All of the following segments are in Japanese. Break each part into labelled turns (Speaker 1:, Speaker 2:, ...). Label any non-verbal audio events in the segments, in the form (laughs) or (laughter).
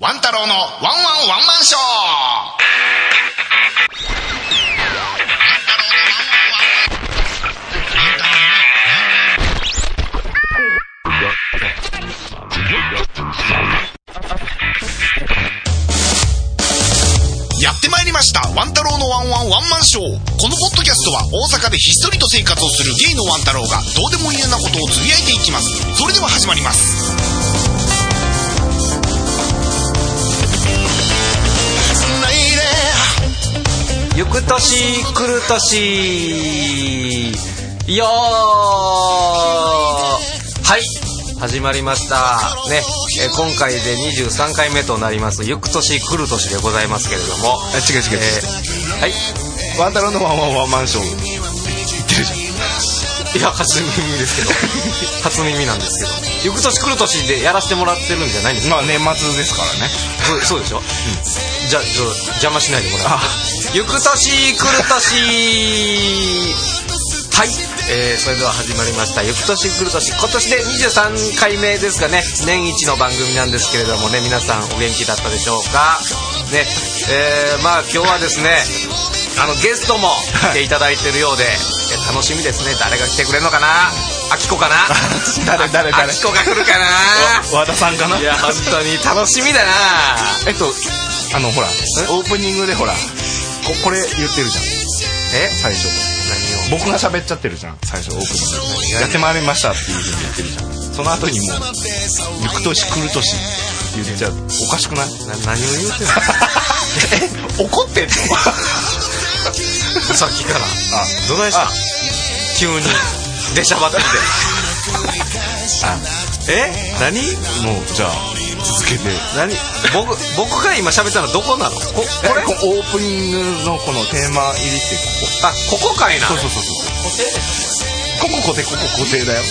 Speaker 1: ワン太郎のワンワンワンマンショーやってまいりましたワン太郎のワンワンワンマンショーこのポッドキャストは大阪でひっそりと生活をするゲイのワン太郎がどうでもいいようなことをつぶやいていきますそれでは始まります
Speaker 2: 行く年来る年よーはい始まりましたね、えー今回で23回目となります行く年来る年でございますけれども
Speaker 3: あ違う違う
Speaker 2: え
Speaker 3: 違う
Speaker 2: ーはい
Speaker 3: ワンタロウのワンワンワンマンション行ってるじゃん
Speaker 2: いや初耳ですけ
Speaker 3: (laughs)
Speaker 2: ど初耳なんですけど行く年来る年でやらせてもらってるんじゃないんですか
Speaker 3: まあ年末ですからね
Speaker 2: そうそうでしょ、じゃあちょっと邪魔しないでもらって行く年来る年はい、えーそれでは始まりました「ゆく年来る年」今年で23回目ですかね年一の番組なんですけれどもね皆さんお元気だったでしょうかねえーまあ今日はですねあのゲストも来ていただいてるようで、えー楽しみですね誰が来てくれるのかなあきこかな
Speaker 3: (laughs) 誰誰誰
Speaker 2: あきこが来るかな
Speaker 3: 和田さんかない
Speaker 2: や本当に楽しみだな
Speaker 3: えっとあのほらオープニングでほらここれ言ってるじゃん
Speaker 2: え
Speaker 3: 最初
Speaker 2: 何を
Speaker 3: 僕が喋っちゃってるじゃん最初オープニングでやってまいりましたっていうふうに言ってるじゃんその後にもう「行く年来る年」言っちゃうおかしくない
Speaker 2: な何を言うてんの
Speaker 3: え怒ってんの
Speaker 2: さっきから
Speaker 3: あ
Speaker 2: どないしたん急に出しゃばってきてえ何
Speaker 3: もうじゃあ続けて
Speaker 2: 何僕僕が今喋ったのどこなのここれ
Speaker 3: えこオープニングのこのテーマ入りってここ
Speaker 2: あここかいな
Speaker 3: そうそうそうそう。ここ固定、ここ固定だよ。フ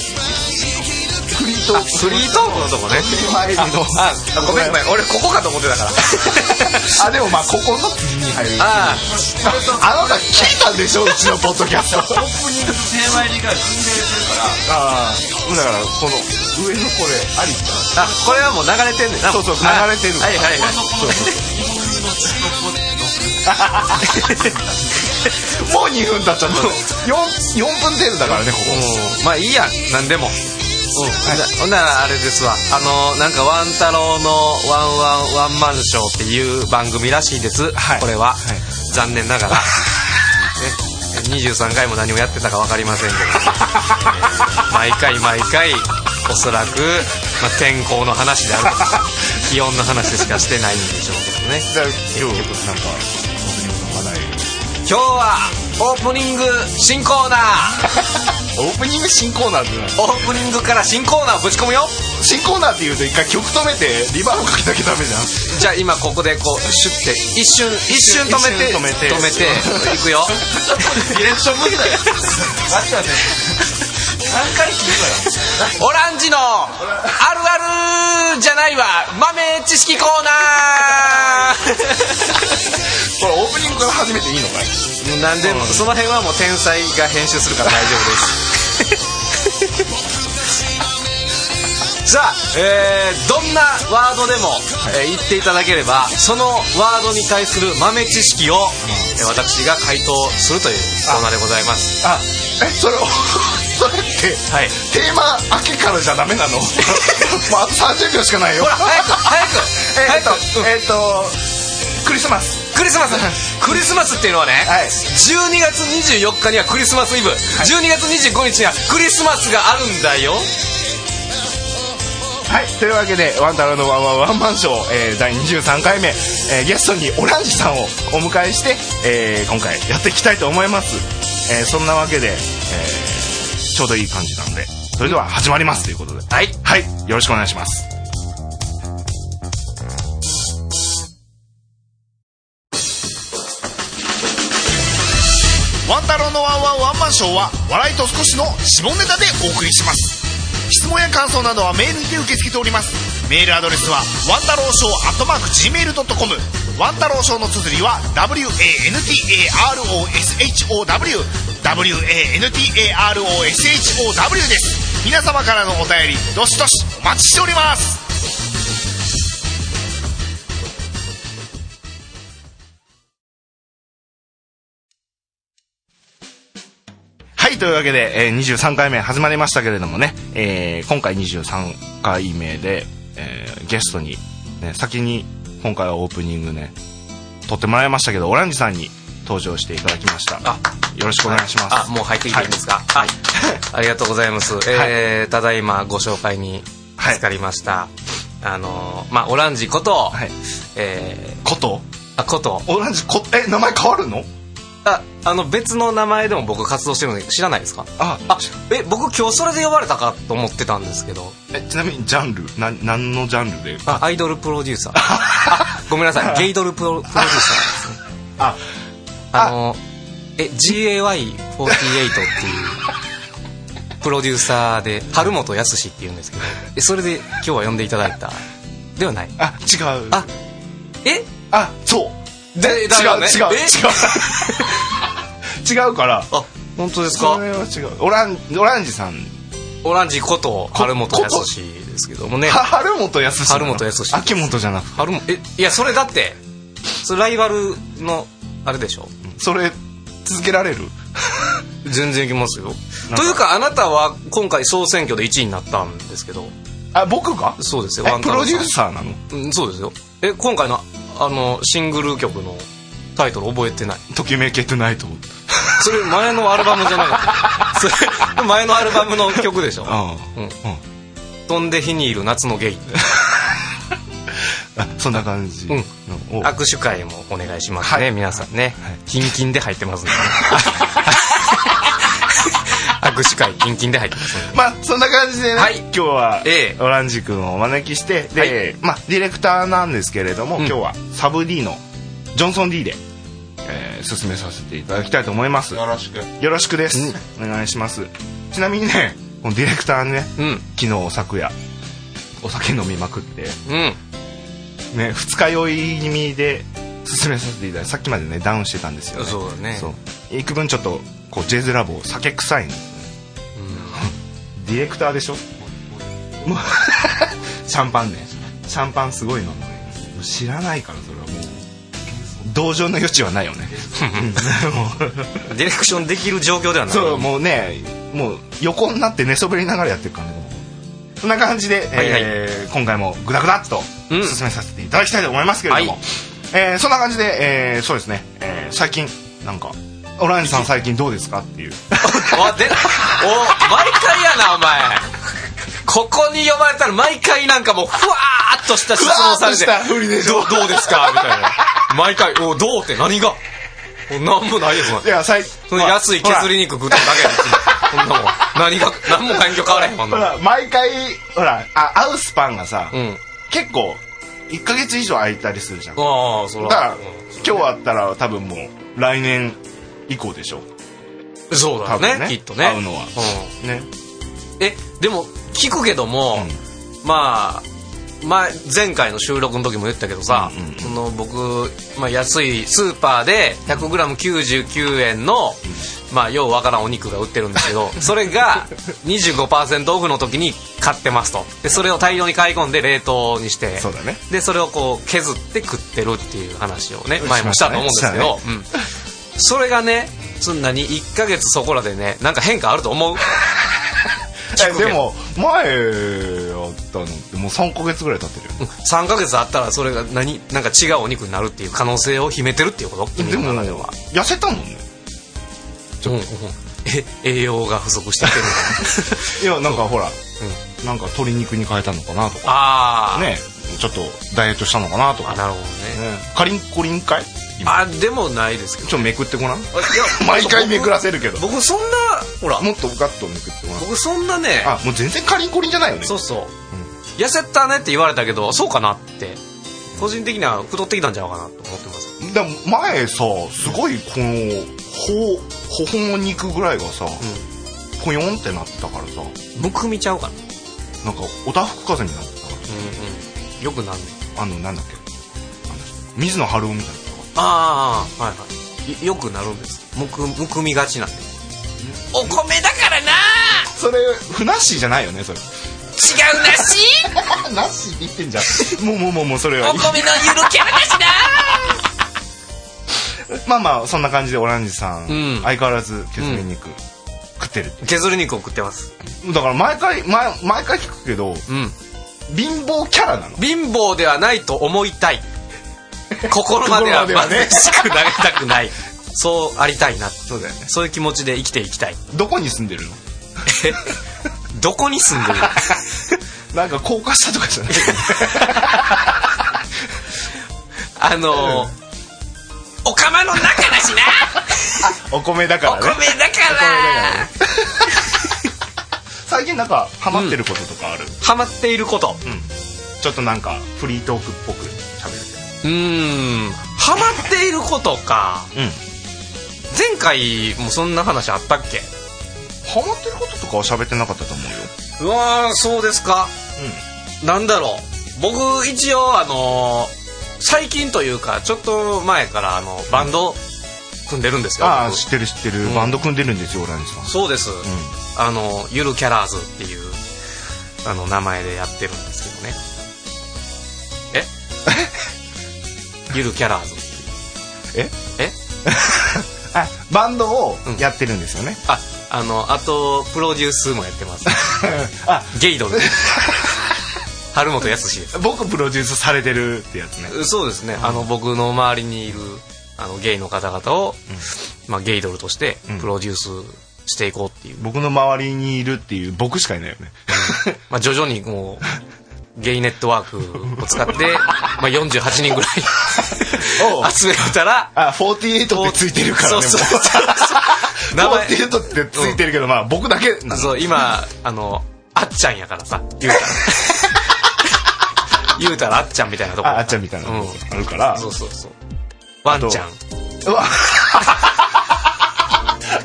Speaker 3: リート
Speaker 2: あ
Speaker 3: ーク。
Speaker 2: フリートークのとこね
Speaker 3: 入りの。
Speaker 2: ああごめんごめん俺ここかと思ってたから
Speaker 3: あ、でもまあ、ここが耳に入る。 (laughs)
Speaker 2: あ
Speaker 3: あ
Speaker 2: あ
Speaker 3: あなた聞いたんでしょうちのポッドキャスト。ああ。だから、この上のこれ、ありか
Speaker 2: あこれはもう流れてんねんな
Speaker 3: そうそう流れてる
Speaker 2: あはいはいはい
Speaker 3: な。もう2分経っちゃった。4、4分程度だからね、ここ。
Speaker 2: うんまあいいや何でも、うんほんならあれですわあのなんか「ワン太郎のワンワンワンマンショー」っていう番組らしいです、
Speaker 3: はい
Speaker 2: これは、
Speaker 3: い
Speaker 2: 残念ながら、ね、23回も何をやってたか分かりませんけど、 (laughs) えー毎回毎回おそらく、まあ、天候の話であるとか気温の話しかしてないんでしょうけどね
Speaker 3: じゃあ、今日、なんか、オープニングの話題。
Speaker 2: 今日はオープニング新コーナー
Speaker 3: オープニング新コーナーじゃない
Speaker 2: オープニングから新コーナーぶち込むよ
Speaker 3: 新コーナーって言うと一回曲止めて、リバーブかけなきゃダメじゃん。
Speaker 2: じゃあ今ここでこうシュッて一瞬一瞬止めて
Speaker 3: 一瞬止めて
Speaker 2: いくよディレクション無理だよオランジのあるあるじゃないわ豆知識コーナ
Speaker 3: これオープニングから始めていいのかい
Speaker 2: ーもうなんでもその辺はもう天才が編集するから大丈夫 (laughs) ですさあ、えーどんなワードでも、えー言っていただければそのワードに対する豆知識を、えー私が回答するというコーナーでございます
Speaker 3: あえそれをそれって
Speaker 2: はい
Speaker 3: テーマ明けからじゃダメな (laughs) のもうあと30秒しかないよ
Speaker 2: ほら早 (laughs) く早く
Speaker 3: え
Speaker 2: 早く
Speaker 3: っと、えっとクリスマス
Speaker 2: クリスマス (laughs) クリスマスっていうのはね、
Speaker 3: はい
Speaker 2: 12月24日にはクリスマスイブ、12月25日にはクリスマスがあるんだよ
Speaker 3: はいというわけで「ワンタロウのワンワンワンマンショー」えー第23回目、えーゲストにオランジさんをお迎えして、えー今回やっていきたいと思います、えーそんなわけで、えーちょうどいい感じなんでそれでは始まりますということで
Speaker 2: はい
Speaker 3: はいよろしくお願いします
Speaker 1: ワン太郎のワンワンワンマンショーは笑いと少しの下ネタでお送りします質問や感想などはメールにて受け付けておりますメールアドレスはワン太郎ショーアットマーク Gmail.com ワン太郎ショーの綴りは WANTAROSHOWWANTAROSHOW です皆様からのお便りどしどしお待ちしております
Speaker 3: はいというわけで、えー23回目始まりましたけれどもね、えー今回23回目で、えーゲストに、ね、先に今回はオープニングね撮ってもらいましたけどオランジさんに登場していただきました
Speaker 2: あ
Speaker 3: よろしくお願いしま
Speaker 2: あ
Speaker 3: す、
Speaker 2: もう入ってきていいんですか、はい、ありがとうございます、えーただいまご紹介に
Speaker 3: はい
Speaker 2: 助かりました、あのーまあオランジこと、
Speaker 3: はい
Speaker 2: えー
Speaker 3: こと
Speaker 2: あこと
Speaker 3: オランジこえ名前変わるの
Speaker 2: ああの別の名前でも僕活動してるので知らないですか
Speaker 3: あ
Speaker 2: あえ僕今日それで呼ばれたかと思ってたんですけど
Speaker 3: えちなみにジャンルな何のジャンルで
Speaker 2: あアイドルプロデューサーあごめんな
Speaker 3: (laughs)
Speaker 2: さいゲイドルプロプロデューサーなんですね
Speaker 3: あ
Speaker 2: あのえ GAY48 っていうプロデューサーで春本康っていうんですけどえそれで今日は呼んでいただいたではない
Speaker 3: あ違う
Speaker 2: あえ
Speaker 3: あそう
Speaker 2: で
Speaker 3: え違
Speaker 2: だよ
Speaker 3: う
Speaker 2: ね
Speaker 3: 違う
Speaker 2: え (laughs)
Speaker 3: 違う違うから
Speaker 2: あ本当です
Speaker 3: そ
Speaker 2: か
Speaker 3: れは違うオランオランジさん
Speaker 2: オランジこと春本康ですけどもね
Speaker 3: は春元康なの
Speaker 2: 春元康です
Speaker 3: 秋元じゃなくて
Speaker 2: 春本えいやそれだってそれライバルのあれでしょ
Speaker 3: それ続けられる
Speaker 2: 全然いきますよ
Speaker 3: んか
Speaker 2: というかあなたは今回総選挙で1位になったんですけど
Speaker 3: あ僕が
Speaker 2: そうですよワ
Speaker 3: え
Speaker 2: ン
Speaker 3: プ
Speaker 2: タ
Speaker 3: ロ
Speaker 2: ロ
Speaker 3: デュ
Speaker 2: さ
Speaker 3: ー
Speaker 2: ん
Speaker 3: サーなの
Speaker 2: うん、そうですよえ今回のあのシングル曲のタイトル覚えてない
Speaker 3: ときめけてないと思って
Speaker 2: それ前のアルバムじゃ
Speaker 3: (laughs)
Speaker 2: なかったそれ前のアルバムの曲でしょ
Speaker 3: あ
Speaker 2: うん飛んで火にいる夏のゲイ
Speaker 3: ああそんな感じの
Speaker 2: うん
Speaker 3: を
Speaker 2: 握手会もお願いしますね、
Speaker 3: はい
Speaker 2: 皆さんね、
Speaker 3: はい
Speaker 2: キンキンで入ってますん
Speaker 3: (laughs)
Speaker 2: で握手会キンキンで入ってますんで
Speaker 3: まあそんな感じでね、
Speaker 2: はい
Speaker 3: 今日は
Speaker 2: ええ
Speaker 3: オランジ君をお招きしてで、
Speaker 2: はい
Speaker 3: まあ、ディレクターなんですけれども、
Speaker 2: うん
Speaker 3: 今日はサブ D のジョンソン D で、えー進めさせていただきたいと思いますよ
Speaker 4: よろしく
Speaker 3: ろしくです、お願いしますちなみにねこのディレクターね
Speaker 2: うん
Speaker 3: 昨日昨夜お酒飲みまくって
Speaker 2: うん
Speaker 3: ね二日酔い気味で進めさせていただいてさっきまでねダウンしてたんですよね
Speaker 2: そうだね
Speaker 3: そう幾分ちょっとこうジェズラボを酒臭いのディレクターでしょもうシャンパンねシャンパンすごい飲むねもう知らないからそれはもう同情の余地はないよね (laughs) もう
Speaker 2: ディレクションできる状況ではない
Speaker 3: そうもうねもう横になって寝そべりながらやってるからねもうそんな感じで、
Speaker 2: はいはい
Speaker 3: えー今回もグダグダっと進
Speaker 2: うん
Speaker 3: めさせていただきたいと思いますけれども、
Speaker 2: はい
Speaker 3: えーそんな感じで、えーそうですね、えー最近なんかオランジさん最近どうですかって
Speaker 2: (laughs)
Speaker 3: いう
Speaker 2: おでお毎回やなお前ここに呼ばれたら毎回なんかもうふわーっとした質問されて
Speaker 3: ふわーっとしたふりでしょ
Speaker 2: どうどうですか?」みたいな毎回「おどう?」って何が何もないよそん
Speaker 3: い
Speaker 2: な
Speaker 3: や最
Speaker 2: その安い削り肉食っただけやそんなもん何が何も環境変わらへんもん
Speaker 3: ほ
Speaker 2: な
Speaker 3: ら毎回ほらあ会うスパンがさ、
Speaker 2: うん
Speaker 3: 結構1ヶ月以上空いたりするじゃんだか
Speaker 2: ああそ
Speaker 3: ら
Speaker 2: ら
Speaker 3: 今日会ったら多分もう来年以降でしょ
Speaker 2: うんそうだ
Speaker 3: 多分
Speaker 2: ね
Speaker 3: ね
Speaker 2: きっとね
Speaker 3: 会うのは
Speaker 2: うん
Speaker 3: ね
Speaker 2: えでも聞くけども、まあ前前回の収録の時も言ったけどさ、
Speaker 3: うんうんうん
Speaker 2: その僕、まあ、安いスーパーで 100g99 円の、まあ、ようわからんお肉が売ってるんですけ
Speaker 3: (laughs)
Speaker 2: どそれが25%オフの時に買ってますとでそれを大量に買い込んで冷凍にして
Speaker 3: そうだね
Speaker 2: でそれをこう削って食ってるっていう話をね前もしたと思うんですけど、うん、それがねそんなに1ヶ月そこらでねなんか変化あると思う聞
Speaker 3: え
Speaker 2: くけど
Speaker 3: でも前やったのってもう3ヶ月ぐらい経ってるよね、
Speaker 2: 3ヶ月あったらそれが何なんか違うお肉になるっていう可能性を秘めてるっていうこと
Speaker 3: でも
Speaker 2: 君の中は、
Speaker 3: 痩せたもんね
Speaker 2: うんうんえ栄養が不足してきて (laughs) る
Speaker 3: いやなんかほら、なんか鶏肉に変えたのかなとか
Speaker 2: ああ、
Speaker 3: ねちょっとダイエットしたのかなとか
Speaker 2: あ
Speaker 3: ね
Speaker 2: なるほどね、
Speaker 3: カリンコリンかい今
Speaker 2: あでもないですけど
Speaker 3: ちょっとめくってごら
Speaker 2: あ
Speaker 3: ん
Speaker 2: いや
Speaker 3: (laughs) 毎回めくらせるけど
Speaker 2: 僕そんなほら
Speaker 3: もっとガッとめくってごらん
Speaker 2: 僕そんなね
Speaker 3: あもう全然カリンコリンじゃないよね
Speaker 2: そうそう、痩せたねって言われたけどそうかなって個人的には太ってきたんちゃうかなと思ってます
Speaker 3: でも前さすごいこのほほほの肉ぐらいがさ、ポヨンってなってたからさ
Speaker 2: むくみちゃうかなう
Speaker 3: なんかおたふく風邪になってたか
Speaker 2: んうんよくなんねん
Speaker 3: らあのなんだっけあの人水野晴夫みたいな人が
Speaker 2: ああはいはいよくなるんですむくむくみがちなんでお米だからな
Speaker 3: それふなっしーじゃないよねそれ
Speaker 2: 違うなし
Speaker 3: なっしーって言ってんじゃん (laughs) もうもうもうもうそれ
Speaker 2: お
Speaker 3: は
Speaker 2: 米のゆるキャラだしな (laughs)
Speaker 3: まあまあそんな感じでオランジさん、
Speaker 2: うん
Speaker 3: 相変わらず削り肉、食ってる
Speaker 2: 削り肉を食ってます
Speaker 3: だから毎回毎毎回聞くけど
Speaker 2: うん
Speaker 3: 貧乏キャラなの
Speaker 2: 貧乏ではないと思いたい (laughs) 心までは
Speaker 3: 心まではね
Speaker 2: 貧しくなりたくないそうありたいな
Speaker 3: そうだよね
Speaker 2: そういう気持ちで生きていきたい
Speaker 3: どこに住んでるの
Speaker 2: どこに住んで (laughs) る
Speaker 3: なんか高架下とか (laughs) じゃない
Speaker 2: あのーお釜の中だしな
Speaker 3: お米だ
Speaker 2: お
Speaker 3: か
Speaker 2: 米
Speaker 3: ら
Speaker 2: だか
Speaker 3: ね
Speaker 2: ら
Speaker 3: 最近なんかハマってることとかある、
Speaker 2: (laughs) ハマっていること
Speaker 3: ちょっとなんかフリートークっぽく喋る
Speaker 2: うーんハマっていることか
Speaker 3: けどうん
Speaker 2: 前回もそんな話あったっけ
Speaker 3: ハマってることとかは喋ってなかったと思う
Speaker 2: う
Speaker 3: よ
Speaker 2: わーそうですかなんだろう僕一応あのー最近というかちょっと前からあのバンド組んでるんですよ、
Speaker 3: ああ
Speaker 2: 僕
Speaker 3: 知ってる知ってる、
Speaker 2: ん
Speaker 3: バンド組んでるんですよオランジさん
Speaker 2: そうです、
Speaker 3: う
Speaker 2: あのゆるキャラーズっていうあの名前でやってるんですけどねえ
Speaker 3: (laughs)
Speaker 2: ゆるキャラーズ
Speaker 3: え
Speaker 2: え
Speaker 3: んあバンドを
Speaker 2: うん
Speaker 3: やってるんですよね、
Speaker 2: ああのあとプロデュースもやってます
Speaker 3: あ
Speaker 2: ゲイドル
Speaker 3: (laughs)
Speaker 2: 春元康です
Speaker 3: 僕プロデュースされてるってやつね
Speaker 2: そうですね、あの僕の周りにいるあのゲイの方々を、まあ、ゲイドルとして
Speaker 3: うん
Speaker 2: プロデュースしていこうっていう、
Speaker 3: 僕の周りにいるっていう僕しかいないよね
Speaker 2: まあ、徐々にもう (laughs) ゲイネットワークを使ってま
Speaker 3: (laughs)
Speaker 2: あ48人ぐら
Speaker 3: おう
Speaker 2: い集めたら
Speaker 3: あ48ってついてるからね
Speaker 2: そうそうそうそう名前
Speaker 3: 48ってついてるけど、まあ僕だけなの
Speaker 2: そう今あのあっちゃんやからさ言う
Speaker 3: (laughs)
Speaker 2: たら言うたらあっちゃんみたいなとこ
Speaker 3: ああっちゃんみたいなの
Speaker 2: うん
Speaker 3: あるから、
Speaker 2: そうそうそうワンちゃん
Speaker 3: うわ (laughs)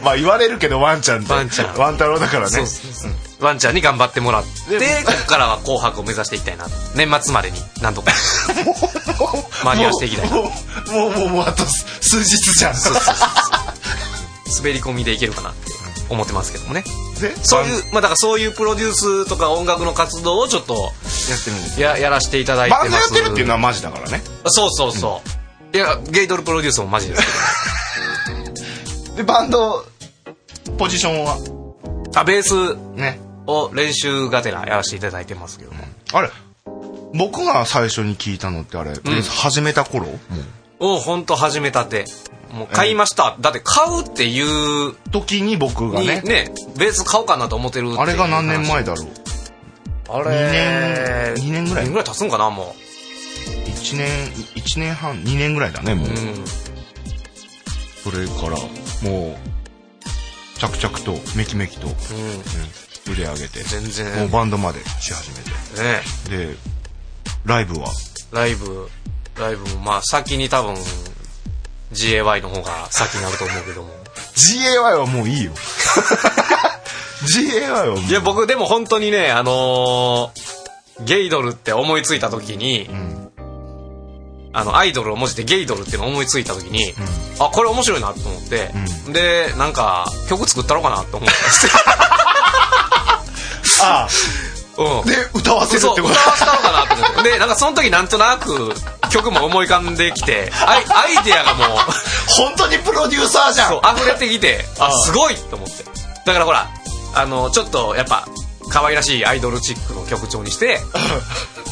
Speaker 3: まあ言われるけどワンちゃんって
Speaker 2: ワンちゃん
Speaker 3: ワン太郎だからね
Speaker 2: そうそうそうワンちゃんに頑張ってもらって
Speaker 3: で
Speaker 2: ここからは「紅白」を目指していきたいな年末までになんと (laughs) か間に合わせていきたい
Speaker 3: もうもうもうもうもうあと数日じゃん
Speaker 2: 滑り込みでいけるかなって思ってますけどもね
Speaker 3: (laughs) で
Speaker 2: そういうまあだからそういうプロデュースとか音楽の活動をちょっと
Speaker 3: やってるんです
Speaker 2: ややらせていただいてま
Speaker 3: バ
Speaker 2: す
Speaker 3: ンドやってるっていうのはマジだからね
Speaker 2: そうそうそう、いやゲイドルプロデュースもマジですけ
Speaker 3: でバンドポジションは
Speaker 2: どあベース
Speaker 3: ね
Speaker 2: を練習がてらやらせていただいてますけども
Speaker 3: あれ僕が最初に聞いたのってあれ、始めた頃もう
Speaker 2: うんほんと始めたてもう買いました、だって買うっていう
Speaker 3: 時に僕が
Speaker 2: に
Speaker 3: ね
Speaker 2: ねベース買おうかなと思ってるっていう
Speaker 3: あれが何年前だろう
Speaker 2: あ
Speaker 3: れ
Speaker 2: れ
Speaker 3: 二年二年ぐらい
Speaker 2: ぐらい経つんかなも
Speaker 3: 1年1年半2年ぐらいだねもう、
Speaker 2: う、うん、
Speaker 3: それからもう着々とメキメキと、うん売り上げて
Speaker 2: 全然
Speaker 3: もうバンドまでし始め
Speaker 2: ね
Speaker 3: てでライブは
Speaker 2: ライブライブもまあ先に多分 GAY の方が先になると思うけども
Speaker 3: GAY はも
Speaker 2: (laughs)
Speaker 3: ういいよ GAY はもう
Speaker 2: いや僕でも本当にねあのーゲイドルって思いついた時に、
Speaker 3: ん
Speaker 2: あのアイドルを文字でゲイドルっていうのを思いついた時に、あこれ面白いなと思って、でなんか曲作ったろうかなと思った
Speaker 3: ああ (laughs)
Speaker 2: りして、うん、
Speaker 3: で歌わせる
Speaker 2: そう
Speaker 3: って
Speaker 2: 歌
Speaker 3: こ
Speaker 2: わ
Speaker 3: と
Speaker 2: せたのかなと思ってでなんかその時なんとなく曲も思い浮かんできてアイアイデアがもう
Speaker 3: 本当にプロデューサーじゃん
Speaker 2: そう溢れてきてあすごいと思ってだからほらあのちょっとやっぱ可愛らしいアイドルチックの曲調にして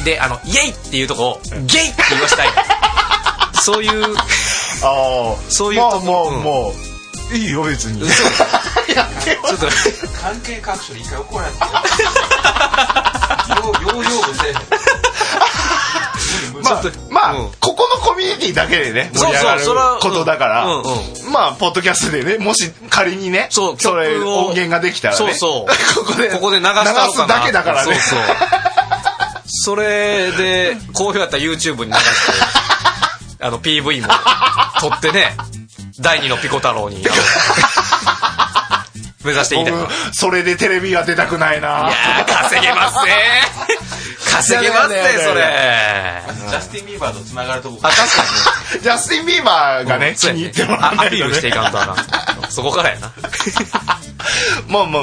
Speaker 2: であの「イエイ!」っていうとこを「ゲイ!」って言わしたいそういう
Speaker 3: ああ
Speaker 2: そういう
Speaker 3: ま
Speaker 2: とこ
Speaker 3: あもう、
Speaker 2: うん
Speaker 3: もういいよ別に
Speaker 2: 嘘 (laughs)
Speaker 3: やってま
Speaker 2: ちょっと
Speaker 4: 関係各所で一回怒られてようようようせえへん
Speaker 3: まあ
Speaker 2: (laughs) ちょっと
Speaker 3: まあ、
Speaker 2: うん
Speaker 3: ここのコミュニティだけでね盛り上がる
Speaker 2: そうそうそれはうん
Speaker 3: ことだから
Speaker 2: うん
Speaker 3: まあポッドキャストでねもし仮にね
Speaker 2: そう
Speaker 3: れ
Speaker 2: 曲を
Speaker 3: 音源ができたら
Speaker 2: そ
Speaker 3: ね
Speaker 2: うそう
Speaker 3: (laughs) ここで
Speaker 2: ここで流したのかな
Speaker 3: 流すだけだからね
Speaker 2: そうそう
Speaker 3: (laughs)
Speaker 2: それで好評やったら YouTube に流し
Speaker 3: (laughs)
Speaker 2: てあの PV も撮ってね第二のピコ太郎に
Speaker 3: (laughs)
Speaker 2: あの目指していきたいからい
Speaker 3: 僕それでテレビは出たくないな
Speaker 2: やー稼げますね (laughs) 稼げますね
Speaker 3: いやいや
Speaker 2: そ
Speaker 3: いやい
Speaker 2: れ
Speaker 4: ジャスティン・ビーバーとつながるとこ
Speaker 2: あ確かにね
Speaker 3: ジャスティン・ビーバーがね、気
Speaker 2: そう
Speaker 3: に
Speaker 2: や
Speaker 3: 入ってもらわ
Speaker 2: あ
Speaker 3: な
Speaker 2: ア
Speaker 3: い
Speaker 2: ピ
Speaker 3: と
Speaker 2: ールしてい
Speaker 3: ね
Speaker 2: かんとあかんそこからやな
Speaker 3: まあまあ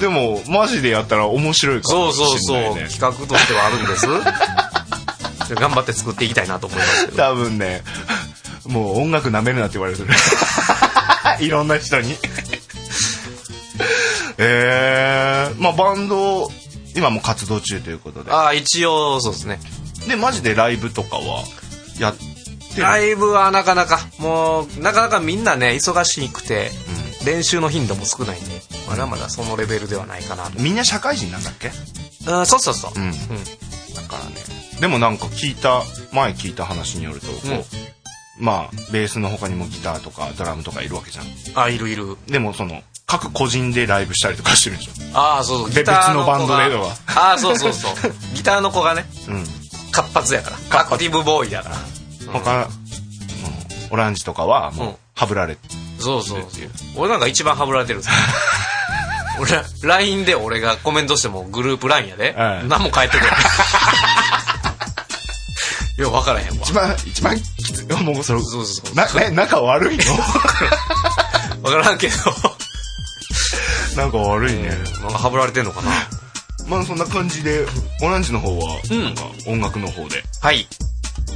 Speaker 3: でもマジでやったら面白いか
Speaker 2: そ
Speaker 3: も
Speaker 2: う
Speaker 3: しれ
Speaker 2: そうそう、
Speaker 3: ないね
Speaker 2: 企画としてはあるん (laughs) です頑張って作っていきたいなと思いますけど
Speaker 3: 多分ね (laughs) もう音 (laughs) 楽なめるなって言われてるいろんな人に (laughs) ええまあバンド今も活動中ということで
Speaker 2: ああ一応そうですね
Speaker 3: でマジでライブとかはやってる
Speaker 2: ライブはなかなかもうなかなかみんなね忙しくて、練習の頻度も少ないんでまだまだそのレベルではないかなと、
Speaker 3: みんな社会人なんだっけ
Speaker 2: うん、そうそうそう、
Speaker 3: うんだからねでもなんか聞いた前聞いた話によるとこう、まあベースの他にもギターとかドラムとかいるわけじゃん
Speaker 2: あいるいる
Speaker 3: でもその各個人でライブしたりとかしてるんでし
Speaker 2: ああそうそう
Speaker 3: で
Speaker 2: ギター子が
Speaker 3: 別のバンドでのは
Speaker 2: ああそうそう (laughs) そうギターの子がね
Speaker 3: ょ、うん、
Speaker 2: 活発やからアクティブボーイだから
Speaker 3: 他、うんオランジとかは
Speaker 2: う
Speaker 3: も
Speaker 2: ん
Speaker 3: うはぶられて、
Speaker 2: そうそうそう俺なんか一番ハブられて
Speaker 3: (laughs)
Speaker 2: るんですよ俺 LINE で俺がコメントしてもグループ LINE やで、
Speaker 3: はい
Speaker 2: 何も返ってこない (laughs) よう分からへんわ
Speaker 3: 一番一番きついもうそれ
Speaker 2: そうそうそう
Speaker 3: なえ仲悪 (laughs) いの
Speaker 2: 分からんけど
Speaker 3: なんか悪いね、
Speaker 2: なんかハブられてんのかな
Speaker 3: まあそんな感じでオランジの方はなんか音楽の方で、
Speaker 2: はい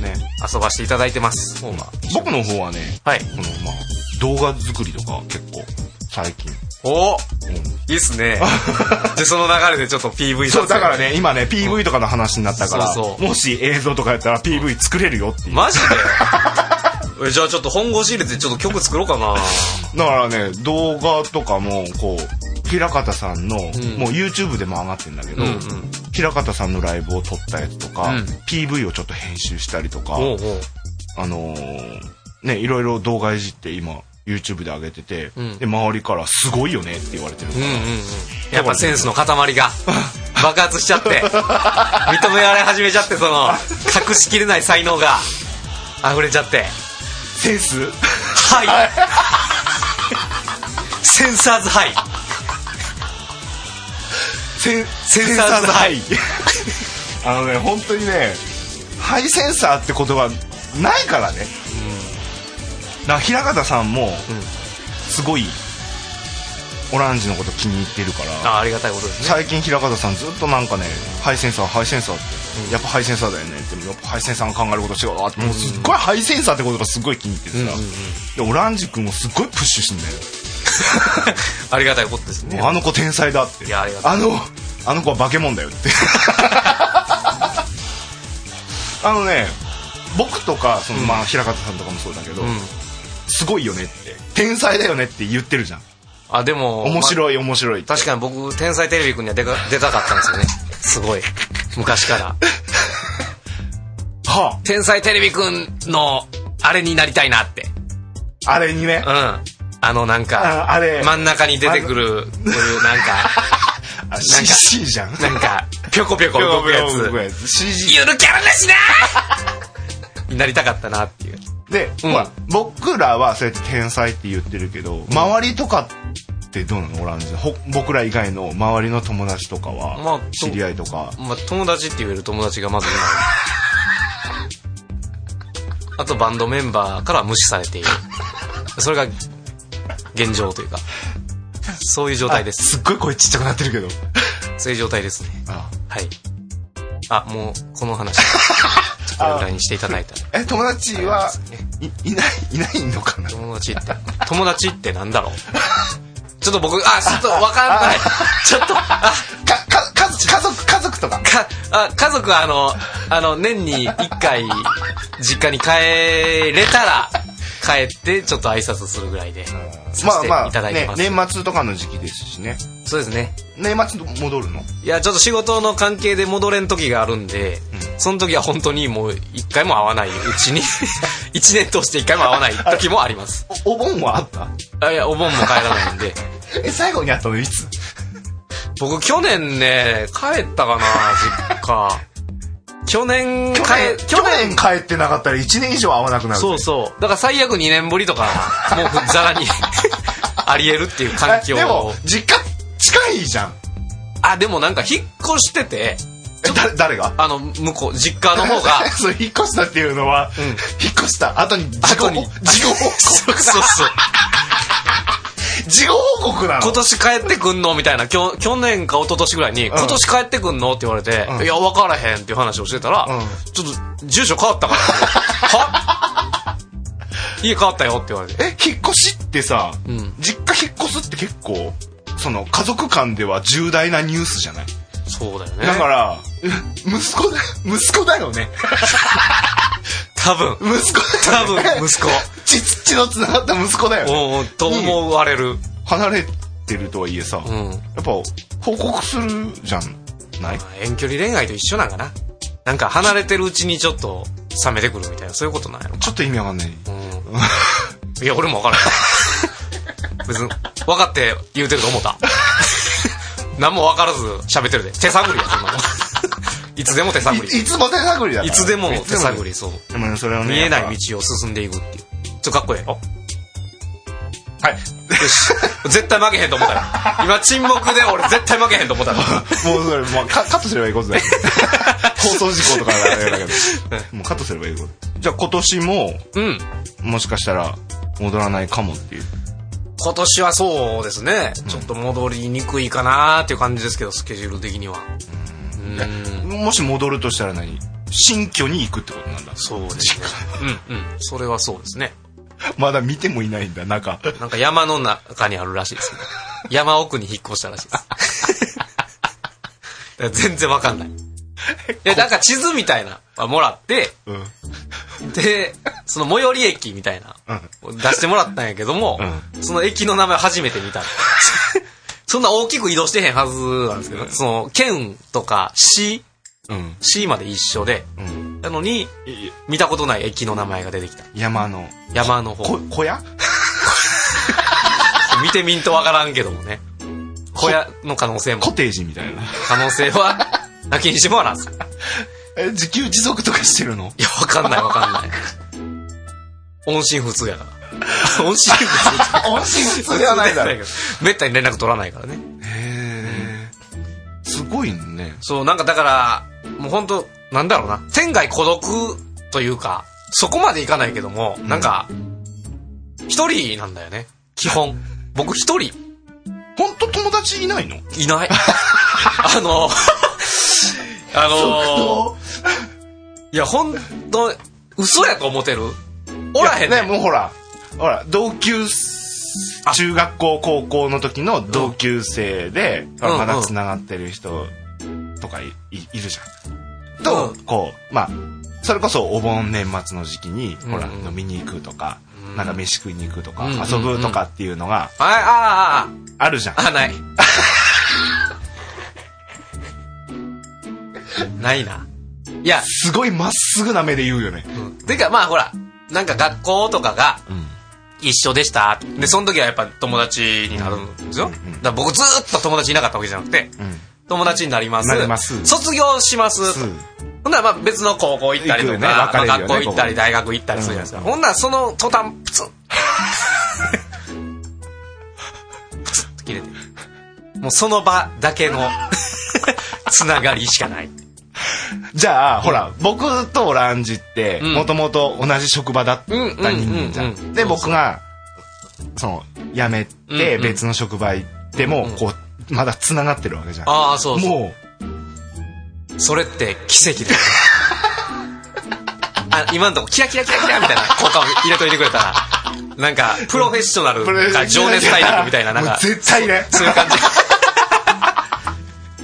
Speaker 3: ね
Speaker 2: 遊ばしていただいてます方が
Speaker 3: 僕の方はね
Speaker 2: はい
Speaker 3: このまあ動画作りとか結構最近
Speaker 2: おおいいっす
Speaker 3: (laughs)
Speaker 2: ねでその流れでちょっと PV 撮
Speaker 3: そう
Speaker 2: 影
Speaker 3: だからね今ね PV とかの話になったか
Speaker 2: そ
Speaker 3: ら、
Speaker 2: うそう
Speaker 3: もし映像とかやったら PV 作れるよっていう、
Speaker 2: マ
Speaker 3: (laughs)
Speaker 2: ジでえじゃあちょっと本腰入れてちょっと曲作ろうか
Speaker 3: (laughs)
Speaker 2: な
Speaker 3: だからね動画とかもこう平方さんの、もう YouTube でも上がってるんだけど、
Speaker 2: うんうん
Speaker 3: 平方さんのライブを撮ったやつとか、
Speaker 2: うん
Speaker 3: PV をちょっと編集したりとか、
Speaker 2: おうおう
Speaker 3: あのーねいろいろ動画いじって今 YouTube で上げてて、
Speaker 2: ん
Speaker 3: で周りから「すごいよね」って言われてる
Speaker 2: うんうんうんやっぱセンスの塊 (laughs) が爆発しちゃって認められ始めちゃってその隠しきれない才能が溢れちゃって
Speaker 3: センス
Speaker 2: はいセンサーズハイ
Speaker 3: セン
Speaker 2: センサーズハイ
Speaker 3: (laughs) あのね本当にねハイセンサーって言葉ないからね、だから平方さんもすごいオランジのこと気に入ってるから
Speaker 2: あありがたいことですね
Speaker 3: 最近平方さんずっとなんかねハイセンサーハイセンサーってやっぱハイセンサーだよねってやっぱハイセンサーの考えること違うわってもうすっごいハイセンサーってことがすごい気に入ってるさでオランジ君もすっごいプッシュしてんだよ
Speaker 2: (laughs) ありがたいことですね
Speaker 3: もうあの子天才だって
Speaker 2: いやありがとう
Speaker 3: あのあの子は化け物だよって (laughs) あのね僕とかその、まあ、平方さんとかもそうだけど、すごいよねって天才だよねって言ってるじゃん
Speaker 2: あでも
Speaker 3: 面
Speaker 2: い、
Speaker 3: 白い面白い
Speaker 2: ま確かに僕「天才テレビくん」には出か出たかったんですよねすごい昔から
Speaker 3: は
Speaker 2: 「 (laughs) 天才テレビくん」のあれになりたいなって
Speaker 3: あ、あれにね
Speaker 2: うんあのなんか
Speaker 3: ああれ
Speaker 2: 真ん中に出てくるこういうなん (laughs) か
Speaker 3: あ CC じゃん
Speaker 2: なんかぴょこぴょこ動くやつ
Speaker 3: 動くやつ CG
Speaker 2: ゆるキャラだしなになりたかったなっていう
Speaker 3: で、
Speaker 2: うん
Speaker 3: まあ、僕らはそうやって天才って言ってるけど、周りとかってどうなのオランジほ僕ら以外の周りの友達とかは、
Speaker 2: まあ
Speaker 3: 知り合いとか
Speaker 2: まあ友達って言える友達がまずいないあとバンドメンバーからは無視されているそれが現状というかそういう状態です
Speaker 3: すっごい声ちっちゃくなってるけど
Speaker 2: そういう状態ですね
Speaker 3: あ
Speaker 2: はいあもうこの (laughs) 話ちょっとこれぐらいにしていただいたら
Speaker 3: え友達はいいないいないのかな
Speaker 2: 友達って友達ってなんだろうちょっと僕あちょっとわかん
Speaker 3: (laughs)
Speaker 2: ないちょっとあ
Speaker 3: かか家族家族家族とか
Speaker 2: かあ家族はあのあの年に1回実家に帰れたら帰ってちょっと挨拶するぐらいでさせてい
Speaker 3: まあま
Speaker 2: ただ
Speaker 3: あ、
Speaker 2: いて
Speaker 3: ね
Speaker 2: ま、す、
Speaker 3: 年末とかの時期ですしね
Speaker 2: そうですね
Speaker 3: 年末戻るの
Speaker 2: いやちょっと仕事の関係で戻れん時があるんで、その時は本当にもう1回も会わないうちに1 (laughs) 年通して1回も会わない時もあります
Speaker 3: おお盆 (laughs) はあった
Speaker 2: あいやお盆も帰らないんで
Speaker 3: え最後に会ったのいつ
Speaker 2: 僕去年ね帰ったかな実
Speaker 3: (laughs)
Speaker 2: 家去年帰
Speaker 3: 去年去年帰ってなかったら1年以上会わなくなる
Speaker 2: そうそう。だから最悪2年ぶりとか、もうざらに (laughs) あり得るっていう環
Speaker 3: え
Speaker 2: 境
Speaker 3: でも
Speaker 2: を。
Speaker 3: 実家近いじゃん
Speaker 2: あ、でもなんか引っ越してて、
Speaker 3: えだ誰が、
Speaker 2: あの、向こう、実家の方が
Speaker 3: (laughs) そう引っ越したっていうのは、
Speaker 2: ん
Speaker 3: 引っ越した後に事
Speaker 2: 後
Speaker 3: 後
Speaker 2: に
Speaker 3: に事後報
Speaker 2: (laughs) そう
Speaker 3: 告 (laughs)
Speaker 2: そうそう。
Speaker 3: 事後報告なの
Speaker 2: 今年帰ってくんのみたいな、きょ去年か一昨年ぐらいに、今年帰ってくんのって言われて、いや、分からへんっていう話をしてたら、
Speaker 3: ん
Speaker 2: ちょっと、住所変わった
Speaker 3: (laughs)
Speaker 2: からって、は家変わったよって言われて。
Speaker 3: え引っ越しってさ、
Speaker 2: ん
Speaker 3: 実家引っ越すって結構その家族間では重大なニュースじゃない
Speaker 2: そうだよね
Speaker 3: だ
Speaker 2: (laughs)
Speaker 3: から息子だ息子だよね
Speaker 2: 多分
Speaker 3: (laughs) 息子だ
Speaker 2: 多
Speaker 3: よね
Speaker 2: 分息
Speaker 3: (laughs)
Speaker 2: 子
Speaker 3: 血血のつながった息子だよね
Speaker 2: おうおうと思われる
Speaker 3: 離れてるとはいえさ、
Speaker 2: う
Speaker 3: やっ
Speaker 2: ん
Speaker 3: ぱ報告するじゃない
Speaker 2: 遠距離恋愛と一緒なんかななんか離れてるうちにちょっと冷めてくるみたいなそういうことなんやろ
Speaker 3: ちょっと意味わかんない
Speaker 2: うんいや、俺も分からん。別に、分かって言うてると思った。何も分からず喋ってるで。手探りや、そんなもんいつでも手探り。
Speaker 3: いいつも手探りだから
Speaker 2: いつでも手探り、そう。
Speaker 3: でもねそれをね
Speaker 2: 見えない
Speaker 3: やっ
Speaker 2: 道を進んでいくっていう。ちょっとかっこええやろ
Speaker 3: ぱはい
Speaker 2: よし。絶対負けへんと思ったよ。今沈黙で俺絶対負けへんと思ったよ。
Speaker 3: もうそれ、もうカカットすればいい (laughs) ことだよ。放送事故とかだけだけど。もうカットすればいいこと。じゃあ今年も、
Speaker 2: うん。
Speaker 3: もしかしたら、戻らないかもっていう。
Speaker 2: 今年はそうですね。ちょっと戻りにくいかなーっていう感じですけど、スケジュール的には。うん。
Speaker 3: もし戻るとしたら何新居に行くってことなんだ。
Speaker 2: そうですね。うんうん。それはそうですね。
Speaker 3: (laughs) まだ見てもいないんだ、中。
Speaker 2: なんか山の中にあるらしいです (laughs) ね。山奥に引っ越したらしいです。だから (laughs) 全然わかんない。いや、なんか地図みたいな、あもらって、
Speaker 3: うん。うん。
Speaker 2: で、その最寄り駅みたいな、出してもらったんやけども、その駅の名前初めて (laughs) 見た。そんな大きく移動してへんはずなんですけど、その県とか市、
Speaker 3: うん。
Speaker 2: 市まで一緒で、
Speaker 3: うん。
Speaker 2: なのに、
Speaker 3: い
Speaker 2: 見たことない駅の名前が出てきた。
Speaker 3: 山の、
Speaker 2: 山の
Speaker 3: こ
Speaker 2: 方。、
Speaker 3: 小屋
Speaker 2: 見てみんとわからんけどもね。小屋の可能性も
Speaker 3: コ。テージみたいな。
Speaker 2: 可能性は、なきにしもあらず。い
Speaker 3: え、自給自足とかしてるの
Speaker 2: や、わかんないわかんない。音信不通やから。 (laughs) 音信不通。
Speaker 3: 音信普通ではないだ
Speaker 2: (laughs)
Speaker 3: ろ。へ
Speaker 2: めったに連絡取らないからね。
Speaker 3: え。すごいね。
Speaker 2: そう、なんかだから、もうほんと、なんだろうな。天外孤独というか、そこまでいかないけども、なんか、一人なんだよね。基本。僕一人
Speaker 3: ほんと友達いないの
Speaker 2: いない。 (laughs) あの、 (laughs) あの、いや、ほんと、嘘やと思ってるおらへん
Speaker 3: い
Speaker 2: ね
Speaker 3: や
Speaker 2: ん
Speaker 3: もうほら、ほら、同級
Speaker 2: あ、
Speaker 3: 中学校、高校の時の同級生で、
Speaker 2: うん
Speaker 3: まだ繋がってる人とかいいいるじゃん。と、
Speaker 2: うん
Speaker 3: こう、まあ、それこそお盆年末の時期に、ほら、
Speaker 2: うんうん
Speaker 3: 飲みに行くとか、なんか飯食いに行くとか、
Speaker 2: うんうんうん
Speaker 3: 遊ぶとかっていうのが
Speaker 2: あ、ああ、
Speaker 3: あるじゃん。
Speaker 2: ああ、ない。 (laughs) ないな。いや、
Speaker 3: すごいまっすぐな目で言うよね。
Speaker 2: てかまあほら、なんか学校とかが
Speaker 3: うん。
Speaker 2: 一緒でした。で、その時はやっぱ友達になるんですよ。だから僕ずーっと友達いなかったわけじゃなくて、
Speaker 3: うん。
Speaker 2: 友達になります。
Speaker 3: なります
Speaker 2: 卒業します。ほんならまあ別の高校行ったりとか、
Speaker 3: 行くよね
Speaker 2: ま
Speaker 3: 分か
Speaker 2: あ
Speaker 3: れる
Speaker 2: 学
Speaker 3: よね
Speaker 2: 校行った
Speaker 3: ここ
Speaker 2: り、
Speaker 3: ね
Speaker 2: 大学行ったりするじゃないですか。ほんならその途端、プツン。プツッと切れて。もうその場だけのつながりしかない。
Speaker 3: じゃあ、ほら、僕とオランジって、
Speaker 2: うん
Speaker 3: もともと同じ職場だった人間じゃ
Speaker 2: うんうんうんうん
Speaker 3: ん。で、僕が、その、辞め
Speaker 2: うん
Speaker 3: て、
Speaker 2: うん
Speaker 3: 別の職場行っても、こう、まだ繋がってるわけじゃん。
Speaker 2: ああ、そうそう。
Speaker 3: も
Speaker 2: それって奇跡だよ。あ、今んとこキラキラキラキラみたいな効果を入れといてくれたら、なんか、プロフェッショナル
Speaker 3: う、これ
Speaker 2: が情熱大陸みたいな、なん
Speaker 3: もう
Speaker 2: か、そういう
Speaker 3: 絶対ね。そういう
Speaker 2: 感じ。そういう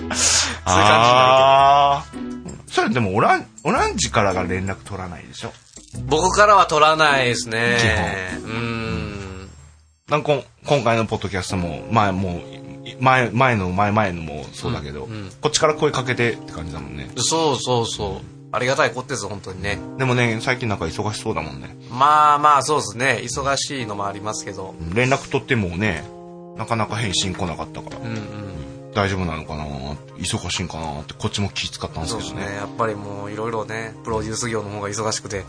Speaker 2: 感じにな
Speaker 3: あーそれでも、オラン、オランジからが連絡取らないでしょ。
Speaker 2: るけど。 (laughs) 僕からは取らないですね。うーん。
Speaker 3: なんかこん今回のポッドキャストも、前もう、い前、前の前前のもそうだけど、こっちから声かけてって感じだもんね。
Speaker 2: そうそうそう。ありがたいことです、本当にね。
Speaker 3: でもね、最近なんか忙しそうだもんね。
Speaker 2: まあまあ、そうですね。忙しいのもありますけど。
Speaker 3: 連絡取ってもねなかなか返信来なかったから、
Speaker 2: うんうん。
Speaker 3: 大丈夫なのかな忙しいんかなってこっちも気使ったんで
Speaker 2: そ
Speaker 3: す
Speaker 2: う
Speaker 3: け
Speaker 2: で
Speaker 3: ど
Speaker 2: す
Speaker 3: ね
Speaker 2: ね。やっぱりもう、いろいろね、プロデュース業の方が忙しくて、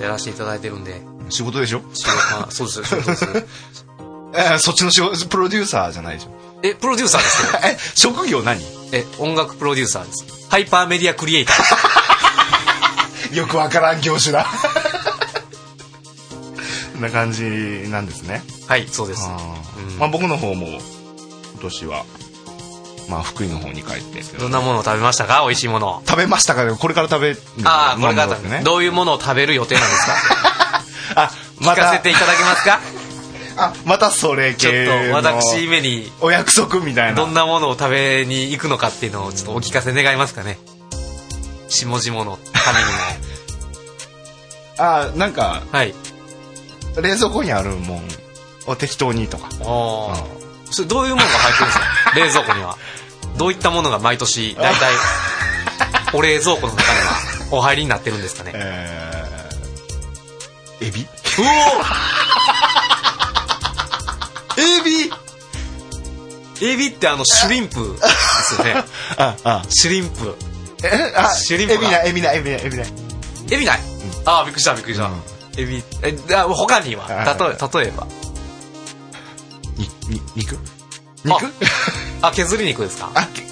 Speaker 2: やらせていただいてるんで。
Speaker 3: 仕事でしょ、
Speaker 2: 仕事がそうですそうです。
Speaker 3: えーそっちの仕事プロデューサーじゃないでしょ
Speaker 2: (laughs) え、プロデューサーですよ。
Speaker 3: え職業何
Speaker 2: え、音楽プロデューサーです。ハイパーメディアクリエイター。
Speaker 3: よくわからん業種だこんな感じなんですね、
Speaker 2: はい、そうです。うん
Speaker 3: まあ、僕の方も今年は、まあ、福井の方に帰って
Speaker 2: どんなものを食べましたか美味しいものを。
Speaker 3: 食べましたかでもこれから食べる
Speaker 2: ああ、これから食べ
Speaker 3: まあまあ
Speaker 2: どういうものを食べる予定なんですか
Speaker 3: あ
Speaker 2: (laughs)
Speaker 3: ま
Speaker 2: 聞か
Speaker 3: た
Speaker 2: せていただけますか
Speaker 3: あまたそ
Speaker 2: (laughs)
Speaker 3: れ
Speaker 2: ちょ
Speaker 3: 系
Speaker 2: っと
Speaker 3: の
Speaker 2: 私めに
Speaker 3: お約束みたい
Speaker 2: ど
Speaker 3: なん
Speaker 2: なものを食べに行くのかっていうのをちょっとお聞かせ願いますかね下々のためにも
Speaker 3: あなんか (laughs)
Speaker 2: はい
Speaker 3: 冷蔵庫にあるもんを適当にとか
Speaker 2: ああ、それどういうものが入ってるんですか冷
Speaker 3: (laughs)
Speaker 2: 蔵庫にはどういったものが毎年大体お冷蔵庫の中にはお入りになってるんですかね
Speaker 3: えー、エビ
Speaker 2: うおエビエビってあのシュリンプですよね
Speaker 3: (laughs) ああ
Speaker 2: シュリンプ
Speaker 3: えあ
Speaker 2: シュリンプ
Speaker 3: エビ
Speaker 2: が
Speaker 3: ないエビないエビないエビない
Speaker 2: エビない、ああびっくりしたびっくりした、エビえあ他には
Speaker 3: あ
Speaker 2: 例え例えば
Speaker 3: にに肉肉
Speaker 2: あ削り肉ですか
Speaker 3: あけ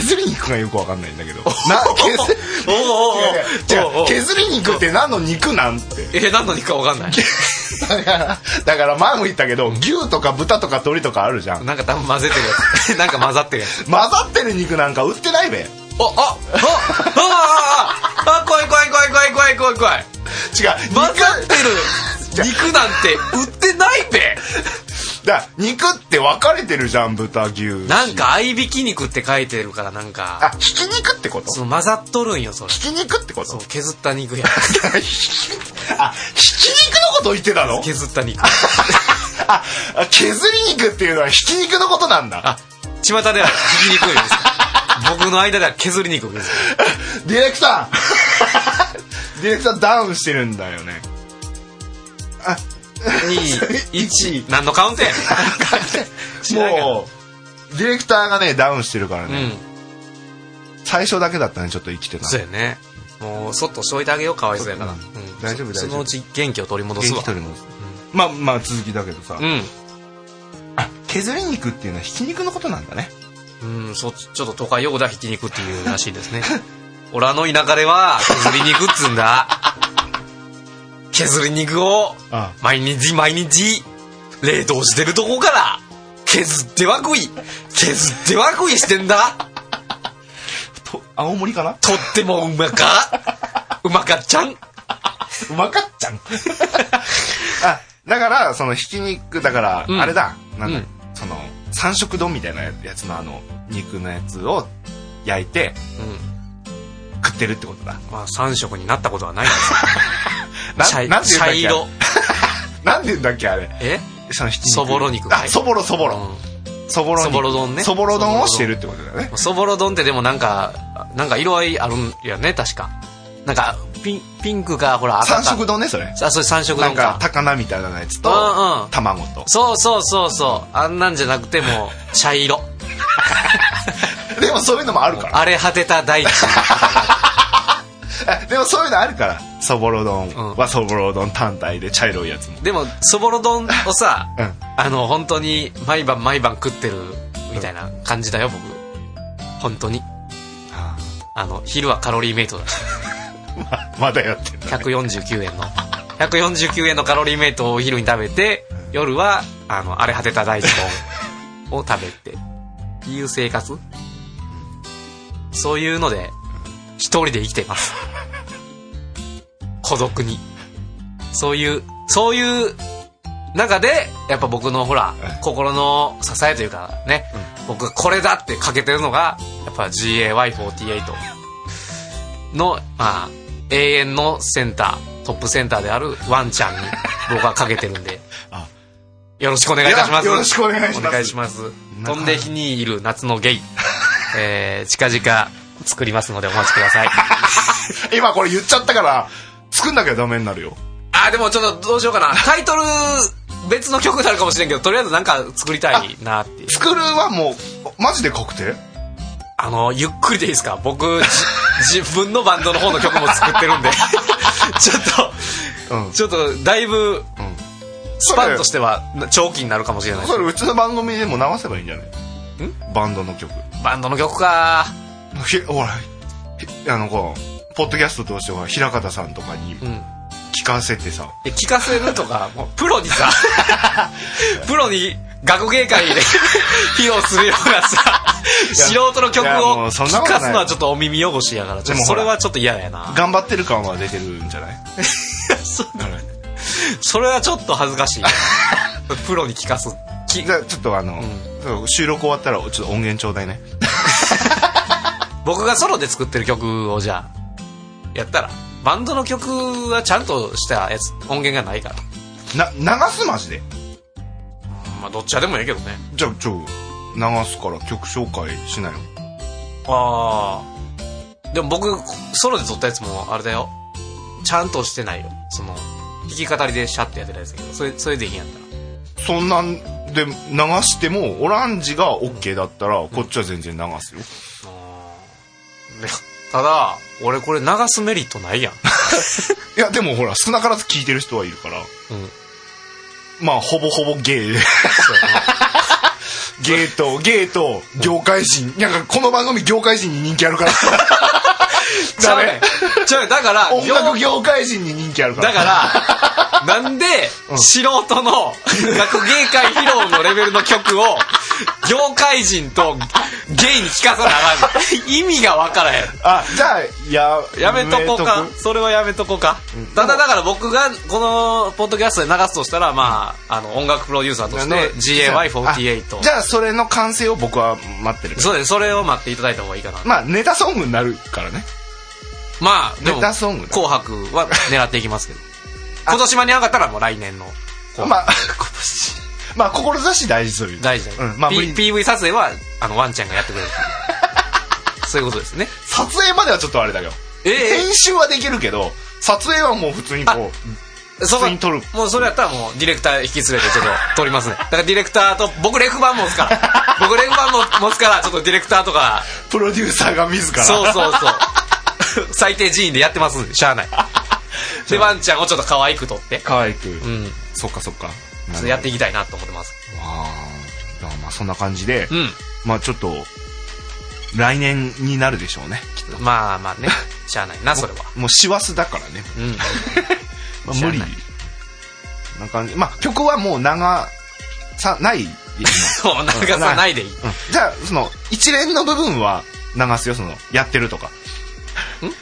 Speaker 3: 削り肉がよくわかんないんだけどな削
Speaker 2: お
Speaker 3: り
Speaker 2: おおお
Speaker 3: いやいや違
Speaker 2: お
Speaker 3: う
Speaker 2: う
Speaker 3: 削り肉って何の肉なんて
Speaker 2: え何の肉かわかんない
Speaker 3: だから (laughs) だから前も言ったけど牛とか豚とか鶏とかあるじゃん
Speaker 2: なんか多分混ぜてるやつなんか混ざってるやつ
Speaker 3: 混ざってる肉なんか売ってないべ違う
Speaker 2: あああああああ怖い怖い怖い怖い怖い怖い怖い
Speaker 3: 肉
Speaker 2: 混ざってる肉なんて売ってないべ
Speaker 3: だから肉って分かれてるじゃん豚牛
Speaker 2: なんか合いびき肉って書いてるからなん
Speaker 3: あ
Speaker 2: か
Speaker 3: ひき肉ってこと
Speaker 2: その混ざっとるんよそれ
Speaker 3: ひき肉ってこ
Speaker 2: そ
Speaker 3: (laughs) と
Speaker 2: う削った肉や
Speaker 3: あひき肉のこと言ってたの
Speaker 2: 削った肉
Speaker 3: ああ削り肉っていうのはひき肉のことなんだ
Speaker 2: あ巷ではひき肉言うんですか僕の間では削り肉言うんですか
Speaker 3: ディレクター (laughs) ディレクターダウンしてるんだよね
Speaker 2: 2 1何のカウントやねん (laughs) 知らんがな
Speaker 3: もうディレクターがねダウンしてるからね、
Speaker 2: うん
Speaker 3: 最初だけだったねちょっと生きてた
Speaker 2: そうやねもうそっとしといてあげようかわいそうやから、うん
Speaker 3: 大丈夫大丈夫
Speaker 2: そのうち元気を取り戻す
Speaker 3: 元
Speaker 2: わ
Speaker 3: 気取ります、まあまあ続きだけどさ、
Speaker 2: う
Speaker 3: あ削り肉っていうのはひき肉のことなんだね
Speaker 2: ん、うん、そちょっと都会用語ではひき肉っていうらしいですね (laughs) 俺らの田舎では削り肉っつうんだ (laughs) 削り肉を
Speaker 3: ああ
Speaker 2: 毎日毎日冷凍してるとこから削っては食い削っては食いしてんだ
Speaker 3: と青森かな
Speaker 2: とってもうまかうまかっちゃん
Speaker 3: うまかっちゃん (laughs) あだからそのひき肉だから、
Speaker 2: うん
Speaker 3: あれだなんだ、
Speaker 2: うん
Speaker 3: その三色丼みたいなやつのあの肉のやつを焼いて
Speaker 2: うん
Speaker 3: 食ってるってことだ
Speaker 2: まあ3色になったことはないんです
Speaker 3: な
Speaker 2: 茶い
Speaker 3: なんて言うんだっ
Speaker 2: 茶
Speaker 3: け
Speaker 2: 色
Speaker 3: なんて言うんだっけあれ
Speaker 2: え
Speaker 3: そのひき肉
Speaker 2: そぼろ肉
Speaker 3: あそぼろそぼ
Speaker 2: う
Speaker 3: ろ
Speaker 2: ん
Speaker 3: そぼろ
Speaker 2: そ
Speaker 3: 肉
Speaker 2: ぼろ丼ね
Speaker 3: そぼろ丼をしてるってことだよね
Speaker 2: そぼろ丼ってでもなんか、なんか色合いあるんやね、確か。なんか、ピン、ピンクか、ほら、赤か。
Speaker 3: 三色丼ねそれ
Speaker 2: あ、そう、三色
Speaker 3: な
Speaker 2: 丼
Speaker 3: んか
Speaker 2: か。
Speaker 3: 高菜みたいなやつと
Speaker 2: うんうん
Speaker 3: 卵と
Speaker 2: そうそうそうそう。あんなんじゃなくて
Speaker 3: (laughs)
Speaker 2: も、茶色。
Speaker 3: でもそういうのもあるから
Speaker 2: 荒れ果てた
Speaker 3: (laughs)
Speaker 2: 大地。
Speaker 3: あでもそういうのあるからそぼろ丼はそぼろ丼単体で茶色いやつも、
Speaker 2: でも、そぼろ丼をさ、
Speaker 3: うん
Speaker 2: あの、本当に、毎晩毎晩食ってる、みたいな感じだよ、僕。本当に。あの、昼はカロリーメイトだし。
Speaker 3: ままだやってる
Speaker 2: 149円の149円のカロリーメイトをお昼に食べて夜はあの荒れ果てた大根を食べてっていう生活そういうので一人で生きてます孤独にそういうそういう中でやっぱ僕のほら心の支えというかね、僕がこれだってかけてるのがやっぱ GAY48 の、まあ、永遠のセンター、トップセンターであるワンちゃんに僕はかけてるんで
Speaker 3: (laughs) あ。
Speaker 2: よろしくお願いいたします。
Speaker 3: よろしくお願いします
Speaker 2: お願いします。飛んで火にいる夏の
Speaker 3: (laughs)
Speaker 2: ゲイ。えー、近々作りますのでお待ちください。
Speaker 3: 今これ言っちゃったから作んなきゃダメになるよ
Speaker 2: あ、でもちょっとどうしようかな。タイトル、別の曲になるかもしれんけど、とりあえずなんか作りたいなっていう。
Speaker 3: 作るはもうマジで確定
Speaker 2: (laughs) あの、ゆっくりでいいですか僕、じ (laughs) 自分のバンドの方の曲も作ってるんで。 (laughs) ちょっと、
Speaker 3: うん
Speaker 2: ちょっと、だいぶ、スパンとしてはな長期になるかもしれないです
Speaker 3: それうちの番組でも流せばいいんじゃないバンドの曲
Speaker 2: バンドの曲か
Speaker 3: ひほらひあのこうポッドキャスト通しては平方さんとかに
Speaker 2: うん
Speaker 3: 聞かせてさ、
Speaker 2: え聞かせるとか (laughs) もうプロに
Speaker 3: (laughs)
Speaker 2: さプロに学芸会で (laughs) 披露するようなさ素人の曲
Speaker 3: いやも
Speaker 2: を
Speaker 3: うそんな
Speaker 2: 聞
Speaker 3: ことない
Speaker 2: かすのはちょっとお耳汚しやからちょっ
Speaker 3: で
Speaker 2: と
Speaker 3: も
Speaker 2: そ
Speaker 3: ほ
Speaker 2: れ
Speaker 3: ら
Speaker 2: はちょっと嫌やな
Speaker 3: 頑張ってる感は出てるんじゃない (laughs)
Speaker 2: そうそれはちょっと恥ずかしいプロに聞かすき
Speaker 3: じゃあちょっとあの、ちょっと収録終わったらちょっと音源ちょうだいね
Speaker 2: 僕がソロで作ってる曲をじゃあやったらバンドの曲はちゃんとしたやつ音源がないから
Speaker 3: な流すマジで
Speaker 2: まあどっちでもいいけどね
Speaker 3: じゃあちょ流すから曲紹介しなよ
Speaker 2: ああでも僕ソロで撮ったやつもあれだよちゃんとしてないよその弾き語りでシャッてやってたやつだけどそれそれでいいんやったら
Speaker 3: そんなんで流してもオランジが OK だったらこっちは全然流すよ
Speaker 2: いやただ俺これ流すメリットない
Speaker 3: (laughs)
Speaker 2: やん
Speaker 3: いやでもほら少なからず聴いてる人はいるから、まあほぼほぼ
Speaker 2: (laughs)
Speaker 3: ゲーゲーとゲーと業界人、なんかこの番組業界人に人気ある
Speaker 2: (laughs)
Speaker 3: から
Speaker 2: ちゃうねんちゃうねんだから
Speaker 3: 音楽業界人に人気あるから
Speaker 2: だ
Speaker 3: (laughs)
Speaker 2: から、なんで、素人の学芸会披露のレベルの曲を、業界人とゲイに聞かさなあか
Speaker 3: (laughs)
Speaker 2: んの。意味がわからへん。
Speaker 3: あじゃあや
Speaker 2: やめとこうか。それはやめとこうか。ただだから僕がこのポッドキャストで流すとしたら、まあ、あの、音楽プロデューサーとして GAY48。
Speaker 3: あじゃあそれの完成を僕は待ってる
Speaker 2: そうです。それを待っていただいた方がいいかな。
Speaker 3: まあネタソングになるからね
Speaker 2: まあ、でも、
Speaker 3: ネタソングだ
Speaker 2: 紅白は狙っていき
Speaker 3: (laughs)
Speaker 2: ますけど。今年間に上がったらもう来年の。
Speaker 3: まあ (laughs) まあ志大事そういう
Speaker 2: 大事だよ、
Speaker 3: うんまあ
Speaker 2: P-
Speaker 3: 無理
Speaker 2: PV 撮影はあのワンちゃんがやってくれる
Speaker 3: (laughs)
Speaker 2: そういうことですね
Speaker 3: 撮影まではちょっとあれだけど
Speaker 2: え
Speaker 3: 編集はできるけど撮影はもう普通にこ
Speaker 2: えそこ
Speaker 3: 普通に撮る
Speaker 2: もうそれやったらもうディレクター引き連れてちょっと撮り
Speaker 3: (laughs)
Speaker 2: ますねだからディレクターと僕レフ板持つから僕レフ板も持つからちょっとディレクターとか
Speaker 3: うプロデューサーが自ら
Speaker 2: そうそうそう最低人員でやってますんでし
Speaker 3: (laughs)
Speaker 2: ゃあないでワンちゃんをちょっと可愛く撮って
Speaker 3: 可愛く、
Speaker 2: うんち
Speaker 3: そっかそっか
Speaker 2: ょっとやっていきたいなと思ってます
Speaker 3: あーだからまあそんな感じで、
Speaker 2: うん
Speaker 3: まあちょっと来年になるでしょうねきっと
Speaker 2: まあまあねしゃあないなそれは
Speaker 3: もう師走だからね、
Speaker 2: うん
Speaker 3: まあ、
Speaker 2: 知ら
Speaker 3: 無
Speaker 2: な
Speaker 3: 理
Speaker 2: い
Speaker 3: な感じまあ曲はもう流さない
Speaker 2: (laughs) そう流さないでいい
Speaker 3: じゃあその一連の部分は流すよそのやってるとか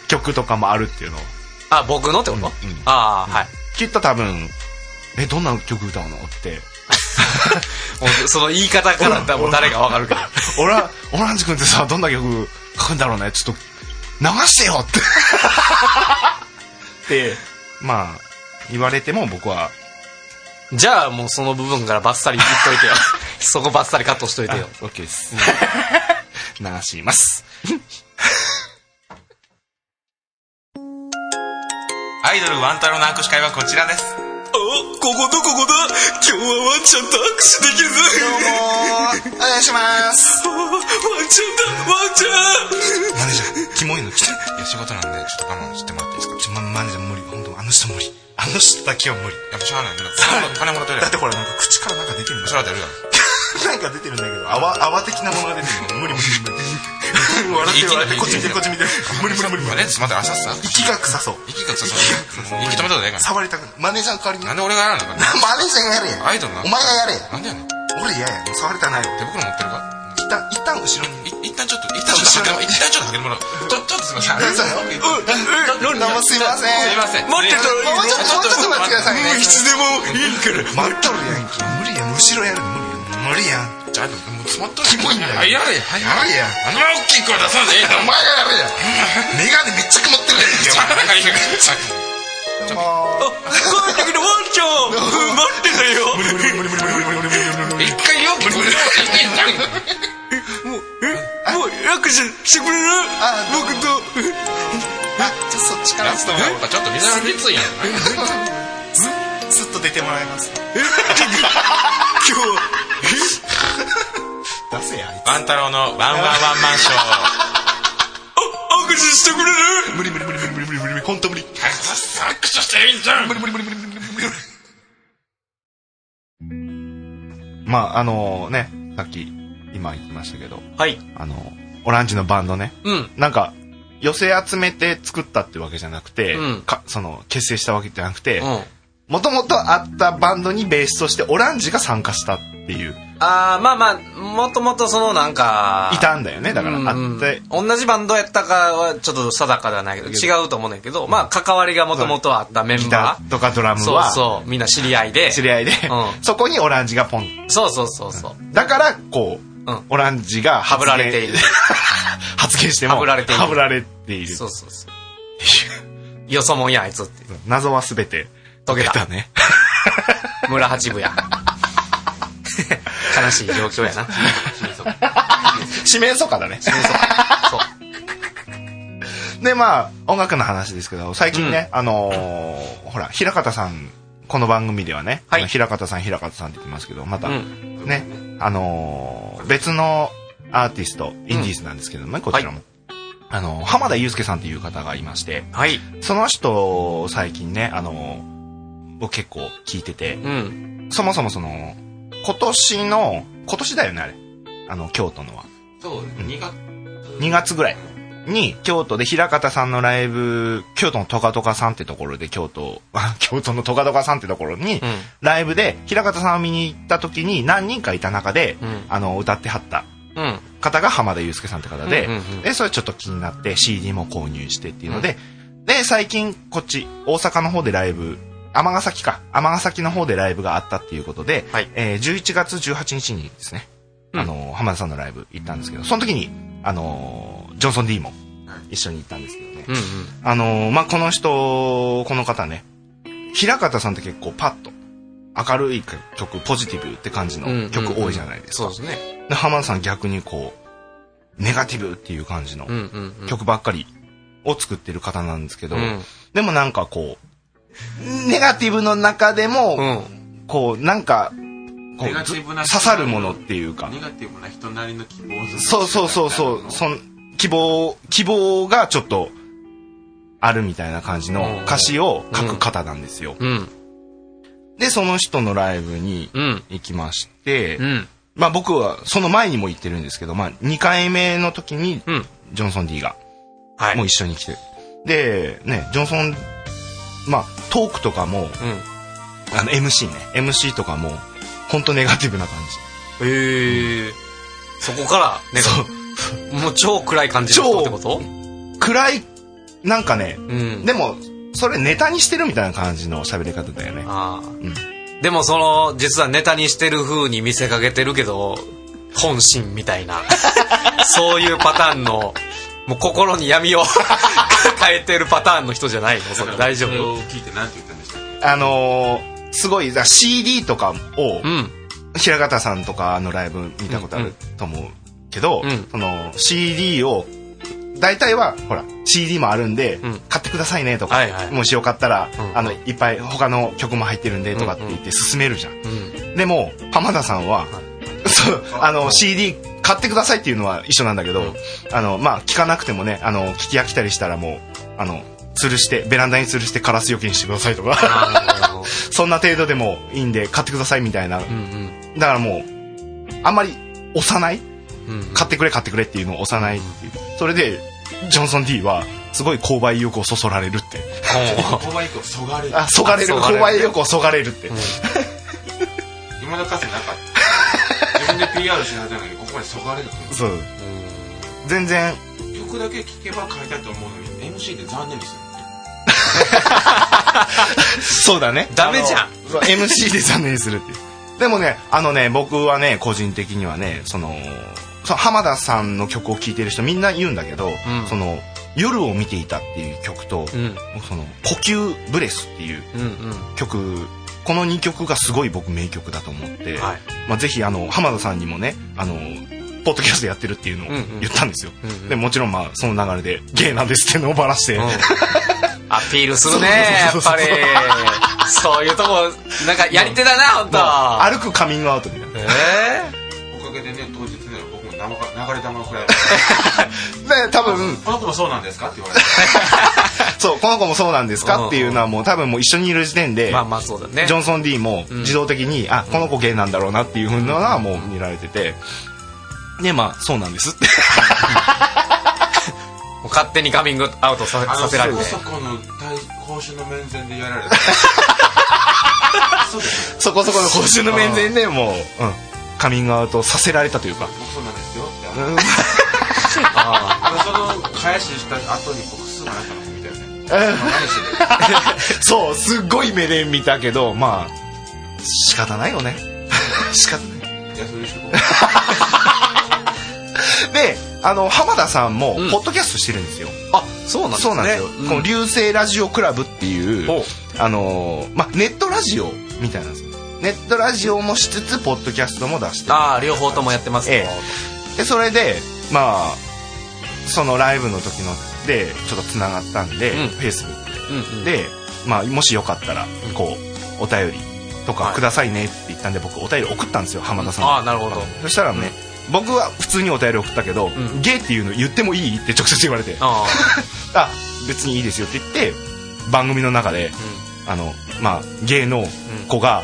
Speaker 3: 曲とかもあるっていうのを
Speaker 2: (laughs) あ僕のってこと、
Speaker 3: うん
Speaker 2: ああはい
Speaker 3: きっと多分えどんな曲歌うのって
Speaker 2: もうその言い方からだったらもう誰がわかるけど。
Speaker 3: 俺は (laughs) オランジ君ってさどんな曲書くんだろうねちょっと流してよって (laughs) ってまあ言われても僕は
Speaker 2: じゃあもうその部分からバッサリ言っといてよ。そこバッサリカットしといてよ。
Speaker 3: OK です流します
Speaker 4: アイドルワンタロの握手会はこちらです
Speaker 2: こことここだ今日はワンちゃんと握手できるぞ
Speaker 3: お願いします
Speaker 2: ワンちゃんだワンち
Speaker 3: マネージャーキモいの来ていや仕事なんでちょっと我慢してもらっていいですかちょマネージャー無理本当あの人無理あの人だけは無理
Speaker 4: やっぱしゃあないなんか金もらってるやん
Speaker 3: てほらなんか口からなんか出てるんだ
Speaker 4: そら出るや
Speaker 3: なんか出てるんだけど泡泡的なものが出てるの無理無理無理笑って笑ってこっち見てこっち見て無理無理無理無
Speaker 4: ん
Speaker 3: 理
Speaker 4: えちょっと待って明日さ
Speaker 3: 息が臭そう
Speaker 4: 息がさそう息止めたらええから
Speaker 3: 触りたくないマネージャーの代わりに
Speaker 4: なんで俺がやらなあかんねん
Speaker 3: マネージャーがやれや
Speaker 4: アイドルな
Speaker 3: お前がやれや
Speaker 4: なんでやねん
Speaker 3: 俺嫌やもう触りたないわ
Speaker 4: 手袋持ってるか
Speaker 3: 一旦一旦後ろに
Speaker 4: い一旦ちょっと一旦ちょっとはけて一旦ちょっとはけてもらおうちょちょっとすいません
Speaker 3: そうようんうんどうもすいません
Speaker 4: すいません
Speaker 2: 持ってたらいいの
Speaker 3: もうちょっともうちょっと待ってくださいね
Speaker 4: うんいつでもいいから
Speaker 3: 待っとるやんけ無理やん後ろやるの無理やん無理やん
Speaker 4: じゃあもう詰まっとる
Speaker 3: キモいんだよ
Speaker 4: はいやれはい
Speaker 3: やれや
Speaker 4: あんま大きい声出さんでええ
Speaker 3: お前がやれやメガネめっちゃ曇ってるやんけ
Speaker 4: はいはい一回料金
Speaker 3: (laughs) あじゃあそっちから
Speaker 4: ラストもちょっと見習いついやん
Speaker 3: ずっと出てもらいます
Speaker 4: (laughs)
Speaker 3: 今日出せやあい
Speaker 4: ワン太郎のワンワンワンマンショー
Speaker 3: つ無理無理無理無理無理無理無理本当無理
Speaker 4: 握手していいんじゃん
Speaker 3: まああのねさっき今言ってましたけど
Speaker 2: ゃんはい。
Speaker 3: あのオランジのバンドね
Speaker 2: うん。
Speaker 3: なんか寄せ集めて作ったってわけじゃなくて、
Speaker 2: うん
Speaker 3: かその結成したわけじゃなくて
Speaker 2: うん。
Speaker 3: もともとあったバンドにベースとしてオランジが参加したっていう
Speaker 2: あーまあまあもともとそのなんか
Speaker 3: いたんだよねだから、
Speaker 2: うん
Speaker 3: あって
Speaker 2: 同じバンドやったかはちょっと定かではないけど違うと思うねんだけどまあ関わりがもともとあったメン
Speaker 3: ギ
Speaker 2: バ
Speaker 3: タ
Speaker 2: ー
Speaker 3: ーとかドラム
Speaker 2: そう
Speaker 3: は
Speaker 2: そうみんな知り合いで
Speaker 3: 知り合いで、
Speaker 2: う
Speaker 3: そこにオランジがポン
Speaker 2: そうそうそうそう
Speaker 3: だからこ
Speaker 2: う
Speaker 3: う、
Speaker 2: ん
Speaker 3: オランジが
Speaker 2: は
Speaker 3: 発
Speaker 2: ぶ
Speaker 3: 言
Speaker 2: られている
Speaker 3: 発言しても
Speaker 2: はぶられている
Speaker 3: はぶられている
Speaker 2: そうそうそうよそもんやあいつって
Speaker 3: 謎は全て
Speaker 2: 解けた
Speaker 3: だね
Speaker 2: 村八 (laughs) 分や悲しい状況やな
Speaker 3: 四面楚歌だね
Speaker 2: そう
Speaker 3: でまあ音楽の話ですけど最近ね、あのーほら平方さんこの番組ではね、
Speaker 2: はい
Speaker 3: あの平方さん平方さんって言ってますけどまた、
Speaker 2: う
Speaker 3: ねあのー別のアーティストインディーズなんですけどね、こちらも、あのー浜田祐介さんっていう方がいまして
Speaker 2: はい
Speaker 3: その人を最近ねあのー僕結構聞いてて
Speaker 2: うん
Speaker 3: そもそもその今年の今年だよねあれあの京都のは
Speaker 4: そう、2月。
Speaker 3: 2月ぐらいに京都で平方さんのライブ京都のトカトカさんってところで京都 (laughs) 京都のトカトカさんってところに
Speaker 2: うん
Speaker 3: ライブで平方さんを見に行った時に何人かいた中で、
Speaker 2: うん
Speaker 3: あの歌ってはった
Speaker 2: うん
Speaker 3: 方が浜田祐介さんって方で,、
Speaker 2: うんうんうん
Speaker 3: でそれちょっと気になって CD も購入してっていうので、で最近こっち大阪の方でライブ尼崎か尼崎の方でライブがあったっていうことで、
Speaker 2: はい
Speaker 3: えー11月18日にですね、
Speaker 2: うん
Speaker 3: あの浜田さんのライブ行ったんですけどその時に、あのージョンソン D も一緒に行ったんですけどね、
Speaker 2: うんうん
Speaker 3: あのーまあ、この人、この方ね、平方さんって結構パッと、明るい曲、ポジティブって感じ
Speaker 2: うんうんう
Speaker 3: の
Speaker 2: ん
Speaker 3: 曲多いじゃないですか。
Speaker 2: そうですね
Speaker 3: で、浜田さん逆にこう、ネガティブっていう感じの
Speaker 2: うんうんうん
Speaker 3: 曲ばっかりを作ってる方なんですけど、
Speaker 2: うん
Speaker 3: でもなんかこう、ネガティブの中でも、
Speaker 2: うん
Speaker 3: こう、なんか、こ
Speaker 4: ネガ
Speaker 3: う、
Speaker 4: テ
Speaker 3: ず
Speaker 4: ィ
Speaker 3: 刺
Speaker 4: ブな
Speaker 3: さるものっていうか、
Speaker 4: ネガティブな人なりの希望
Speaker 3: そうそうそうそう、その希望、希望がちょっと、あるみたいな感じの歌詞を書く方なんですよ。
Speaker 2: うん
Speaker 3: で、その人のライブに
Speaker 2: うん
Speaker 3: 行きまして、
Speaker 2: うん
Speaker 3: まあ僕はその前にも行ってるんですけど、まあ2回目の時に
Speaker 2: うん
Speaker 3: ジョンソン D が
Speaker 2: はい
Speaker 3: もう一緒に来て、で、ね、ジョンソン、まあトークとかも、
Speaker 2: う
Speaker 3: あの MC ね、MC とかも、ほんとネガティブな感
Speaker 2: んへえそこから
Speaker 3: じ。
Speaker 2: ねもう超暗い感じの人ってこと
Speaker 3: 暗い、なんかね、
Speaker 2: うん
Speaker 3: でも、それネタにしてるみたいな感じの喋り方だよね。
Speaker 2: ああ、でもその実はネタにしてる風に見せかけてるけど本心みたい (laughs) なそういうパターンのもう心に闇を (laughs) 抱えてるパターンの人じゃないのそれ大丈
Speaker 4: それ
Speaker 2: 夫
Speaker 4: を聞いて何て言ったんでしたっけ
Speaker 3: あのーすごい、だ CD とかを
Speaker 2: う、ん
Speaker 3: 平方さんとかのライブ見たことあると思うけど、
Speaker 2: うん
Speaker 3: その CD を大体はほら CD もあるんで、
Speaker 2: うん
Speaker 3: 買ってくださいねとか、
Speaker 2: はいはい
Speaker 3: もしよかったら、
Speaker 2: うん
Speaker 3: あのいっぱい他の曲も入ってるんでとかって言って勧めるじゃん、
Speaker 2: うん
Speaker 3: でも浜田さんは、そうあの CD 買ってくださいっていうのは一緒なんだけど、あのまあ聞かなくてもねあの聞き飽きたりしたらもうあの吊るしてベランダに吊るしてカラスよけにしてください
Speaker 2: (laughs)
Speaker 3: とか
Speaker 2: あの
Speaker 3: そんな程度でもいいんで買ってくださいみたいな
Speaker 2: うん (laughs) うん
Speaker 3: だからもう、あんまり押さない
Speaker 2: うん
Speaker 3: 買ってくれ買ってくれっていうのを押さないっていう。それで、ジョンソン D は、すごい購買意欲をそそられるって。
Speaker 4: 購買以降そがれる
Speaker 3: あ、そがれる。
Speaker 2: そがれる
Speaker 3: 購買意欲をそがれるって。
Speaker 4: 今のかつてなかった自分で PR し始めたのにここまでそがれると
Speaker 3: そう。全然、
Speaker 4: 曲だけ聴けば書いたと思うのに MC で残念ですよ
Speaker 3: そうだね。
Speaker 2: ダメじゃん
Speaker 3: そう MC で残念するっていう。でもね、あのね、僕はね、個人的にはね、その、その浜田さんの曲を聴いてる人みんな言うんだけど、
Speaker 2: うん
Speaker 3: その、夜を見ていたっていう曲と、
Speaker 2: うん
Speaker 3: その、呼吸ブレスっていう
Speaker 2: うんうん
Speaker 3: 曲この2曲がすごい僕名曲だと思って、
Speaker 2: はい
Speaker 3: まあ、ぜひあの浜田さんにもねあのポッドキャストやってるっていうのを
Speaker 2: うんうん
Speaker 3: 言ったんですよ、
Speaker 2: うんうん
Speaker 3: でもちろんまあその流れで「ゲイなんです」っていうのをばらして、
Speaker 2: うんアピールするねや
Speaker 3: そう
Speaker 2: っ
Speaker 3: そう
Speaker 2: ぱ
Speaker 3: そ
Speaker 2: りそ
Speaker 3: うそう
Speaker 2: ういうとこなんかやり手だな本当
Speaker 3: 歩くカミングアウトみたいな
Speaker 2: え
Speaker 4: おかげでね当日ね僕も生が流れ玉をくらい
Speaker 3: で多分
Speaker 4: この子もそうなんですかって言 (laughs) われて
Speaker 3: そうこの子もそうなんですかっていうのはもう多分もう一緒にいる時点
Speaker 2: え
Speaker 3: で、
Speaker 2: まあまあそうだね
Speaker 3: ジョンソン D も自動的に、あこの子ゲイなんだろうなっていうふうなのはもう見られてて。でまあそうなんですって (laughs)
Speaker 2: もう勝手にカミングアウトさ
Speaker 4: あ
Speaker 2: さ
Speaker 4: の
Speaker 2: せられて
Speaker 4: そこそこの大公衆の面前でやられたそうです
Speaker 3: そこそこの公衆の面前でもう、うん、カミングアウトさせられたというか
Speaker 4: 僕そうなんですよって
Speaker 3: うん
Speaker 2: あ
Speaker 4: あのその返しした後に僕すぐあなたの子みたいなね何してる
Speaker 3: そうすっごい目で見たけどまあ仕方ないよ (laughs) ね仕方ない
Speaker 4: いやそれでしょ
Speaker 3: であの浜田さんも
Speaker 2: うん
Speaker 3: ポッドキャストしてるんですよ、
Speaker 2: あそうなんですね
Speaker 3: そうなんですよ、
Speaker 2: うん
Speaker 3: この流星ラジオクラブっていう
Speaker 2: お
Speaker 3: あのーまあ、ネットラジオみたいなんですよネットラジオもしつつポッドキャストも出してる
Speaker 2: ああ両方ともやってます
Speaker 3: えでそれでまあそのライブの時のでちょっとつながったんで、
Speaker 2: うん
Speaker 3: フェイスブック
Speaker 2: うんうん
Speaker 3: で、まあ、もしよかったらこうお便りと
Speaker 2: は
Speaker 3: か
Speaker 2: い
Speaker 3: くださいねって言ったんで僕お便り送ったんですよ浜田さんに
Speaker 2: ああなるほど
Speaker 3: そしたらね、僕は普通にお便り送ったけど、
Speaker 2: ん
Speaker 3: ゲイっていうの言ってもいいって直接言われて
Speaker 2: あ
Speaker 3: あ別にいいですよって言って番組の中で、あのまあゲイの子が、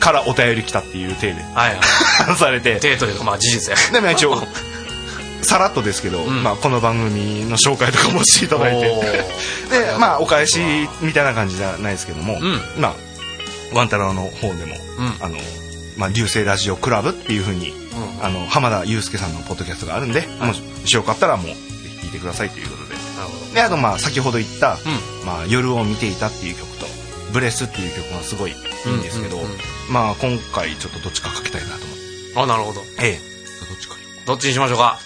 Speaker 3: からお便り来たっていう体で
Speaker 2: あはいはい
Speaker 3: 話されて
Speaker 2: デートというかまあ事実や
Speaker 3: で
Speaker 2: (laughs)
Speaker 3: も一応さらっとですけど、
Speaker 2: ん
Speaker 3: まあ、この番組の紹介とかもしていただいて
Speaker 2: おー
Speaker 3: でまあお返しみたいな感じじゃないですけども、
Speaker 2: う
Speaker 3: まあワンタロウの方でも、
Speaker 2: うん
Speaker 3: あのまあ、流星ラジオクラブっていうふうに、
Speaker 2: ん
Speaker 3: あの浜田祐介さんのポッドキャストがあるんで、もしよかったらもうぜひ聞いてくださいということで
Speaker 2: なるほど
Speaker 3: であとまあ先ほど言った「まあ、夜を見ていた」っていう曲と「ブレス」っていう曲がすごいいいんですけど、
Speaker 2: うんうんうん
Speaker 3: まあ今回ちょっとどっちかかけたいなと思って
Speaker 2: あなるほど
Speaker 3: ええどっちかに
Speaker 2: どっちにしましょうか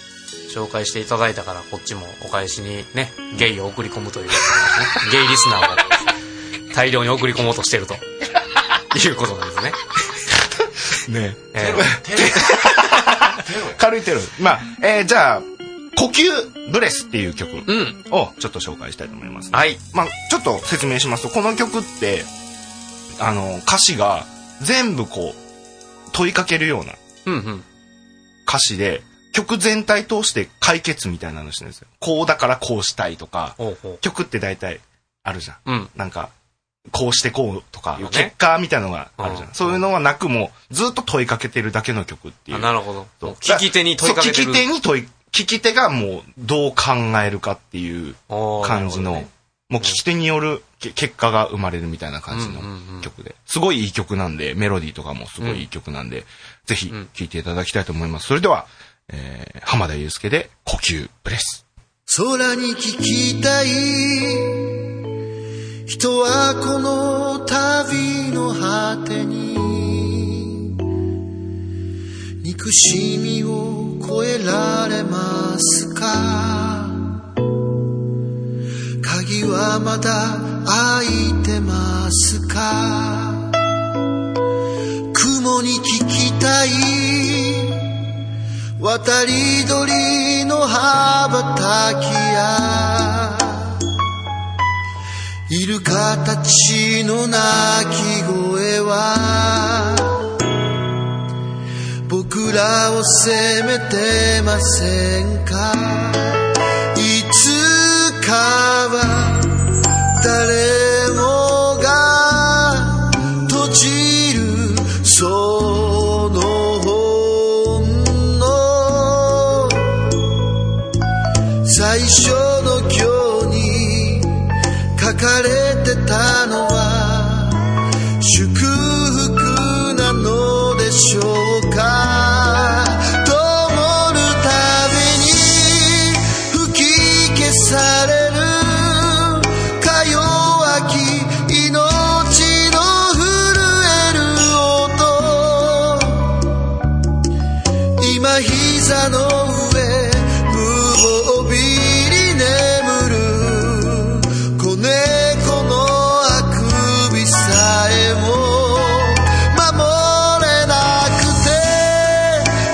Speaker 2: 紹介していただいたからこっちもお返しにねゲイを送り込むという、ね、
Speaker 3: (laughs)
Speaker 2: ゲイリスナーを大量に送り込もうとしてるということなんですね、
Speaker 3: ね
Speaker 2: え
Speaker 4: テロテロや
Speaker 3: 軽いテロまあ、えーじゃあ「呼吸ブレス」っていう曲
Speaker 2: ーうん
Speaker 3: をちょっと紹介したいと思います、
Speaker 2: はい
Speaker 3: まあ、ちょっと説明しますとこの曲ってあの歌詞が全部こう問いかけるような
Speaker 2: うんうん
Speaker 3: 歌詞で曲全体通して解決みたいなのしてるんですよこうだからこうしたいとか
Speaker 2: ほうほ
Speaker 3: 曲って大体あるじゃん
Speaker 2: ううん
Speaker 3: なんか、こうしてこうとか
Speaker 2: よ、ね
Speaker 3: 結果みたいなのがあるじゃ
Speaker 2: うん
Speaker 3: ん。そういうのはなくもう、ずっと問いかけてるだけの曲ってい
Speaker 2: あ
Speaker 3: う。
Speaker 2: なるほど
Speaker 3: そう
Speaker 2: もう聞き手に問いかけて
Speaker 3: そう
Speaker 2: る
Speaker 3: 聞き手に問い、聞き手がもう、どう考えるかっていう
Speaker 2: おー
Speaker 3: 感じの、
Speaker 2: なる
Speaker 3: もう聞き手によるけ結果が生まれるみたいな感じ
Speaker 2: うんうんうん
Speaker 3: の曲で。すごいいい曲なんで、メロディーとかもすごいいい曲なんで、ぜひ
Speaker 2: うん
Speaker 3: 聴いていただきたいと思います。それでは、えー、浜田祐介で、呼吸ブレス。
Speaker 5: 空に聞きたい人はこの旅の果てに憎しみを超えられますか鍵はまだ開いてますか雲に聞きたい渡り鳥の羽ばたきやイルカたちの鳴き声は僕らを責めてませんかいつかは誰もが閉じるその本能最初の行に書かれてたのは祝福なのでしょうか灯るたびに吹き消されるか弱き命の震える音今膝の上無防備に眠る子猫のあくびさえも守れなくて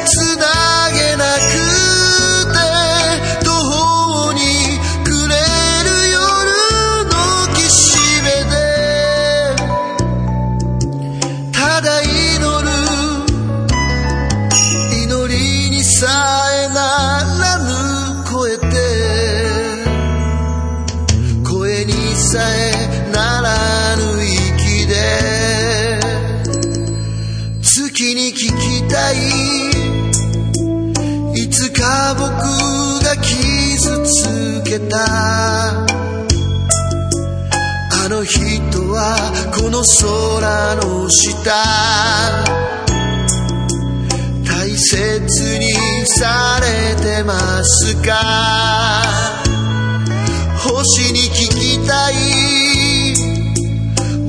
Speaker 5: つなげなくて途方に暮れる夜の岸辺でただ祈る祈りにさえならぬ声で声にさえならぬ息で月に聞きたいいつか僕が傷つけたあの人はこの空の下切にされてますか星に聞きたい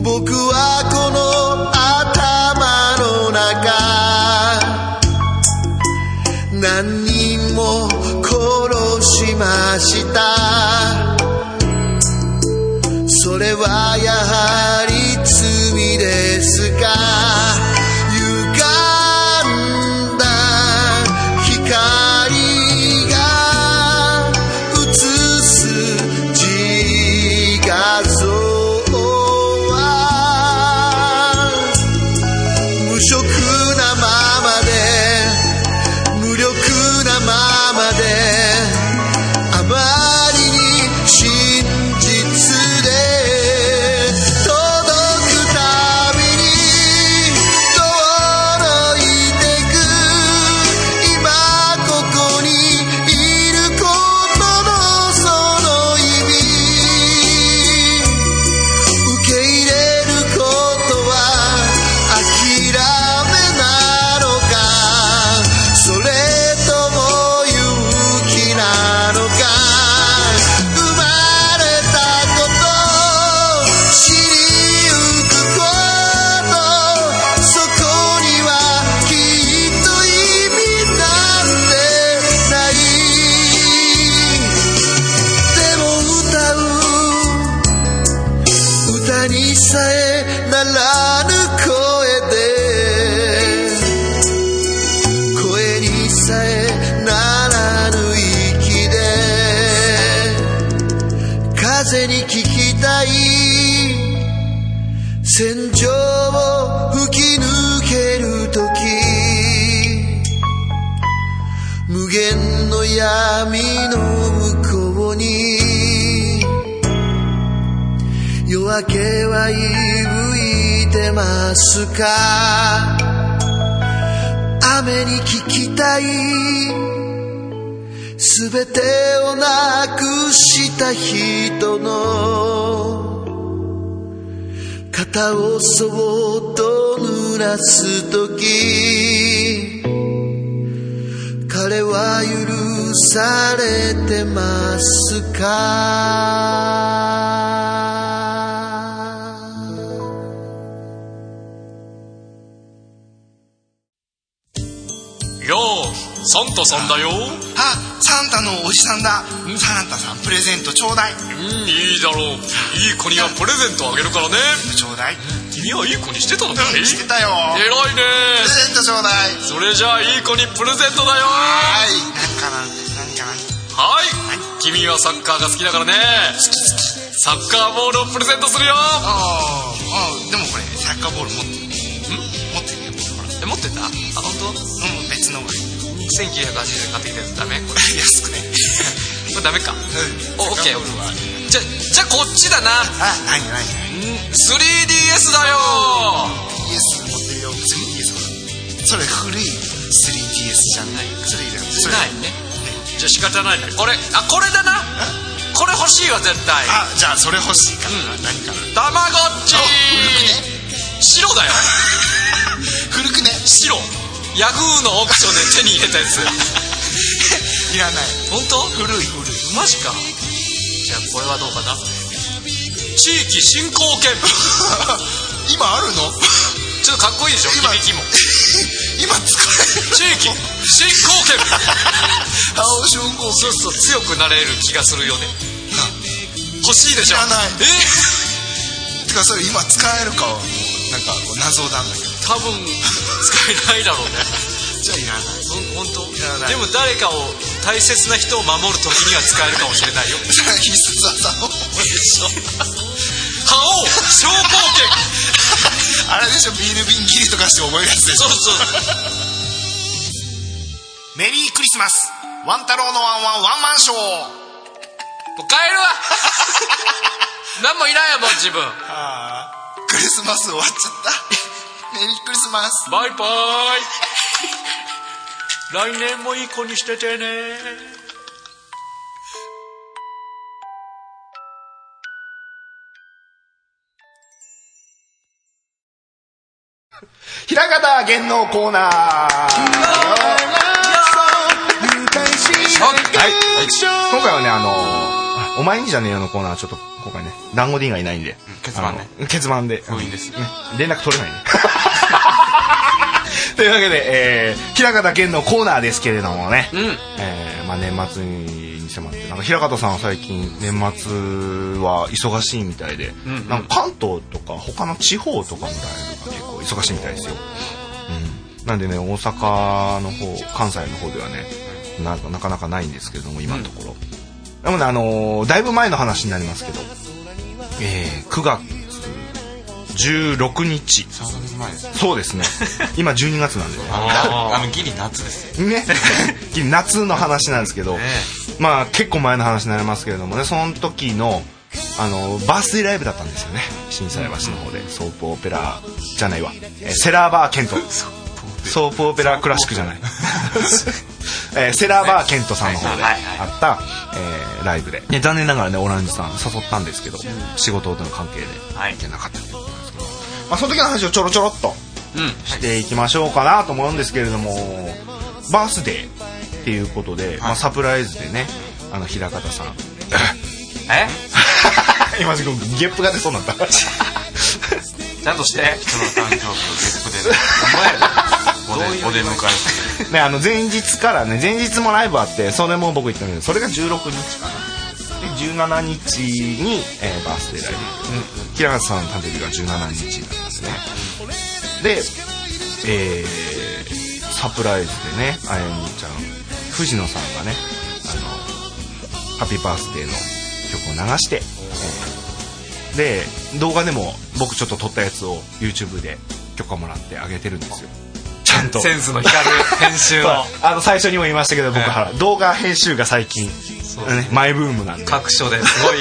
Speaker 5: 僕はこの頭の中何人も殺しましたそれはやはり罪ですか歪んだ光が映す自画像は無色なままで無力なままであまりに真実で届くたびに遠のいてく今ここにいることのその意味受け入れることは諦めなのかそれとも勇気なのか生まれたこと知りゆくことそこにはきっと意味なんてないでも歌う歌にさえならぬ声で声にさえならぬ息で風に聞きたい戦場を吹き抜ける時無限の闇の向こうに夜明けはいぶいてますか雨に聞きたいすべてをなくした人の肩をそっと濡らすとき彼は許されてますか
Speaker 2: よーサンタさんだよ
Speaker 1: あサンタのおじさんだサンタさんプレゼントちょうだい
Speaker 2: うんいいだろういい子にはプレゼントあげるからね
Speaker 1: ちょうだい
Speaker 2: 君はいい子にしてたのかい偉い
Speaker 1: してたよプレ
Speaker 2: ね
Speaker 1: ゼントちょうだい
Speaker 2: それじゃあいい子にプレゼントだよ
Speaker 1: はい何かな何かな
Speaker 2: はい君はサッカーが好きだからねサッカーボールをプレゼントするよ
Speaker 1: あーあーでもこれサッカーボール持ってる持ってるよほら
Speaker 2: え持ってたあ本当？
Speaker 1: うん別のがいい
Speaker 2: 1980円買ってきたやつダメこれ
Speaker 1: 安くね
Speaker 2: (laughs) これダメか
Speaker 1: うん
Speaker 2: おオッケーじゃじゃあこっちだな
Speaker 1: あ何何
Speaker 2: うん 3DS だよ
Speaker 1: DS 持ってるよ 3DS それ古い 3DS じゃないそれいらないそれ
Speaker 2: ないねじゃあ仕方ないねこれあこれだなこれ欲しいわ絶対
Speaker 1: あじゃあそれ欲しいかな、何かな
Speaker 2: たまごっち白だよ
Speaker 1: 古くね
Speaker 2: 白ヤフーのオークションで手に入れたやつ
Speaker 1: いらない
Speaker 2: 本当？
Speaker 1: 古い古い
Speaker 2: マジかじゃあこれはどうかな地域振興券
Speaker 1: (laughs) 今あるの
Speaker 2: ちょっとかっこいいでしょ
Speaker 1: 今
Speaker 2: 響きも
Speaker 1: (laughs) 今使える
Speaker 2: 地域振興券
Speaker 1: (laughs) 青春高
Speaker 2: そうそう強くなれる気がするよね欲しいでしょ
Speaker 1: いらない
Speaker 2: え
Speaker 1: てかそれ今使えるかはもうなんかこう謎なんだけど
Speaker 2: 多分使えないだろうね
Speaker 1: じゃあいらない
Speaker 2: ほん本
Speaker 1: いらな
Speaker 2: 当
Speaker 1: い
Speaker 2: でも誰かを大切な人を守る時には使えるかもしれないよ
Speaker 1: じゃあ必殺技を
Speaker 2: 覇王昇降券
Speaker 1: (laughs) あれでしょビール瓶切りとかして覚えるやつでしょ
Speaker 2: そうそう
Speaker 1: メリークリスマスワン太郎のワンワンワンマンショー
Speaker 2: もう帰
Speaker 1: (laughs)
Speaker 2: るわ何もいらんやもん自分
Speaker 1: ああクリスマス終わっちゃったメリークリスマス
Speaker 2: バイバイ来年もいい子にしててね
Speaker 3: 平方言能コーナー回はね、あのお前にじゃねえよのコーナーはちょっと、今回ね、団子 D がいないんで。
Speaker 4: 結論ね
Speaker 3: あの。結番で。
Speaker 4: 封印です
Speaker 3: ね連絡取れないね。 (laughs) というわけで、えー、平方健のコーナーですけれどもね。
Speaker 6: うん
Speaker 3: えー、まあ年末に迫って、なんか平方さんは最近年末は忙しいみたいで、なんか関東とか他の地方とかもだいぶ結構忙しいみたいですよ。うん。なんでね、大阪の方、関西の方ではね、なんかなかなかないんですけれども、今のところ。でもね、あのーだいぶ前の話になりますけど、えー、9月16日。
Speaker 4: 3ヶ月前ですよ
Speaker 3: そうですね。今12月なんでね。
Speaker 4: あのあのギリ夏ですよ
Speaker 3: ね、 (laughs) 夏の話なんですけど、まあ結構前の話になりますけれどもねその時のあのバースデーライブだったんですよね心斎橋の方でソープオペラじゃないわ、えーセラーバーケントソープオペラクラシックじゃない、 (laughs) えーセラーバーケントさんの方であった、えーライブで、ね、残念ながらねオランジさん誘ったんですけど仕事との関係で行けなかったということなんですけど、まあ、その時の話をちょろちょろっとしていきましょうかなと思うんですけれども、バースデーっていうことで、まあ、サプライズでねあの平方さん
Speaker 2: え
Speaker 3: (laughs) 今すぐゲップが出そうになった
Speaker 2: ちゃんとして
Speaker 4: 人の誕生日をゲップでお出お出迎えして
Speaker 3: ねあの前日からね前日もライブあってそれも僕行ったんだけどそれが16日かなで17日に、えーバースデーライブ、平方さんの誕生日が17日なんですねでえーサプライズでねあやみちゃん藤野さんがねあのハッピーバースデーの曲を流して、えーで動画でも僕ちょっと撮ったやつを YouTube で許可もらってあげてるんですよちゃんと
Speaker 6: センスの光る編集 (laughs) の
Speaker 3: そうあの最初にも言いましたけど僕は動画編集が最近、ね、マイブームなんで
Speaker 6: 各所ですごい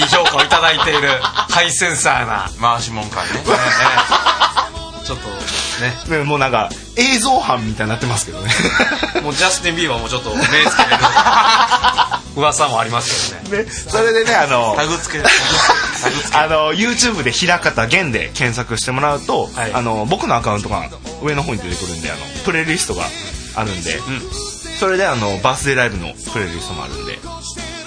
Speaker 6: いい評価をいただいているハイセンサーな、
Speaker 4: 回しもんかいね
Speaker 6: ちょっと
Speaker 3: ねもうなんか映像班みたいになってますけ (laughs) どね
Speaker 6: ねもうジャスティン・ビーバーもちょっと目つけれる噂もありますけどね
Speaker 3: でそれでねあの
Speaker 4: タグ付けタグ付け
Speaker 3: あの YouTube で「平方源」で検索してもらうと、
Speaker 6: い
Speaker 3: あの僕のアカウントが上の方に出てくるんであのプレイリストがあるんで、それであのバースデーライブのプレイリストもあるんで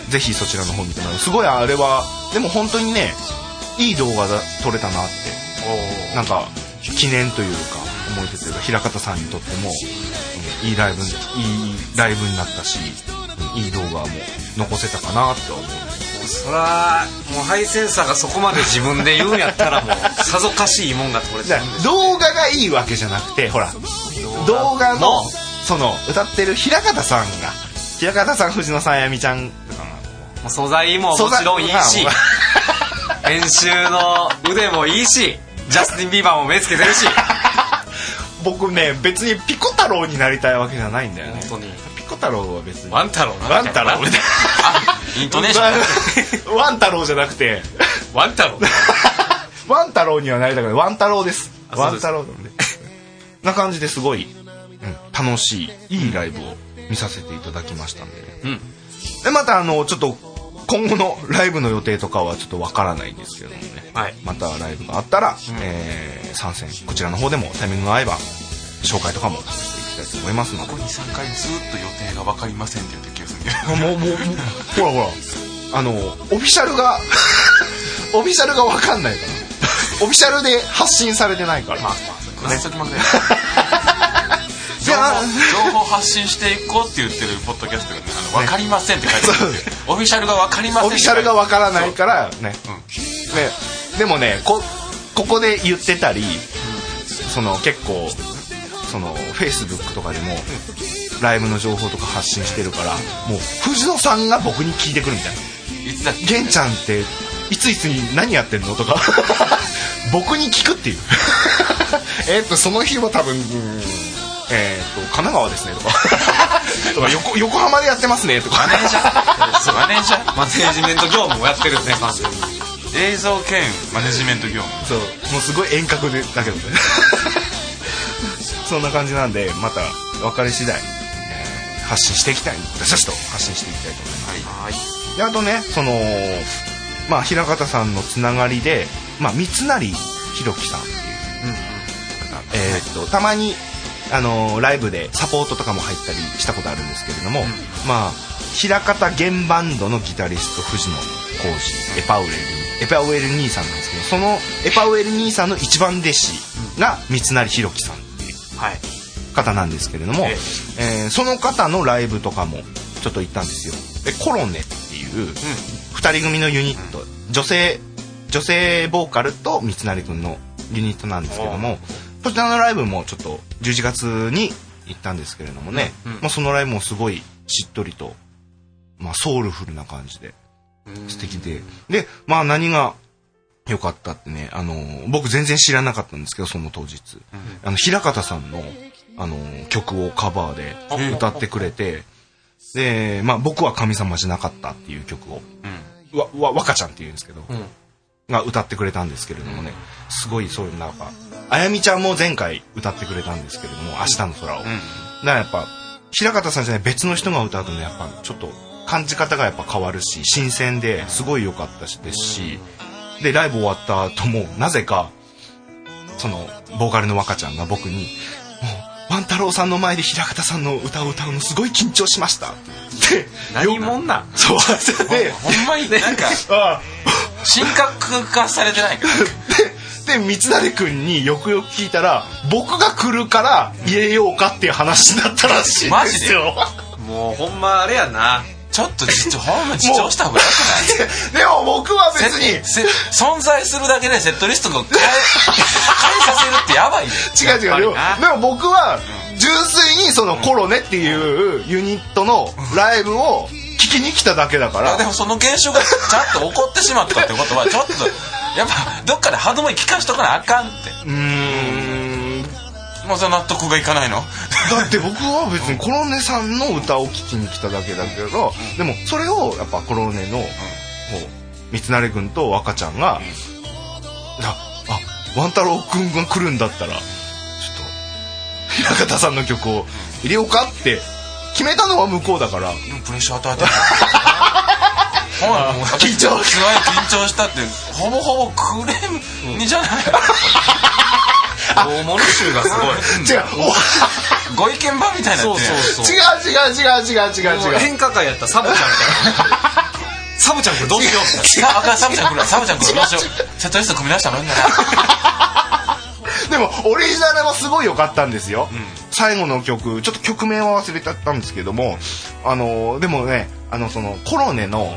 Speaker 3: ぜひそちらの方見てもらうすごいあれはでも本当にねいい動画が撮れたなってなんか記念というか思い出というか平方さんにとっても、うんいいライブいいライブになったし、うんいい動画も残せたかなとは思う
Speaker 6: そらもうハイセンサーがそこまで自分で言うんやったらもうさぞかしいもんが取れて
Speaker 3: じゃ
Speaker 6: る
Speaker 3: あ
Speaker 6: んで
Speaker 3: 動画がいいわけじゃなくてほら動画のその歌ってる平方さんが平方さん藤野さんあやみちゃんとか
Speaker 6: もう素材ももちろんいいし
Speaker 3: 素材
Speaker 6: 編集の腕もいいしジャスティン・ビーバーも目つけてるし
Speaker 3: 僕ね別にピコ太郎になりたいわけじゃないんだよね
Speaker 6: 本当に
Speaker 3: ピコ太郎は別に
Speaker 6: ワン太郎な
Speaker 3: ワン太郎みたい
Speaker 4: イントネーション
Speaker 3: なワン太郎じゃなくて
Speaker 6: ワン太郎
Speaker 3: (laughs) ワン太郎にはなりたくないワン太郎です
Speaker 6: あそ
Speaker 3: ワ
Speaker 6: う
Speaker 3: ン
Speaker 6: です
Speaker 3: 太郎なんでな感じですごい、うん、楽しいいいライブを見させていただきましたんで、
Speaker 6: ん
Speaker 3: でまたあのちょっと今後のライブの予定とかはちょっとわからないんですけどもね、
Speaker 6: はい
Speaker 3: またライブがあったら、えー参戦こちらの方でもタイミングが合えば紹介とかもしていきたいと思いますので
Speaker 4: ここに3回ずっと予定が分かりませんって言って気がするけど
Speaker 3: もうもうほらほらあのオフィシャルが (laughs) オフィシャルが分かんないからオフィシャルで発信されてないから、
Speaker 4: くださりません
Speaker 3: であ
Speaker 4: 情報発信していこうって言ってるポッドキャストがね「あの分かりません」って書いてあるんですよオフィシャルが分かりません
Speaker 3: オフィシャルがわからないからね,、ねでもねこここで言ってたり、その結構そのフェイスブックとかでも、ライブの情報とか発信してるからもう藤野さんが僕に聞いてくるみたいな
Speaker 4: らいつだって
Speaker 3: 「玄ちゃんっていついつに何やってんの?」とか (laughs) 僕に聞くっていうえっとその日は多分うーんえー、と神奈川ですねとか (laughs) とか横横浜でやってますねとか
Speaker 4: マネージャーマネージャ
Speaker 6: マネージメント業務もやってるよね完全に
Speaker 4: ー映像兼マネジメント業務
Speaker 3: そうもうすごい遠隔でだけどね (laughs) そんな感じなんでまた別れ次第、えー発信していきたい私たちと発信していきたいと思いますはいであとねそのまあ平方さんのつながりで、まあ、三成弘樹さんっていう、えーっとたまにあのーライブでサポートとかも入ったりしたことあるんですけれども、まあ平方弦バンドのギタリスト藤野浩二エパウエルエパウエル兄さんなんですけどそのエパウエル兄さんの一番弟子が三成弘樹さんっていう
Speaker 2: はい
Speaker 3: 方なんですけれども、え
Speaker 2: え
Speaker 3: ーその方のライブとかもちょっと行ったんですよでコロネっていう2人組のユニット女性女性ボーカルと三成君のユニットなんですけどもこちらのライブもちょっと11月に行ったんですけれどもね、まあ、そのライブもすごいしっとりと、まあ、ソウルフルな感じで素敵ででまあ何が良かったってね、あのー僕全然知らなかったんですけどその当日、あの平方さんの、あのー曲をカバーで歌ってくれて、で、まあ、僕は神様じゃなかったっていう曲を、わ、わ、若ちゃんって言うんですけど、が歌ってくれたんですけれどもね、すごいそういう、なんか、あやみちゃんも前回歌ってくれたんですけれども、明日の空を。だからやっぱ、平方さんじゃない別の人が歌うとね、やっぱちょっと感じ方がやっぱ変わるし、新鮮で、すごい良かったし、ですし、で、ライブ終わった後も、なぜか、その、ボーカルの若ちゃんが僕に、もう、万太郎さんの前で平方さんの歌を歌うのすごい緊張しましたって、
Speaker 2: 何もんなん
Speaker 3: そう、で、
Speaker 4: ほんまになんか
Speaker 3: (laughs) あ
Speaker 4: 神格化されてないから
Speaker 3: で、三成くんによくよく聞いたら、僕が来るから入れようかっていう話になったらしいん
Speaker 4: マ
Speaker 3: で
Speaker 4: ジです
Speaker 3: よ。
Speaker 2: もうほんまあれやな
Speaker 4: ちょっと実ほんま自重した方がよくない
Speaker 3: (laughs) ででも僕は別に、違
Speaker 4: せ存在するだけでセットリストが変え変えさせるってやばいよ
Speaker 3: う違う。でもでも僕は、純粋にそのコロネっていうユニットのライブを聞きに来ただけだか
Speaker 4: いや
Speaker 3: ら
Speaker 4: で、もその現象がちゃんと起こってしまったってことはちょっとやっぱどっかで歯止め聞かしとかなあかんって
Speaker 3: うーん、
Speaker 4: もうその納得がいかないの
Speaker 3: だって僕は別にコロネさんの歌を聴きに来ただけだけど、でもそれをやっぱコロネの、こう三成君と若ちゃんが「ああ万太郎君が来るんだったらちょっと平方さんの曲を入れようか」って決めたのは向こうだから
Speaker 4: でもプレッシャー与えてる (laughs) ほらもう緊
Speaker 3: 緊張
Speaker 4: (laughs) すごい緊張したってほぼほぼクレームにじゃない
Speaker 2: 大物臭がすごい
Speaker 3: 違う
Speaker 4: ご意見番みたいになっ
Speaker 3: お違
Speaker 4: て
Speaker 3: う違う違う違う違う違う
Speaker 2: 変化会やったらサブちゃんみたいなサブちゃんこれどうしよう
Speaker 4: さあかんサブちゃん来るサブちゃん来るどうしようセットリスト組み出したのみんな
Speaker 3: (laughs) でもオリジナルもすごい良かったんですよ、最後の曲ちょっと曲名は忘れちゃったんですけどもあのーでもねあのそのコロネの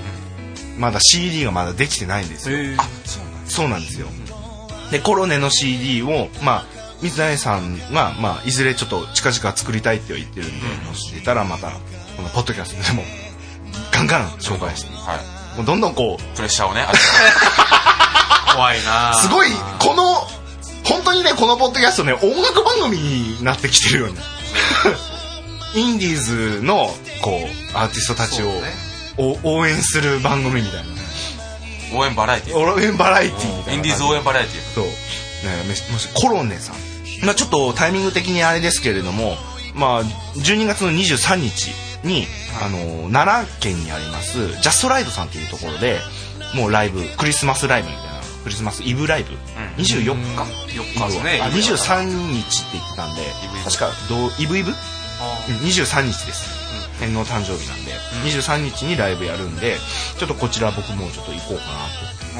Speaker 3: まだ CD がまだできてないんですよ、
Speaker 2: みたいな
Speaker 3: そうなんですよでコロネの CD をまあ水谷さんが、まあ、いずれちょっと近々作りたいって言ってるんで、もし出たらまたこのポッドキャストでもガンガン紹介して、
Speaker 4: はい
Speaker 3: もうどんどんこう
Speaker 4: プレッシャーをね与えて
Speaker 2: 怖いな
Speaker 3: すごいこの本当にねこのポッドキャストね音楽番組になってきてるよ (laughs) ねインディーズのこうアーティストたちを、お応援する番組みたい
Speaker 4: 応援バラエティ
Speaker 3: な応援バラエティーみたいな
Speaker 4: インディーズ応援バラエティ
Speaker 3: そう、ね、もしもしコロネさん、まあ、ちょっとタイミング的にあれですけれども、まあ、12月の23日に、あの奈良県にありますジャストライドさんというところでもうライブクリスマスライブみたいなクリスマスイブライブ、24日、
Speaker 2: 4日ですね
Speaker 3: あ23日って言ってたんで確かどうイブイブうん23日です、天皇誕生日なんで、23日にライブやるんでちょっとこちら僕もちょっと行こうか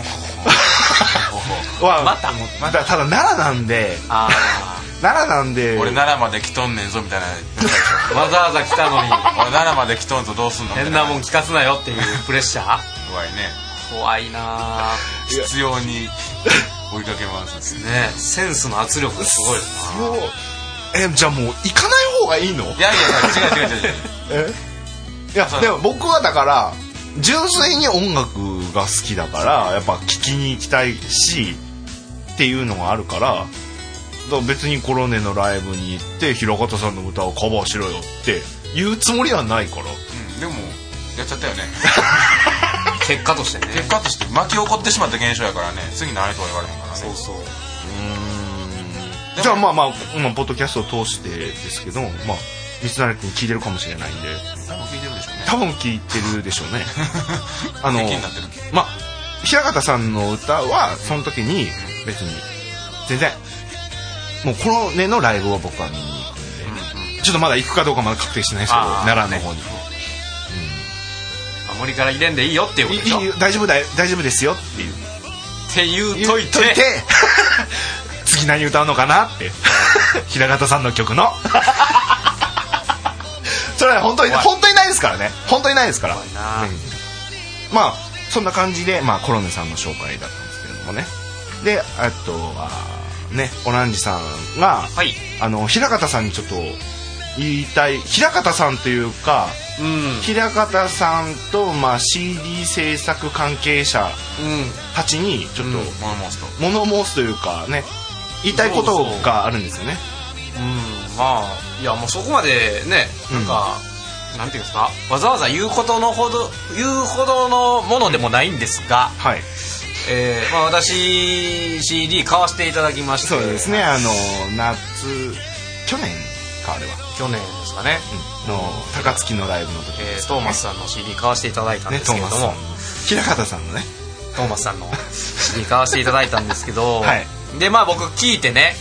Speaker 3: (laughs) なとは
Speaker 2: また
Speaker 3: またただ奈良なんで
Speaker 2: あ
Speaker 3: 奈良なんで
Speaker 4: 俺奈良まで来とんねんぞみたいなわざわざ来たのに俺奈良まで来とんぞどうすん
Speaker 2: ー
Speaker 4: のみたい
Speaker 2: 変なもん聞かすなよっていうプレッシャー
Speaker 4: 怖いね
Speaker 2: 怖いな
Speaker 4: 必要に追いかけますね
Speaker 2: ねセンスの圧力がすごいよな
Speaker 3: もうえじゃあもう行かない方がいいの
Speaker 4: いやいやいや違う違う違う違う
Speaker 3: えいや
Speaker 4: そう
Speaker 3: でも僕はだから純粋に音楽が好きだからやっぱ聴きに行きたいしっていうのがあるからだから別にコロネのライブに行って平方さんの歌をカバーしろよって言うつもりはないから
Speaker 4: (laughs) うんでもやっちゃったよね
Speaker 2: 結果としてね
Speaker 4: 結果として巻き起こってしまった現象やからね次何とは言われへんからね
Speaker 2: そうそう
Speaker 3: じゃあまあまあ、まあ、ポッドキャストを通してですけどまあ三成君聞いてるかもしれないんで
Speaker 4: 多分聞いて
Speaker 3: 多分聞いて
Speaker 4: るでしょうね
Speaker 3: るでしょう
Speaker 4: (laughs)
Speaker 3: ねあの
Speaker 4: 気になってる
Speaker 3: まあ平方さんの歌はその時に別に全然もうこの年のライブを僕は見に行くんで、ちょっとまだ行くかどうかまだ確定してないですけど
Speaker 2: あー
Speaker 3: 奈良の方に、
Speaker 2: 森から入れんでいいよっていうことでしょ
Speaker 3: いい大丈夫だよ大丈夫ですよっていう
Speaker 2: って言うといて
Speaker 3: といて (laughs) 次何歌うのかなって (laughs) 平方さんの曲の (laughs) それは本当に
Speaker 2: 怖い
Speaker 3: 本当にないですからね本当にないですから
Speaker 2: なあ
Speaker 3: まあそんな感じで、まあ、コロネさんの紹介だったんですけれどもねであとはねオランジさんが、
Speaker 2: はい
Speaker 3: あの平方さんにちょっと言いたい平方さんというか
Speaker 2: うん
Speaker 3: 平方さんと、まあ、CD 制作関係者
Speaker 2: うん
Speaker 3: たちにちょっと、
Speaker 4: モンモンスト
Speaker 3: 物申すというかね言いたいことがあるんですよね
Speaker 2: うんまあいやもうそこまでねなんか、なんていうんですかわざわざ言うことのほど言うほどのものでもないんですが、
Speaker 3: はい
Speaker 2: えーまあ、私 CD 買わせていただきまして
Speaker 3: そうですねあの夏去年かあれは
Speaker 2: 去年ですかね、
Speaker 3: の高槻のライブの時
Speaker 2: えートーマスさんの CD 買わせていただいたんですけれども、
Speaker 3: ねトーマ平方さんのね
Speaker 2: トーマスさんの CD 買わせていただいたんですけど、
Speaker 3: はい
Speaker 2: でまあ僕聞いてね、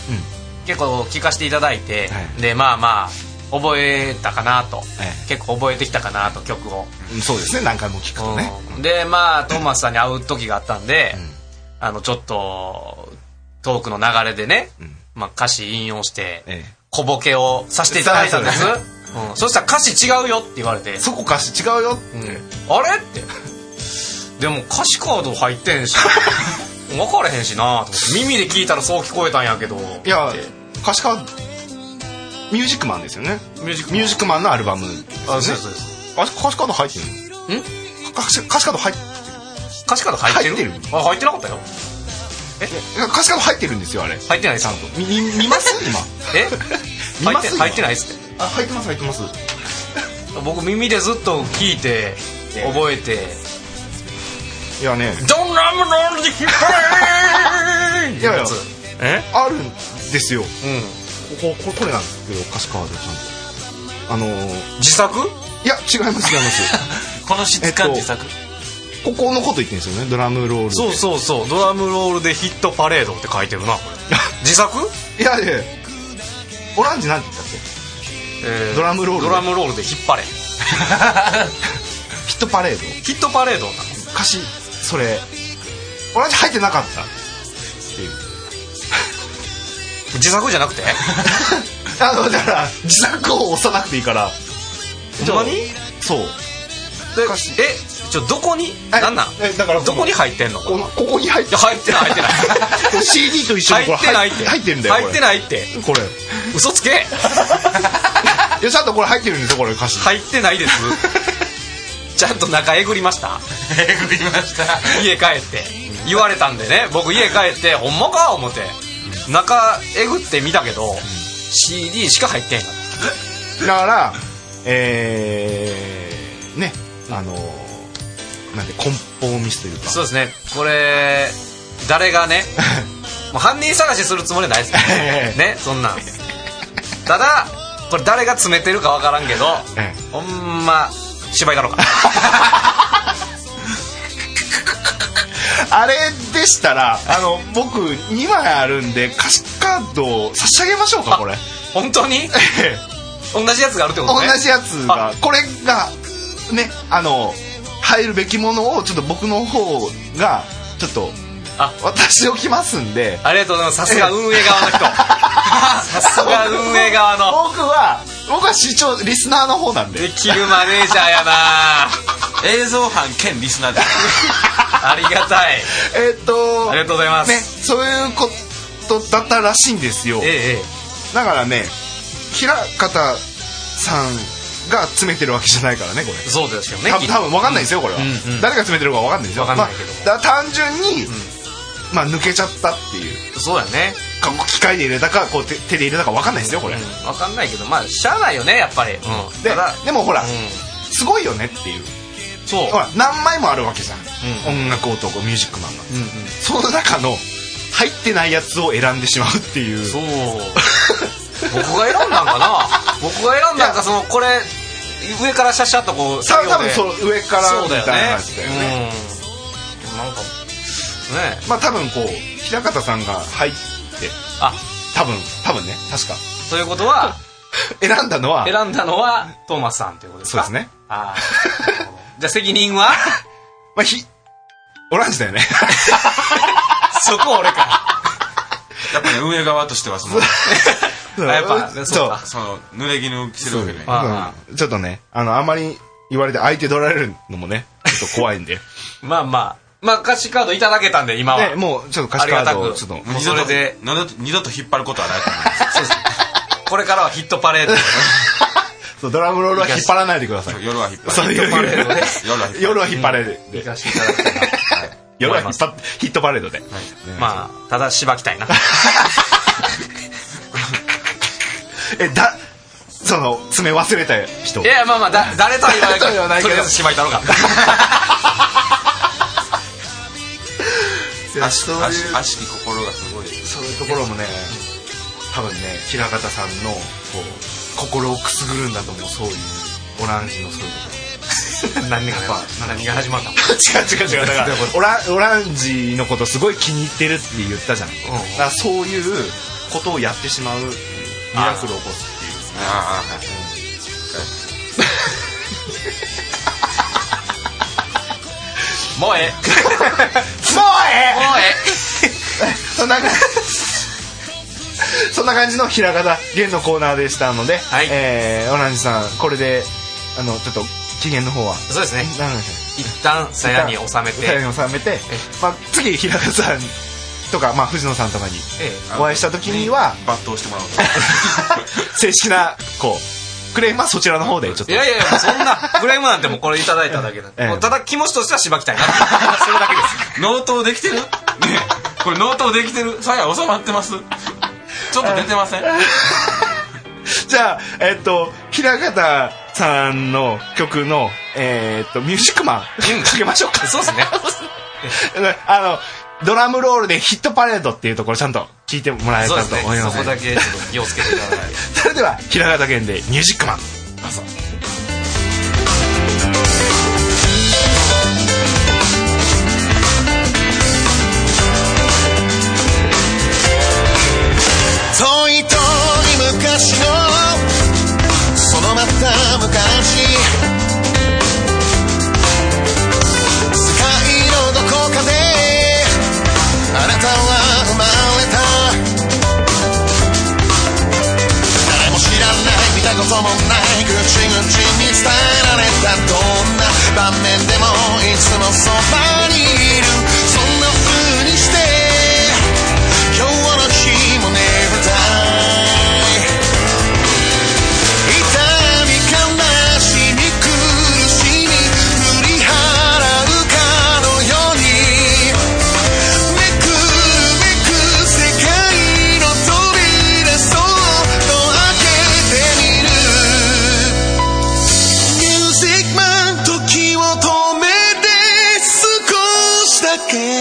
Speaker 3: う
Speaker 2: 結構聞かせていただいて、
Speaker 3: はい
Speaker 2: でまあまあ覚えたかなと、
Speaker 3: ええ
Speaker 2: 結構覚えてきたかなと曲を、
Speaker 3: うんそうですね何回も聞くとね
Speaker 2: うんでまあトーマスさんに会う時があったんで、
Speaker 3: ん
Speaker 2: あのちょっとトークの流れでね、
Speaker 3: ん
Speaker 2: まあ、歌詞引用して、
Speaker 3: ええ
Speaker 2: 小ボケをさせていただいたんです、
Speaker 3: そう
Speaker 2: うん、そしたら歌詞違うよって言われて
Speaker 3: そこ歌詞違うよって、
Speaker 2: あれってでも歌詞カード入ってん (laughs) し分からへんしなと思って耳で聞いたらそう聞こえたんやけど
Speaker 3: いや
Speaker 2: って
Speaker 3: 歌詞化ミュージックマンですよね
Speaker 2: ミュージック
Speaker 3: ミュージックマンのアルバム
Speaker 2: あそうですそうです
Speaker 3: あれ歌詞カード入ってる
Speaker 2: ん
Speaker 3: 歌詞歌詞カード入っ
Speaker 2: 歌詞カード入ってる
Speaker 3: 入って
Speaker 2: あ入ってなかったよ
Speaker 3: 歌詞カード入ってるんですよ
Speaker 2: (laughs)
Speaker 3: あれ
Speaker 2: 入ってないちゃんと
Speaker 3: み見見ます今
Speaker 2: (laughs) え
Speaker 3: 見
Speaker 2: 入っ
Speaker 3: ます
Speaker 2: て
Speaker 3: 今
Speaker 2: 入ってないっすって
Speaker 3: あ入ってます入ってます
Speaker 2: 僕耳でずっと聞いて覚えて
Speaker 3: いやね
Speaker 2: 「ドンラムロールで聞かれ!」
Speaker 3: いやいや
Speaker 2: つ
Speaker 3: えあるんですよ
Speaker 2: うん
Speaker 3: ここここれなんですけど歌詞カードちゃんとあのー、
Speaker 2: 自作
Speaker 3: いや違います違います
Speaker 4: この質感自作、
Speaker 3: (laughs) ここのこと言ってんですよねドラムロールで
Speaker 2: そうそうそうドラムロールでヒットパレードって書いてるなこ (laughs) れ自作
Speaker 3: いやいやいやオランジなんて言ったっけ
Speaker 2: えー
Speaker 3: ドラムロールで
Speaker 2: ドラムロールで引っ張れ
Speaker 3: ヒットパレード
Speaker 2: ヒットパレードなの
Speaker 3: 歌詞それオランジ入ってなかったっていう
Speaker 2: 自作じゃなくて
Speaker 3: あのだから自作を押さなくていいから
Speaker 2: ほんまに
Speaker 3: (laughs) そう歌詞
Speaker 2: えちょどこに
Speaker 3: え
Speaker 2: なんなん
Speaker 3: えだからこの
Speaker 2: どこに入ってんのこれ
Speaker 3: このここに入っ
Speaker 2: い
Speaker 3: て
Speaker 2: や入ってない入っ
Speaker 3: (laughs)
Speaker 2: てない
Speaker 3: これ CD と一緒にこ
Speaker 2: 入っ
Speaker 3: れ
Speaker 2: てないって
Speaker 3: 入ってるんだよこれ
Speaker 2: 入ってないって
Speaker 3: これ
Speaker 2: 嘘つけ
Speaker 3: いやちゃんとこれ入ってるんですよこれ歌詞
Speaker 2: 入ってないです
Speaker 3: (laughs)
Speaker 2: ちゃんと中えぐりました
Speaker 4: えぐりました
Speaker 2: 家帰って言われたんでね僕家帰ってほんまか思って中えぐってみたけど CD しか入ってへんかっ
Speaker 3: だからえー、ねあのーなんで梱包ミスという
Speaker 2: た
Speaker 3: か
Speaker 2: そうですねこれ誰が
Speaker 4: (laughs)
Speaker 2: ねもう犯人探しするつもりないですねねそんなんただこれ誰が詰めてるかわからんけど
Speaker 3: え
Speaker 2: ほんま芝居だろう
Speaker 4: (laughs)
Speaker 2: か
Speaker 3: あれでしたらあの僕2枚あるんで歌詞カードを差し上げましょうかこれ
Speaker 2: 本当に
Speaker 3: ええ
Speaker 2: 同じやつがあるってこと
Speaker 3: 同
Speaker 2: ね
Speaker 3: じやつが
Speaker 2: あ
Speaker 3: これがねあの入るべきものをちょっと僕の方がちょっと
Speaker 2: あ
Speaker 3: 私をきますんで
Speaker 2: ありがとうございますさすが運営側の
Speaker 4: (laughs)
Speaker 2: 人さすが運営側の
Speaker 3: 僕は僕は視聴リスナーの方なんで
Speaker 2: できるマネージャーやな
Speaker 4: 映像班兼リスナーで
Speaker 2: (laughs) ありがたい
Speaker 3: えーっと
Speaker 2: ありがとうございます、
Speaker 3: ねそういうことだったらしいんですよ
Speaker 2: えええ
Speaker 3: だからね平方さんが詰めてるわけじゃないからねこ
Speaker 2: え
Speaker 3: れ
Speaker 2: そうですよね
Speaker 3: 多分多分分かんないですよこれは、
Speaker 2: うんうん
Speaker 3: 誰が詰めてるか分かんないですよ
Speaker 2: 分かんないけど
Speaker 3: まあだから単純に、まあ抜けちゃったっていう
Speaker 2: そうやね、
Speaker 3: か機械で入れたかこう手手で入れたか分かんないですよこれ、
Speaker 2: うん、分かんないけどまあしゃあないよねやっぱり、うん、
Speaker 3: で
Speaker 2: ただ
Speaker 3: でもほら、
Speaker 2: うん
Speaker 3: すごいよねっていう
Speaker 2: そう、
Speaker 3: ほら何枚もあるわけじゃん、
Speaker 2: う
Speaker 3: 音楽男ミュージックマンが
Speaker 2: うんうん、
Speaker 3: その中の入ってないやつを選んでしまうっていう
Speaker 2: そう (laughs) 僕が選んだんか (laughs) な僕が選んだんかそのこれ上からシャッシャッとこう
Speaker 3: た
Speaker 2: 作業
Speaker 3: 多分
Speaker 2: で
Speaker 3: その上から
Speaker 2: そう
Speaker 3: み
Speaker 2: だ
Speaker 3: た
Speaker 2: よ
Speaker 3: いな
Speaker 2: ね
Speaker 3: 話だよね
Speaker 2: うんなんかね
Speaker 3: まあ多分こう平方さんが入って
Speaker 2: あ
Speaker 3: 多分多分ね確か
Speaker 2: ということは (laughs)
Speaker 3: 選んだのは
Speaker 2: 選んだのはトーマスさんということです
Speaker 3: そう
Speaker 2: か
Speaker 3: ですね
Speaker 2: ああじゃあ責任 (laughs) は
Speaker 3: まあ、ひ、オランジ
Speaker 2: (laughs)
Speaker 3: だよね。
Speaker 2: そこ俺か。
Speaker 4: やっぱね、運営側としては、その、
Speaker 3: そう
Speaker 2: やっぱそうか
Speaker 4: その、濡れ衣を着てるわけで。
Speaker 2: まあまあ
Speaker 3: うんちょっとね、あの、あまり言われて相手取られるの
Speaker 2: (laughs)
Speaker 3: もね、ちょっと怖いんで。
Speaker 2: まあまあ。まあ、歌詞カードいただけたんで、今は。
Speaker 3: で、もう、ちょっと歌詞カードを、ちょっと
Speaker 2: ありがたく、
Speaker 4: もう二
Speaker 2: そ
Speaker 4: 度
Speaker 2: れ
Speaker 4: と
Speaker 2: で
Speaker 4: 二度と二度と引っ張ることはないと思い (laughs) ます
Speaker 2: これからはヒットパ (laughs) レード。
Speaker 3: そうドラムロールは引っ張らないでください。
Speaker 4: 夜は引っ張
Speaker 3: そう
Speaker 4: る。
Speaker 3: いう
Speaker 2: ヒットパレードで
Speaker 4: 夜は引っ張る。
Speaker 3: 夜は引っ張れる。
Speaker 2: 行かせていただきたいな。
Speaker 3: 夜は引っ張って、ヒットパレードで。
Speaker 2: まあ、ただしばきたいな。
Speaker 3: え、だ、その、爪忘れた人
Speaker 2: い。やいやまあまあだ誰とは言わない
Speaker 3: 誰とは言わな
Speaker 2: から
Speaker 3: いけ
Speaker 2: と
Speaker 3: ど
Speaker 2: りあえず芝居たろうか
Speaker 4: 足、
Speaker 3: そういう
Speaker 4: 足、悪しき心がすごい。
Speaker 3: そういうところもね、多分ね、平方さんの、こう、心をくすぐるんだと思う、そういう、オランジのそういうところ。
Speaker 2: (laughs) 何が何が始まったの
Speaker 3: 違う違う違う
Speaker 2: (laughs)
Speaker 3: だからオラオランジのことすごい気に入ってるって言ったじゃん、だからそういうことをやってしまうミラクルを起こす
Speaker 4: ああ、はい。
Speaker 2: (laughs) もうええ
Speaker 3: もうえ
Speaker 2: もう
Speaker 3: えそんな感じそんな感じの平方弦のコーナーでしたので、
Speaker 2: はい
Speaker 3: えーオランジさんこれであのちょっと期限の方は
Speaker 2: えそうですね
Speaker 3: 何でし
Speaker 2: 一旦さやに収め
Speaker 3: ょう二
Speaker 2: て
Speaker 3: 人に収めて、まあ、次平方さんとか、まあ、藤野さん
Speaker 2: (laughs)
Speaker 3: とかに
Speaker 2: え
Speaker 3: お会いした時には
Speaker 4: 抜刀しても (laughs) らおう
Speaker 3: 正式なこうクレームはそちらの方でちょっ
Speaker 2: え
Speaker 3: と
Speaker 2: いやいやいやそんなクレームなんてもうこれいただいただけだ (laughs)
Speaker 3: ええ
Speaker 2: もうただ気持ちとしては (laughs) しばきたいなそれだけです
Speaker 4: と。納刀できてるねえこれ納刀できてるさや収まってますちょっと出てま (laughs) せん
Speaker 3: じゃあ、えっと、平方さんの曲の、えっと、ミュージックマン、かけましょう
Speaker 2: (laughs)
Speaker 3: か。
Speaker 2: そうですね
Speaker 3: (laughs) あの、ドラムロールでヒットパレードっていうところちゃんと聞いてもらえ
Speaker 2: そ
Speaker 3: た
Speaker 2: う
Speaker 3: ら
Speaker 2: です
Speaker 3: と
Speaker 2: ね
Speaker 3: 思いま
Speaker 2: そ
Speaker 3: す
Speaker 2: こ
Speaker 3: ので、
Speaker 2: だけちょっと気をつけていただいて
Speaker 3: それでは、平方源でミュージックマン。
Speaker 5: 遠い遠い昔のそのまた昔世界のどこかであなたは生まれた誰も知らない見たこともない口々に伝えられたどんな場面でもいつもそばにいるそんな風にして今日の日も眠たい痛み悲しみ苦しみ振り払うかのようにめくるめく世界の扉そっと開けてみるミュージックマン時を止めて少しだけ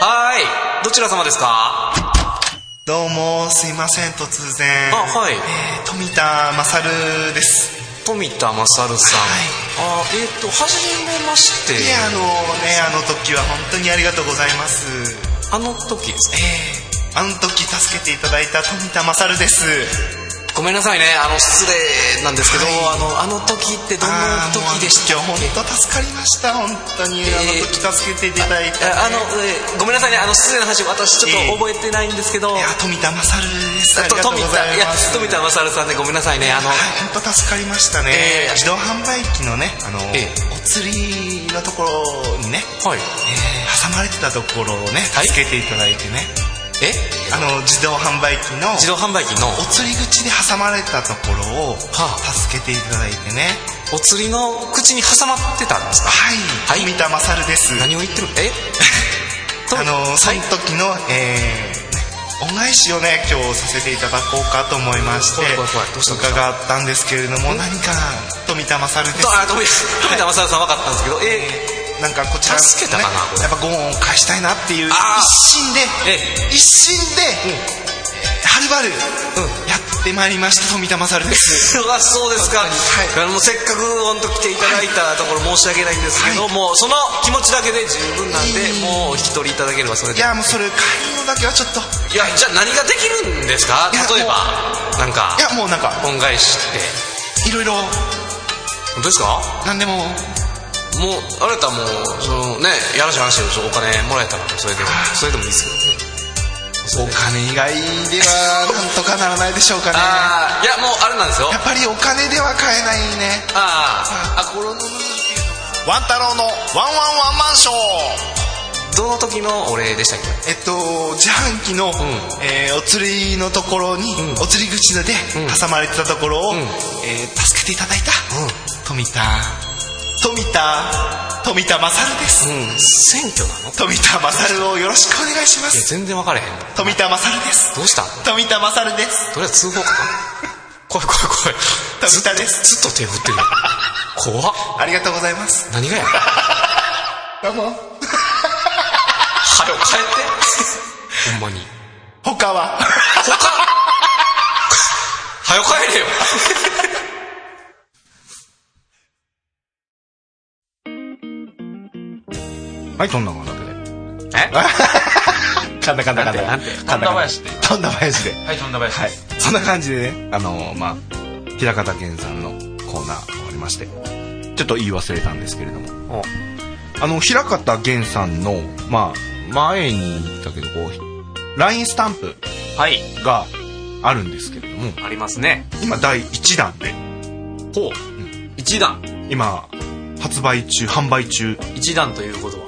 Speaker 2: はーい。どちら様ですか
Speaker 1: どうもすいません突然
Speaker 2: あ、はい。
Speaker 1: えー富田勝です
Speaker 2: 富田勝さん。あ、えっ、と、はじめまして。
Speaker 1: いやあのねあの時は本当にありがとうございます
Speaker 2: あの時ですね。
Speaker 1: えー、あの時助けていただいた富田勝です
Speaker 2: ごめんなさいね。あの、失礼なんですけど、あの、あの時ってどの
Speaker 1: あーもう
Speaker 2: 時でしたっ
Speaker 1: 今日本当助かりました本当に、
Speaker 2: え
Speaker 1: あの
Speaker 2: ー
Speaker 1: 時助けていただい
Speaker 2: け
Speaker 1: た
Speaker 2: ああの、えーごめんなさいね。あの、失礼な話、私ちょ
Speaker 1: ええ
Speaker 2: っと覚えてないんですけど、
Speaker 1: いや富田勝ですあり
Speaker 2: と
Speaker 1: がとう
Speaker 2: 富
Speaker 1: ござ
Speaker 2: 田、
Speaker 1: い
Speaker 2: いや
Speaker 1: ま、す
Speaker 2: 富田勝さんでごめんなさいね。あ
Speaker 1: は
Speaker 2: の、
Speaker 1: い本当助かりましたね、
Speaker 2: えー
Speaker 1: 自動販売機のねあの、
Speaker 2: ええ
Speaker 1: お釣りのところにね、
Speaker 2: はい。
Speaker 1: 挟まれてたところをね
Speaker 2: はい
Speaker 1: 助けていただいてね、
Speaker 2: え
Speaker 1: あの自動販売機の
Speaker 2: 自動販売機の
Speaker 1: お釣り口で挟まれたところを
Speaker 2: はあ
Speaker 1: 助けていただいてね
Speaker 2: お釣りの口に挟まってたんですか
Speaker 1: はい、
Speaker 2: はい
Speaker 1: 富田勝です
Speaker 2: 何を言ってるえ
Speaker 1: あのその時の、えーね、恩返しをね今日させていただこうかと思いまして
Speaker 2: 怖い怖い怖いどうしたどうした
Speaker 1: 伺ったんですけれども何か富田勝です
Speaker 2: とあ富田富田勝さん分かったんですけどえ
Speaker 1: なんかこちら、ね、
Speaker 2: 助けたかなこれ
Speaker 1: やっぱご恩を返したいなっていう一
Speaker 2: あー
Speaker 1: 心で
Speaker 2: え
Speaker 1: 一心で、はるばるやってまいりました富田勝です
Speaker 2: うわそうですか、あのもうせっかく本当来ていただいたところ申し訳ないんですけど、
Speaker 1: は
Speaker 2: もうその気持ちだけで十分なんで、
Speaker 1: いい
Speaker 2: もうお引き取りいただければそ
Speaker 1: い
Speaker 2: れでい
Speaker 1: や
Speaker 2: や
Speaker 1: もうそれ帰りのだけはちょっとい
Speaker 2: じゃあ何ができるんですか
Speaker 1: いや
Speaker 2: 例えばなんか
Speaker 1: やもうなんか
Speaker 2: 恩返しって
Speaker 1: いろいろ
Speaker 2: 本当ですか
Speaker 1: 何でも
Speaker 2: もうあれたらもうそのねやらしい話でしょお金もらえたらそれでそれでもいいですけど
Speaker 1: お金以外ではなんとかならないでしょうかね
Speaker 2: ああいやもうあれなんですよ
Speaker 1: やっぱりお金では買えないね
Speaker 2: あああこの
Speaker 1: ワン太郎のワンワンワンマンショー
Speaker 2: どの時のお礼でしたっけ
Speaker 1: えっと、自販機の、えーお釣りのところに、お釣り口で挟まれてたところを、えー助けていただいた、富田富田富田勝です、
Speaker 2: うん選挙なの
Speaker 1: 富田勝をよろしくお願いしま
Speaker 2: いや
Speaker 1: す
Speaker 2: 全然分かれへん
Speaker 1: 富田勝です
Speaker 2: どうした
Speaker 1: 富田勝です
Speaker 2: とりあえず通報か怖い怖い怖い
Speaker 1: 富田です
Speaker 2: ずっと手振ってるよ怖っ
Speaker 1: ありがとうございます
Speaker 2: 何がや
Speaker 3: (laughs)
Speaker 1: どうも
Speaker 2: はよ帰ってほんまに
Speaker 1: 他は
Speaker 2: 他はよ帰れよ
Speaker 3: はいとんだもんだけで
Speaker 7: え
Speaker 3: かんだかんだかんだ
Speaker 7: なんてなんて
Speaker 3: かんだ
Speaker 7: とんだ林で
Speaker 3: とんだ林で
Speaker 7: はい富田林
Speaker 3: はい
Speaker 7: です、
Speaker 3: そんな感じでねあのまあ平方健さんのコーナー終わりましてちょっと言い忘れたんですけれどもあの平方健さんのまあ前に言ったけどこう LINE スタンプ
Speaker 8: はい
Speaker 3: があるんですけれども
Speaker 8: ありますね
Speaker 3: 今第1弾で
Speaker 8: ほう一段
Speaker 3: 今発売中販売中
Speaker 8: 一段ということは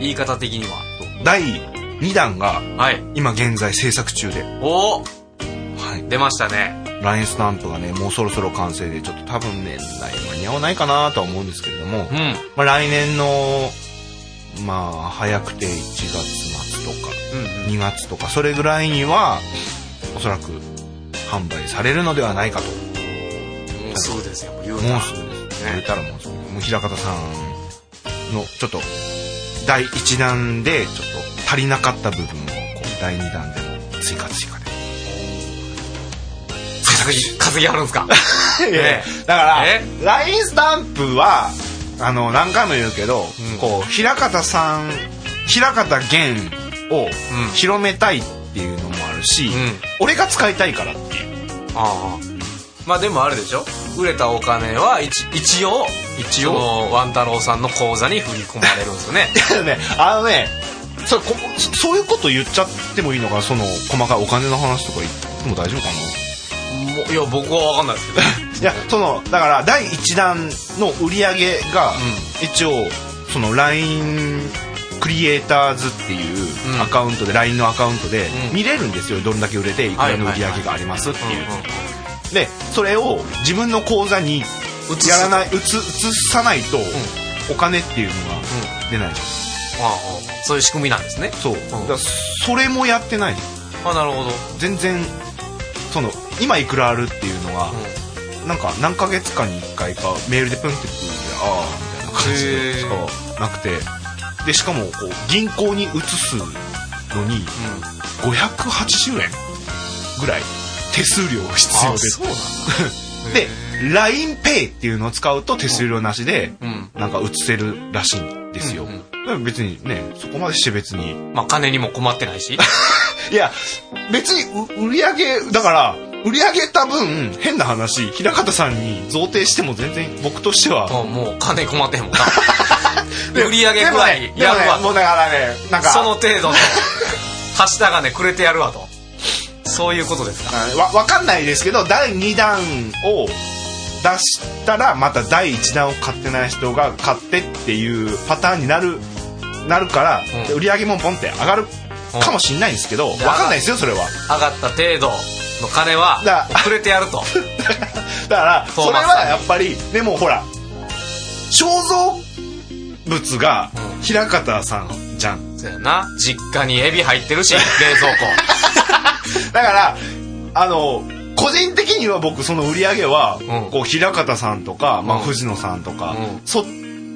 Speaker 8: 言い方的には
Speaker 3: 第2弾が
Speaker 8: はい
Speaker 3: 今現在制作中で、
Speaker 8: おお
Speaker 3: はい、
Speaker 8: 出ましたね
Speaker 3: ラインスタンプがねもうそろそろ完成でちょっと多分年内間に合わないかなとは思うんですけれども、
Speaker 8: うん
Speaker 3: まあ、来年のまあ早くて1月末とか
Speaker 8: うん
Speaker 3: 2月とかそれぐらいにはおそらく販売されるのではないかと
Speaker 8: もうすぐですよもう言う
Speaker 3: も
Speaker 8: な
Speaker 3: うすぐです言ったらもうすぐもう平方さんのちょっと第1弾でちょっと足りなかった部分をこう第2弾でも追加追加で
Speaker 8: 稼ぎ稼ぎあるんですか
Speaker 3: いやいや
Speaker 8: え
Speaker 3: だから
Speaker 8: え
Speaker 3: LINE スタンプはあの何回も言うけど、こう平方さん平方源を
Speaker 8: ん
Speaker 3: 広めたいっていうのもあるし、
Speaker 8: ん
Speaker 3: 俺が使いたいから (laughs) っていう
Speaker 8: (laughs) ああまあでもあれでしょ売れたお金は一一応一応ワン太郎さんの口座に振り込まれるんですよね
Speaker 3: だからねあのねそこそういうこと言っちゃってもいいのかその細かいお金の話とか言っても大丈夫かな
Speaker 8: (laughs) もういや僕は分かんないですけど
Speaker 3: いやそのだから第1弾の売り上げが、一応その LINE クリエイターズっていうアカウントで、LINE のアカウントで見れるんですよどんだけ売れていくらの売り上げがありますっていう、でそれを自分の口座に
Speaker 8: す
Speaker 3: やらない移移さないと、お金っていうのが出ないじゃ
Speaker 8: ああそういう仕組みなんですね
Speaker 3: んそう、だからそれもやってないじゃん
Speaker 8: あなるほど
Speaker 3: 全然その今いくらあるっていうのが、なんか何ヶ月かに1回かメールでプンってくるんでああみたいな感じ
Speaker 8: へ
Speaker 3: で
Speaker 8: ー
Speaker 3: しかなくてでしかもこう銀行に移すのに、580円ぐらい手数料が必要で
Speaker 2: そうなんだ
Speaker 3: で LINEPay っていうのを使うと手数料なしで、
Speaker 2: ん
Speaker 3: なんか移せるらしいんですよ、だから別にねそこまでして別に
Speaker 2: まあ金にも困ってない
Speaker 3: (laughs)
Speaker 2: し
Speaker 3: いや別にう売り上げだから売り上げた分変な話平方さんに贈呈しても全然僕としては
Speaker 2: もうもう金
Speaker 3: (laughs)
Speaker 2: 困ってへんもんな売り上げぐらい
Speaker 3: で
Speaker 2: や
Speaker 3: もね
Speaker 2: る
Speaker 3: でも
Speaker 2: わ
Speaker 3: ねもうだからねなんか
Speaker 2: その程度のはした金くれてやるわとそういうことですか
Speaker 3: あわわかんないですけど第2弾を出したらまた第1弾を買ってない人が買ってっていうパターンになるなるから、
Speaker 2: うん
Speaker 3: 売り上げもポンって上がるかもしれないんですけど、わ
Speaker 2: じゃあ
Speaker 3: かんないですよそれは
Speaker 2: 上がった程度の金は
Speaker 3: だ
Speaker 2: くれてやると
Speaker 3: (laughs) だから
Speaker 2: トー
Speaker 3: それ
Speaker 2: マスさん
Speaker 3: はやっぱりでもほら肖像物が平方さんじゃん
Speaker 2: そうやな実家にエビ入ってる
Speaker 3: (laughs)
Speaker 2: し冷蔵庫
Speaker 3: だからあの個人的には僕その売り上げは、
Speaker 2: うん
Speaker 3: こう平方さんとか、まあ、
Speaker 2: うん
Speaker 3: 藤野さんとか、
Speaker 2: うん
Speaker 3: そっ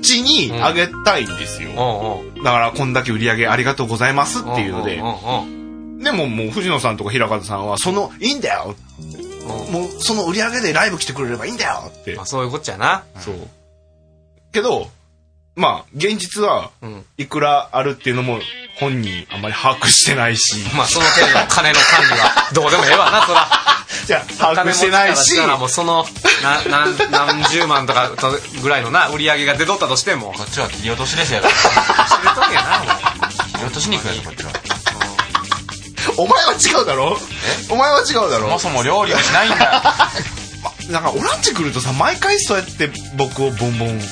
Speaker 3: ちにあげたいんですよ、
Speaker 2: おうおう
Speaker 3: だからこんだけ売り上げありがとうございますっていうので、
Speaker 2: おうおう
Speaker 3: でももう藤野さんとか平方さんはそのいいんだよ、
Speaker 2: う
Speaker 3: もうその売り上げでライブ来てくれればいいんだよって、
Speaker 2: まあそういうこっちゃな
Speaker 3: そうけどまあ現実は
Speaker 2: うん
Speaker 3: いくらあるっていうのも本人あんまり把握してな
Speaker 2: (laughs)
Speaker 3: いし、
Speaker 2: まあその程度の金の管理はどうでもええわなそら
Speaker 3: じゃあ (laughs) 把
Speaker 2: 金
Speaker 3: 握
Speaker 2: 持
Speaker 3: し
Speaker 2: ち
Speaker 3: て
Speaker 2: か
Speaker 3: な
Speaker 2: ら
Speaker 3: いし
Speaker 2: したらもうそ (laughs) のなな何十万とかとぐらいのな売り上げが出とったとしても
Speaker 4: こっちは切り落としですやから
Speaker 2: 知れとんやなお前
Speaker 4: 切り落としに行くやぞこっちは
Speaker 3: お前は違うだろお前は違うだ
Speaker 4: そ
Speaker 3: ろ
Speaker 4: もそも料理をしないんだよ
Speaker 3: なんかオランジ来るとさ毎回そうやって僕をボンボンに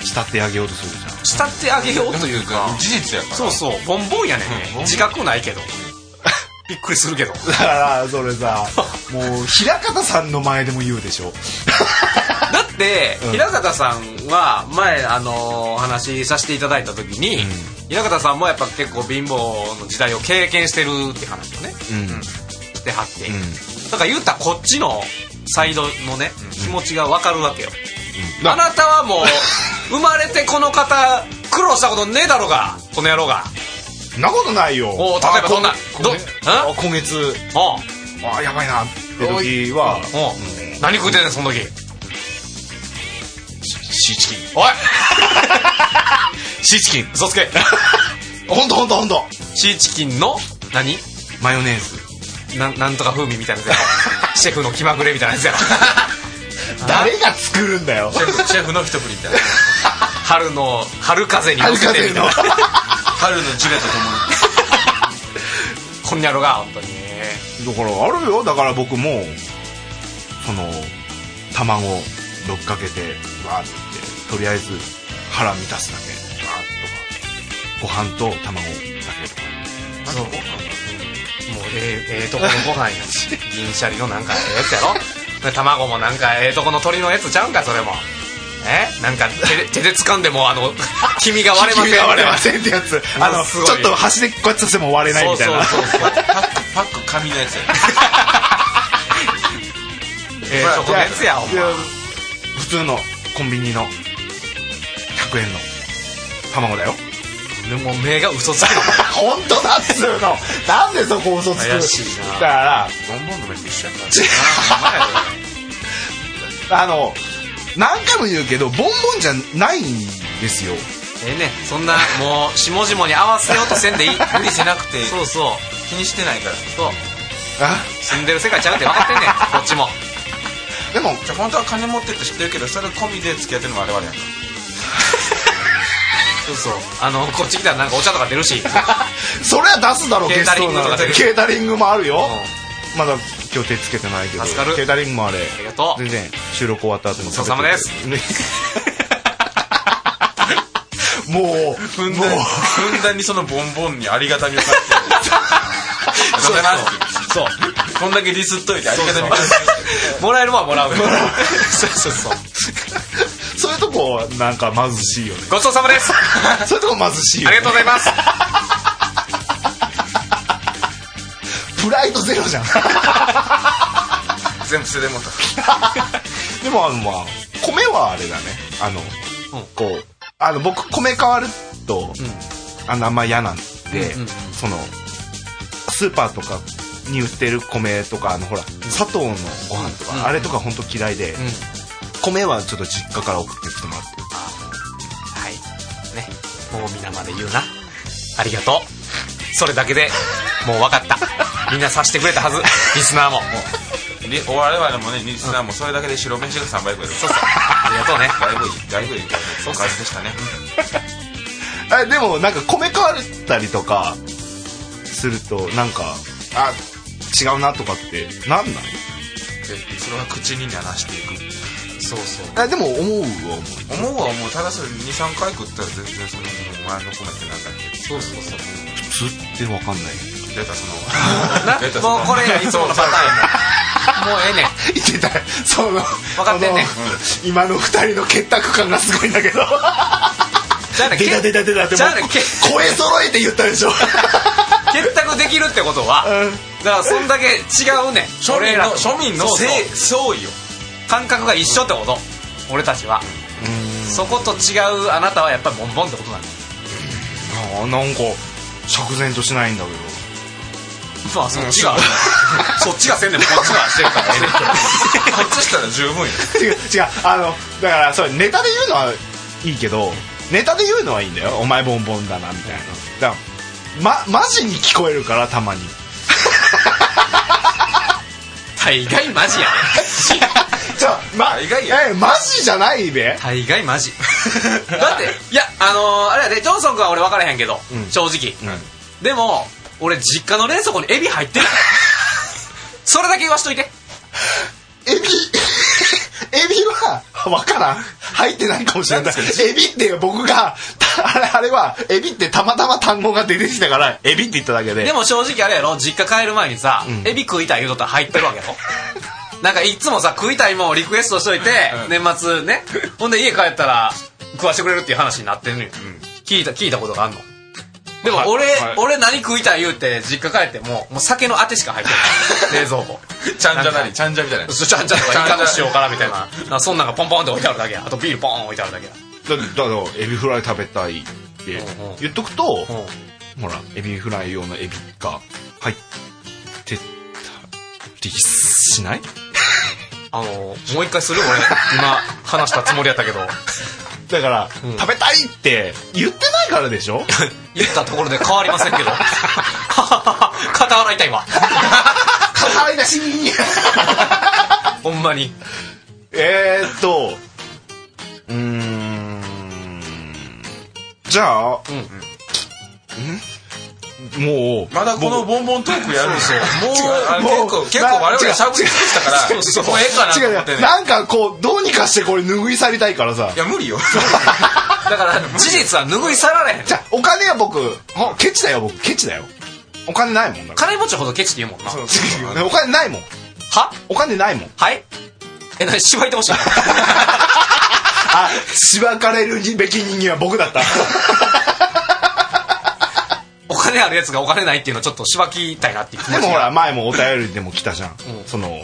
Speaker 3: 仕立て上げようとするじゃん
Speaker 2: 慕ってあげようというか
Speaker 4: 事実やから
Speaker 2: そうそうボンボンやねんね
Speaker 4: うんボンボン
Speaker 2: 自覚ないけ (laughs) どびっくりするけど
Speaker 3: だ
Speaker 2: (laughs)
Speaker 3: からそれさ (laughs) もう平方さんの前でも言うでしょ
Speaker 2: だって、
Speaker 3: ん
Speaker 2: 平方さんは前あのー話させていただいた時に、平方さんもやっぱ結構貧乏の時代を経験してるって話をねしてはって、だから言うたらこっちのサイドのね、気持ちが分かるわけよ、あなたはも
Speaker 3: (laughs)
Speaker 2: う生まれてこの方苦労したことねえだろうがこの野郎が
Speaker 3: そんなことないよ
Speaker 2: おう例えばこんな
Speaker 3: あこ
Speaker 2: ど
Speaker 3: こね
Speaker 2: ん
Speaker 3: あ今月
Speaker 2: おう
Speaker 3: あやばいなって時は
Speaker 2: おう何食うてんねんその時
Speaker 3: シーチキン
Speaker 2: おい
Speaker 3: シーチキン
Speaker 2: 嘘つけ
Speaker 3: ほんとほんとほんと
Speaker 2: シーチキンの何
Speaker 3: マヨネーズ
Speaker 2: なんなんとか風味みたい
Speaker 4: (laughs)
Speaker 2: なやつシェフの気まぐれみたいなやつやろ
Speaker 3: 誰が作るんだよ
Speaker 4: シェフシェフの一振りみたいな
Speaker 2: 春の春風に乗せてみたいな
Speaker 4: 春のジュレとともに
Speaker 2: こんにゃろが本当に
Speaker 3: だからあるよだから僕もその卵どっかけてわーってとりあえず腹満たすだけわーっとかご飯と卵だけとか
Speaker 2: そうもうええええとこのご飯やし銀シャリのなんかええやつやろで卵もなんかええとこの鳥のやつちゃうんかそれもえなんか手で手で掴んでもあ (laughs) の黄身が割れません
Speaker 3: 君が割れませんってやつあ
Speaker 2: う
Speaker 3: の
Speaker 2: わすごい
Speaker 3: ちょっと端でこうやってしても割れない
Speaker 2: そう
Speaker 3: みたい
Speaker 2: そ
Speaker 3: な
Speaker 2: うそうそう
Speaker 4: パックパック紙のやつや
Speaker 2: ええとこのやつやお
Speaker 3: いや
Speaker 2: 前
Speaker 3: 普通のコンビニの100円の卵だよ
Speaker 2: でも目が嘘つきなの
Speaker 3: 本当だっつうのなんでそこ嘘つく
Speaker 2: 怪しいな
Speaker 3: だから
Speaker 4: ボンボンの目と一緒やから
Speaker 3: あの何回も言うけどボンボンじゃないんですよ
Speaker 2: ええねそんなもう下々に合わせようとせんでいい (laughs)
Speaker 4: 無理せなくて
Speaker 2: そうそう
Speaker 4: 気にしてないから
Speaker 2: そう
Speaker 3: あ
Speaker 2: 住んでる世界ちゃうって分かってんねんこっちも
Speaker 3: でも
Speaker 4: じゃあ本当は金持ってるって知ってるけどそれ込みで付き合ってるの我々やんか
Speaker 2: そうそうあのこっち来たらなんかお茶とか出るし
Speaker 3: それは出すだろう
Speaker 2: ケータリング
Speaker 3: ゲストなら
Speaker 2: とかで
Speaker 3: ケータリングもあるよ、
Speaker 2: う
Speaker 3: まだ今日手つけてないけど
Speaker 2: 助かる
Speaker 3: ケータリングもあれ
Speaker 2: ありが (laughs) とう
Speaker 3: 全然収録終わった後に
Speaker 2: ごちそうさまです
Speaker 3: す (laughs) もうもう
Speaker 4: ふんだんにふんだんにそのボンボンにありがたみを感じてありがとうございます
Speaker 2: そう
Speaker 4: ってこんだけディスっといてありがたみを感じて
Speaker 2: もらえるはもらうよそうそうそう
Speaker 3: そういうとこなんか貧しい
Speaker 2: (laughs)
Speaker 3: よね
Speaker 2: ごちそうさまですあ
Speaker 3: そういうとこ貧しいよ、
Speaker 2: り
Speaker 3: ね
Speaker 2: が、とうございます
Speaker 3: プライドゼロ (laughs) じゃん
Speaker 4: 全部捨ててもうた
Speaker 3: でもあのまあ米はあれだねあの、
Speaker 2: うん
Speaker 3: こうあの僕米変わると、あのあんま嫌なんて、そのスーパーとかに売ってる米とかあのほら砂糖のご飯とか、あれとか本当嫌いで、米はちょっと実家から送ってきてもらって
Speaker 2: はいねもう皆まで言うなありがとうそれだけでもう分かったみんな察してくれたはずリスナーも
Speaker 4: り我々もねリスナーもそれだけで白飯が3倍くらいそう
Speaker 2: ありがとうね
Speaker 4: だいぶいいだいぶいいそう感じでしたね
Speaker 3: あでもなんか米変わったりとかするとなんかあ違うなとかってなんない
Speaker 4: でそれは口に流していく
Speaker 2: そうそう
Speaker 3: あでも思うは思う
Speaker 4: 思うは思うただそれ23回食ったら全然その前の米ってなんかそうそうそう
Speaker 3: 普通って分かんない
Speaker 4: 出たその
Speaker 2: な
Speaker 4: 出たその
Speaker 2: もうこれいつものパターンやもんもうええねん
Speaker 3: 言ってたその
Speaker 2: 分かってんねん
Speaker 3: この今の二人の結託感がすごいんだけど
Speaker 2: じ
Speaker 3: (laughs)
Speaker 2: ゃあね
Speaker 3: 出た出た出たって
Speaker 2: じ
Speaker 3: も
Speaker 2: ゃあね
Speaker 3: う
Speaker 2: け
Speaker 3: 声揃えて言った (laughs) でしょ
Speaker 2: 結託できるってことは、だからそんだけ違うねん
Speaker 4: 庶民
Speaker 2: 俺ら
Speaker 4: の
Speaker 2: と
Speaker 4: 庶民の
Speaker 2: そうそう
Speaker 4: 性相違よ
Speaker 2: 感覚が一緒ってこと俺たちはそこと違うあなたはやっぱりボンボンってことなの
Speaker 3: あーなんか釈然としないんだけど
Speaker 2: まあそっちが、そ (laughs) っちがせんねんこっちがしてるからええねん
Speaker 4: こっちしたら十分よ
Speaker 3: 違う違うあのだからそれネタで言うのはいいけどネタで言うのはいいんだよお前ボンボンだなみたいなだからまマジに聞こえるからたまに
Speaker 2: 大概マジやね
Speaker 3: じゃあま
Speaker 4: 意外や
Speaker 3: えマジじゃないべ
Speaker 2: 大概マジだっていやあのーあれやでジョンソン君は俺分からへんけど、
Speaker 3: うん
Speaker 2: 正直、
Speaker 3: うん
Speaker 2: でも俺実家の冷蔵庫にエビ入 (laughs) ってるからそれだけ言わしといて
Speaker 3: エビ (laughs) エビは分からん入ってないかもしれないエビって僕がたあれあれはエビってたまたま単語が出てきたからエビって言っただけで
Speaker 2: でも正直あれやろ実家帰る前にさ、
Speaker 3: ん
Speaker 2: エビ食いたい言うとったら入ってるわけやろ (laughs) なんかいつもさ食いたいもんをリクエストしといて、年末 (laughs) ねほんで家帰ったら食わしてくれるっていう話になってんのよ、聞いた聞いたことがあんのでも俺、俺何食いたい言うて実家帰ってももう酒のあてしか入ってない (laughs) 冷蔵庫
Speaker 4: ちゃんじゃなりちゃんじゃみたいな
Speaker 2: そちゃんちゃんとかイカの塩辛みたいななんかそんなんがポンポンって置いてあるだけやあとビールポーン置いてあるだけや
Speaker 3: だだからエビフライ食べたいって言っとくと、
Speaker 2: うん
Speaker 3: ほらエビフライ用のエビが入ってたりしない
Speaker 2: あのもう一回する俺今話したつもりやったけど
Speaker 3: だから、
Speaker 2: うん
Speaker 3: 食べたいって言ってないからでしょ
Speaker 2: 言ったところで変わりませ
Speaker 3: (laughs)
Speaker 2: んけど肩洗いたいわ
Speaker 3: 語り出し
Speaker 2: ほんまに
Speaker 3: えーっとうーんじゃあ、うんもう
Speaker 4: まだこのボンボントークやるでしょもうあの
Speaker 3: もう
Speaker 4: 結構結構我々しゃぶり尽くしたからもうええかなと
Speaker 3: 違う
Speaker 4: 思
Speaker 3: 違
Speaker 4: って
Speaker 3: う
Speaker 4: ね
Speaker 3: なんかこうどうにかしてこれ拭い去りたいからさ
Speaker 4: いや無理よ
Speaker 2: だから事実は拭い去られへん
Speaker 3: じゃあお金は僕ほケチだよ僕ケチだよお金ないもんだか
Speaker 2: 金持ちほどケチって言うもんな
Speaker 4: そう
Speaker 3: ら (laughs) ねお金ないもん
Speaker 2: は
Speaker 3: お金ないもん
Speaker 2: はいえ何芝居てほしいの
Speaker 3: あしばかれるべき人間は僕だ (laughs) った
Speaker 2: お金あるやつがお金ないっていうのはちょっとしばきたいなっていう気持ち
Speaker 3: でもほ
Speaker 2: が
Speaker 3: ら前もお便りでも来たじゃん、
Speaker 2: ん
Speaker 3: その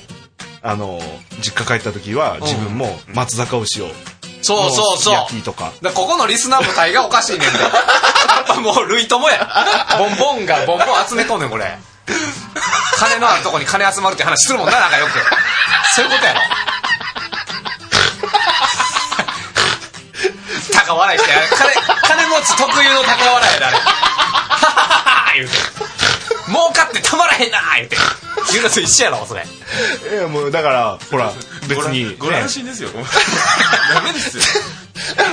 Speaker 3: あの実家帰った時は自分も松坂牛を
Speaker 2: そうそうそう
Speaker 3: のすき焼きと (laughs) か
Speaker 2: だからここのリスナーも大がおかしいねんでやっぱもう類ともやボンボンがボンボン集めとんねんこれ金のあるとこに金集まるって話するもんななんかよくそういうことやろ高笑いしてあれ金金持ち特有の高笑いやであれ言うて儲かってたまらへんな言うて言うのと一緒やろそれ
Speaker 3: いやもうだからほら別に、ね、
Speaker 4: ご安心ですよダメですよ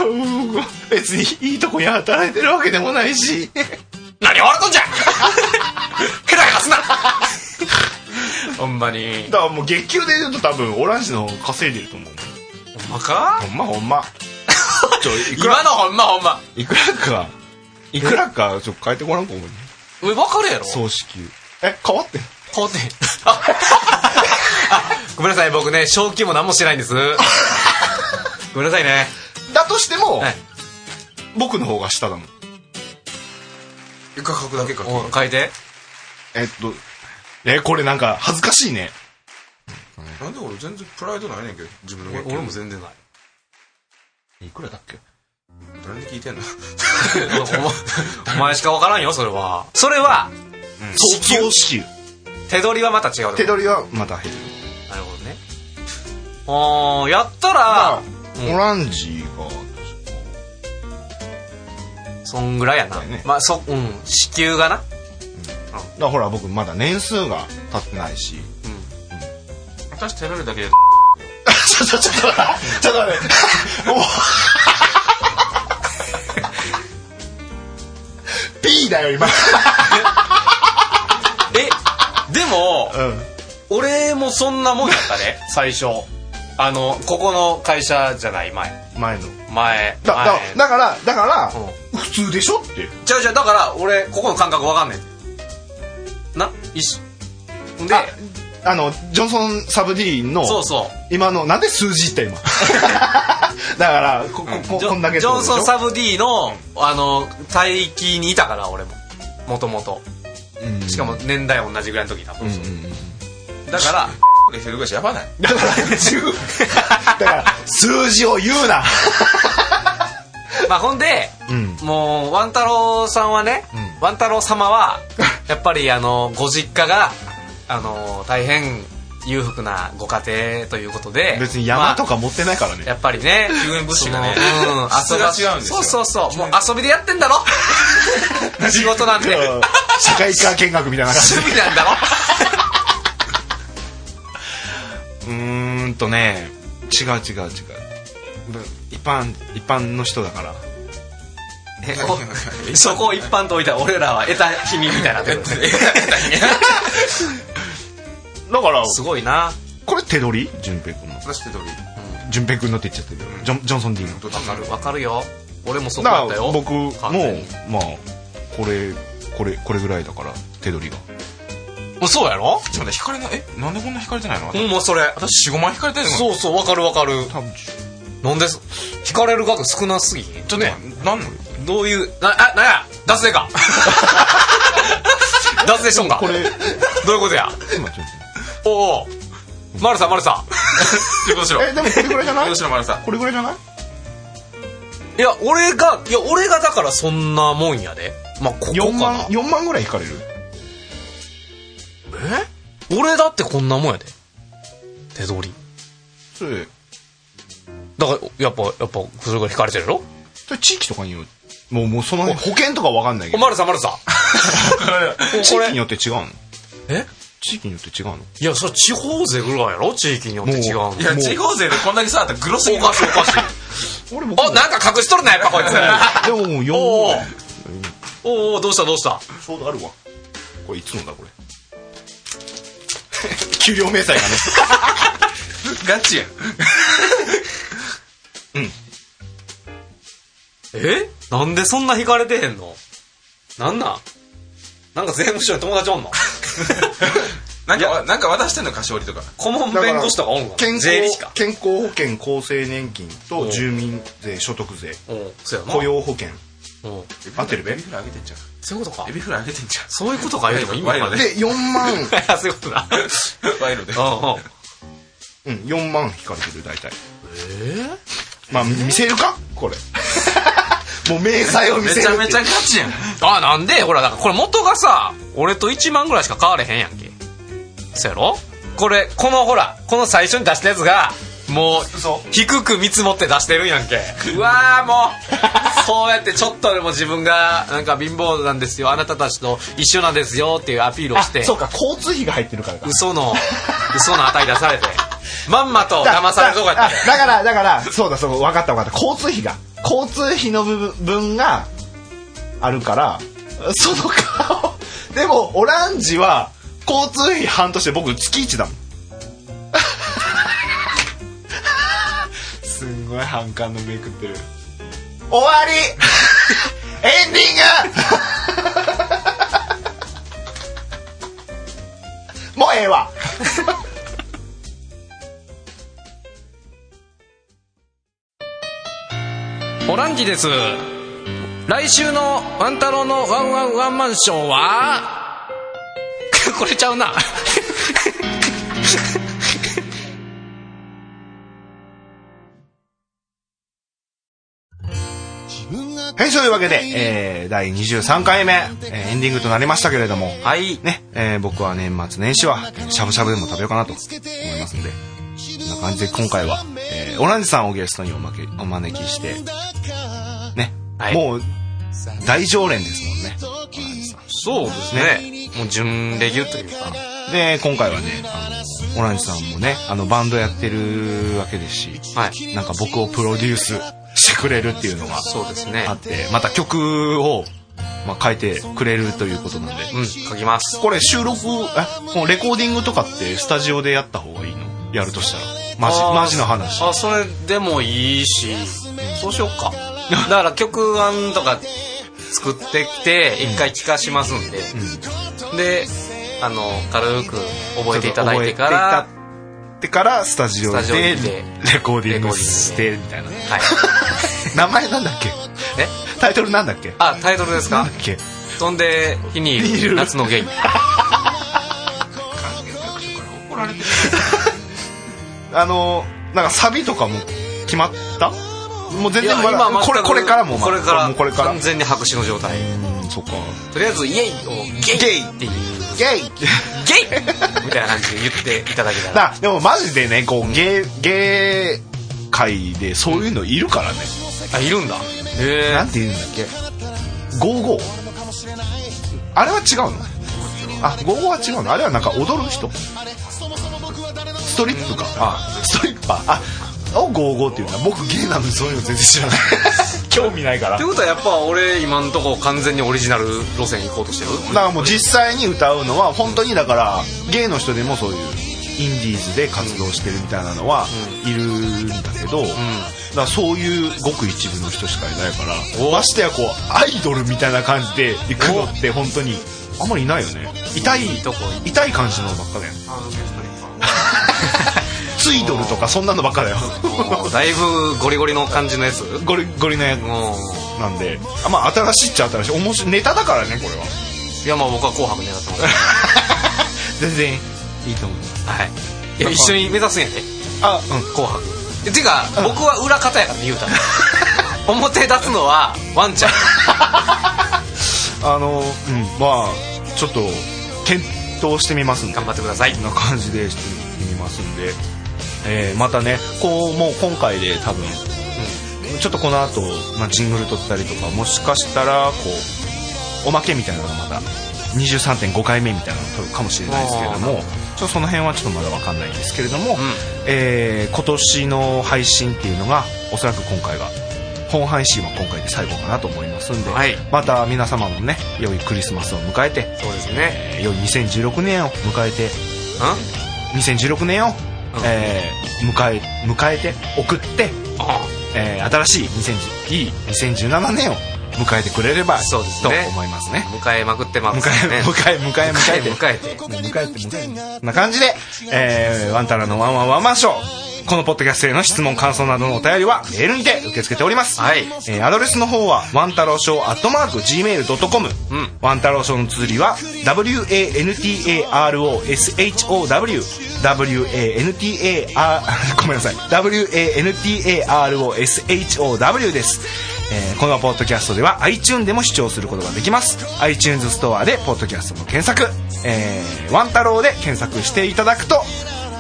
Speaker 3: (laughs) 別にいいとこに働いてるわけでもない (laughs) し
Speaker 2: 何笑っとんじゃんヘラヘラすなほんまに
Speaker 3: だからもう月給で言うと多分オランジの方が稼いでると思う
Speaker 2: ほんまか
Speaker 3: ほんまほん (laughs) まちょいくら
Speaker 2: 今のほんまほんま
Speaker 3: いくらかいくらかちょっと変えてごらんかもね
Speaker 2: え分かるやろ
Speaker 3: 総支給え変わってん
Speaker 2: 変わってへんあ (laughs) ごめんなさい僕ね賞金も何もしてないんですごめんなさいね
Speaker 3: だとしても、
Speaker 2: はい
Speaker 3: 僕の方が下だもん
Speaker 4: 一回書くだけか
Speaker 2: お書いて
Speaker 3: えっとえこれなんか恥ずかしいね
Speaker 4: なんで俺全然プライドないねんけど自分の
Speaker 2: 俺も全然ない
Speaker 3: いくらだっけ
Speaker 4: なんで聞いてんの (laughs)
Speaker 2: (laughs) お前しか分からんよそれはそれは
Speaker 3: 地球子宮
Speaker 2: 手取りはまた違うってこと
Speaker 3: 手取りはまた減る
Speaker 2: なるほどねあーやったら、うん
Speaker 3: オランジ
Speaker 2: そんぐらいやな、
Speaker 3: ね
Speaker 2: まあそうん支給がな
Speaker 3: がだほら僕まだ年数が経ってないし
Speaker 4: 私手取り
Speaker 3: (laughs)
Speaker 4: だけで
Speaker 3: ちょっとちょっとちょっと待ってもう P だよ今
Speaker 2: えでも
Speaker 3: うん
Speaker 2: 俺もそんなもんやったね (laughs) 最初あのここの会社じゃない前
Speaker 3: 前の
Speaker 2: 前
Speaker 3: だだ
Speaker 2: 前
Speaker 3: だからだから
Speaker 2: う
Speaker 3: 普通でしょって
Speaker 2: じゃあじゃあだから俺ここの感覚わかんねんな一緒で
Speaker 3: ああのジョンソンサブディーンの
Speaker 2: そうそう
Speaker 3: 今のなんで数字って今 (laughs) だからこここ
Speaker 2: ジ
Speaker 3: こんだけ
Speaker 2: ョ
Speaker 3: っ
Speaker 2: ジョ
Speaker 3: てこと
Speaker 2: ン
Speaker 3: でしょ
Speaker 2: ソン・サブ D のあの待機にいたから俺ももともと
Speaker 3: うん
Speaker 2: しかも年代同じぐらいの時だ、
Speaker 3: うんうんうん
Speaker 2: だから (laughs)
Speaker 4: 一人暮らしやばない
Speaker 3: だから10だから数字を言う (laughs) な
Speaker 2: まあほんで
Speaker 3: うん
Speaker 2: もうワン太郎さんはね、
Speaker 3: うん
Speaker 2: ワン太郎様
Speaker 3: (laughs)
Speaker 2: はやっぱりあのご実家があの大変裕福なご家庭ということで
Speaker 3: 別に山と
Speaker 2: ま
Speaker 3: か持ってないから
Speaker 2: あ
Speaker 3: ね
Speaker 2: やっぱりね
Speaker 4: 救援物資がね
Speaker 2: そのうん、
Speaker 4: 質が違うんですよ
Speaker 2: そうそうそうもう遊びでやってんだ (laughs) ろ仕事なんて (laughs) 趣
Speaker 3: うん社会科見学みたいな感じ
Speaker 2: 味なんだろ
Speaker 3: うーんとね違う違う違うぶ一般一般の人だから
Speaker 2: (laughs) えこそこを一般と置いたら俺らは得た秘密みたいなってこと (laughs) で
Speaker 3: だから
Speaker 2: すごいな
Speaker 3: これ手取り淳平君の
Speaker 4: 私手取り
Speaker 3: 淳平君のって言っちゃってるよジョンジョンソン・ディーンの
Speaker 4: どう
Speaker 2: わ
Speaker 4: な
Speaker 2: か
Speaker 4: る
Speaker 2: るわかるよ俺もそこ
Speaker 3: だ
Speaker 2: だっ
Speaker 3: か
Speaker 2: た
Speaker 3: ら
Speaker 2: よ
Speaker 3: 僕も
Speaker 2: 完全に
Speaker 3: まあこれこれこれぐらいだから手取りが
Speaker 2: もうそうやろ
Speaker 4: ちょっと待って光のえなんでこんな光れてないの
Speaker 2: もうそれ
Speaker 4: 私45万光 (laughs) れてるの
Speaker 2: そうそうわかるわかる
Speaker 3: 多分
Speaker 2: なんです引かれる額少なすぎちょっと、
Speaker 4: なんの
Speaker 2: どういうなあなんや脱税 (laughs) か脱税しとんか
Speaker 3: これ
Speaker 2: どういうことや
Speaker 3: 今ちょっ
Speaker 2: おうおう丸さん丸さんってことしろ
Speaker 3: とえでもこれぐらいじゃない
Speaker 4: 吉野丸さん
Speaker 3: これぐらいじゃない
Speaker 2: いや俺がいや俺がだからそんなもんやでまあここか
Speaker 3: 4万
Speaker 2: な
Speaker 3: 4万ぐらい引かれる
Speaker 2: 俺だってこんなもんやで手取り
Speaker 3: それ
Speaker 2: だからやっぱやっぱそれが引かれてるやろ
Speaker 3: それ地域とかによもうもうその保険とかわかんないけ
Speaker 2: お
Speaker 3: ど
Speaker 2: まるさんまるさん (laughs)
Speaker 3: 地
Speaker 2: こ
Speaker 3: 域に
Speaker 2: れ
Speaker 3: よって違うの
Speaker 2: え
Speaker 3: 地域によって違うの
Speaker 2: いやそれ地方税ぐらいやろ地域によって違うの
Speaker 3: もう
Speaker 4: いや
Speaker 2: もう
Speaker 4: 地方税でこんだけさあったらグロすぎ
Speaker 2: おかしいおかしい
Speaker 3: 俺
Speaker 2: (laughs) おなんか隠しとるなやっぱこいつ
Speaker 3: でももう4
Speaker 2: おう
Speaker 3: 万
Speaker 2: おうおうどうしたどうした
Speaker 3: ちょうどあるわこれいつのだこれ (laughs) 給料明細がね
Speaker 4: ガチや
Speaker 2: (laughs)
Speaker 4: ん
Speaker 2: えなんでそんな引かれてへんのなんなんなんか税務署に友達おんの
Speaker 4: (laughs) なんかなんか渡してんの菓子折りとか
Speaker 2: 顧問弁護士とかおんの
Speaker 3: 健康
Speaker 2: 税理士か
Speaker 3: 健康保険厚生年金
Speaker 2: う
Speaker 3: と
Speaker 2: ん
Speaker 3: 住民税所得税
Speaker 2: うんそうやな
Speaker 3: 雇用保険
Speaker 2: うん
Speaker 3: 合ってるべ
Speaker 4: エビフライあげてんじゃん
Speaker 2: そういうことか
Speaker 4: エビフライあげてんじゃ
Speaker 2: そういうことか言うても今まで
Speaker 3: で4万、
Speaker 2: (laughs) そういうこと
Speaker 4: (laughs)
Speaker 2: だ
Speaker 4: ん賄賂で
Speaker 2: うんうん
Speaker 3: うん、4万引かれてる大体えまあ見せるかこ (laughs) れもう明細を見
Speaker 4: (laughs) め
Speaker 3: せる
Speaker 4: ち
Speaker 3: ってい
Speaker 4: ゃ
Speaker 3: う
Speaker 4: めちゃガチやん
Speaker 2: あなんでほらだからこれ元がさ俺と1万ぐらいしか買われへんやんけそやろこれこのほらこの最初に出したやつがもう低く見積もって出してるんやんけうわーもう (laughs) そうやってちょっとでも自分がなんか貧乏なんですよあなたたちと一緒なんですよっていうアピールをして
Speaker 3: あそうか交通費が入ってるからか
Speaker 2: 嘘の嘘の値出されてまんまと騙されるとこやった
Speaker 3: だ
Speaker 2: んや
Speaker 3: だからだからそうだそうだ分かった分かった交通費が交通費の部分分があるからその顔でもオランジは交通費半年で僕月1だもんすんごい反感のめくってる終わ (laughs) りエンディングもうええわ
Speaker 2: オランジです来週のワン太郎のワンワンワンマンショーは (laughs) これちゃうな
Speaker 5: 自分
Speaker 3: はい、そういうわけで、えー、第23回目、えーエンディングとなりましたけれども、
Speaker 2: はい
Speaker 3: ね、えー僕は年末年始は、えーしゃぶしゃぶでも食べようかなと思いますので、こんな感じで今回は、えーオランジさんをゲストにおまけお招きして、ね、
Speaker 2: はい
Speaker 3: もう、大常連ですもんね。
Speaker 2: そうですねもう準レギュというか
Speaker 3: で、今回はね、あの、オランジさんもね、あの、バンドやってるわけですし、
Speaker 2: はい
Speaker 3: なんか僕をプロデュースしてくれるっていうのが、
Speaker 2: そうですね
Speaker 3: あって、また曲を、まあ、書いてくれるということなんで、
Speaker 2: うん書きます
Speaker 3: これ収録えこのレコーディングとかってスタジオでやった方がいいのやるとしたらマジ
Speaker 2: あー
Speaker 3: マジの話
Speaker 2: あそれでもいいし、そうしよっかだから曲案とか作ってきて一回聞かしますんで、であの軽く覚えていただいてから
Speaker 3: 覚えていただいてからスタジオで
Speaker 2: スタジオで
Speaker 3: レコーディングしてみたい
Speaker 2: (laughs)
Speaker 3: な
Speaker 2: はい
Speaker 3: 名前なんだっけ
Speaker 2: え
Speaker 3: タイトルなんだっけ
Speaker 2: あタイトルです
Speaker 3: なん
Speaker 2: か
Speaker 3: だっけ
Speaker 2: 飛んで火にいる夏のゲイ
Speaker 3: あのなんかサビとかも決まったもう全
Speaker 2: いや
Speaker 3: 然まだ
Speaker 2: 今
Speaker 3: これ
Speaker 2: 全く
Speaker 3: これからもま
Speaker 2: これから
Speaker 3: もうこれから
Speaker 2: 完全に白紙の状態
Speaker 3: うんそっか
Speaker 2: とりあえず「イエイ!」を「ゲイ!」っていう「ゲイ!」ゲイみたいな感じで言っていただけた
Speaker 3: (laughs)
Speaker 2: ら
Speaker 3: だでもマジでねこう芸芸界でそういうのいるからね、
Speaker 2: あいるんだへ
Speaker 3: な
Speaker 2: え
Speaker 3: んて言うんだっけ55あれは違うのあ55は違うのあれはなんか踊る人ストリップかあストリッパーあを55っていうんだ僕ゲイなのにそういうの全然知らない (laughs) 興味ないから
Speaker 2: ってことはやっぱ俺今んとこ完全にオリジナル路線行こうとしてる
Speaker 3: (laughs) だからもう実際に歌うのは本当にだからゲイの人でもそういうインディーズで活動してるみたいなのはいるんだけど、だからそういうごく一部の人しかいないからましてやこうアイドルみたいな感じで行くのって本当にあんまりいないよね痛い
Speaker 2: とこ
Speaker 3: 痛い感じのばっかだよ (laughs) ツイドルとかそんなのばっかだよ
Speaker 2: もうだいぶゴリゴリの感じのやつ
Speaker 3: (laughs) ゴリゴリのやつ
Speaker 2: も
Speaker 3: なんであまあ新しいっちゃ新しい面白いネタだからねこれは
Speaker 2: ういやまあ僕は「紅白」狙ってます
Speaker 3: (laughs) 全然いいと思います
Speaker 2: はいいや一緒に目指すんやで
Speaker 3: あうん
Speaker 2: 「紅白」ていうか僕は裏方やからね言う
Speaker 3: (laughs)
Speaker 2: たら表立つのはワンちゃん
Speaker 3: あの、うん、まあちょっと検討してみますんで
Speaker 2: 頑張ってください
Speaker 3: な感じでしてみますんで、えーまたねこうもう今回で多分、ちょっとこの後、まあジングル撮ったりとかもしかしたらこうおまけみたいなのがまだ23.5回目みたいなの撮るかもしれないですけれどもちょっとその辺はちょっとまだわかんないんですけれども、えー今年の配信っていうのがおそらく今回が本配信は今回で最後かなと思いますんで、
Speaker 2: はい
Speaker 3: また皆様もね良いクリスマスを迎えて、
Speaker 2: そうですね
Speaker 3: えー良い2016年を迎えて
Speaker 2: ん
Speaker 3: 2016年を、えー迎え迎えて送って、
Speaker 2: あ
Speaker 3: えー新しい2010いい2017年を迎えてくれれば
Speaker 2: そうですね
Speaker 3: と思いますね。
Speaker 2: 迎えまくってま
Speaker 3: 迎
Speaker 2: す
Speaker 3: え
Speaker 2: ね
Speaker 3: 迎え迎え迎えて
Speaker 2: 迎えて
Speaker 3: 迎えて迎えてな感じで、えーワンタラのワンワンワンマンショーこのポッドキャストへの質問感想などのお便りはメールにて受け付けております、
Speaker 2: はい
Speaker 3: えーアドレスの方はワンタローショーアットマーク Gmail.com、
Speaker 2: ん
Speaker 3: ワンタローショーの綴りは WANTAROSHOWWANTAR (laughs) ごめんなさい WANTAROSHOW ですえーこのポッドキャストでは iTunes でも視聴することができます iTunes ストアでポッドキャストの検索、えー、ワンタローで検索していただくと、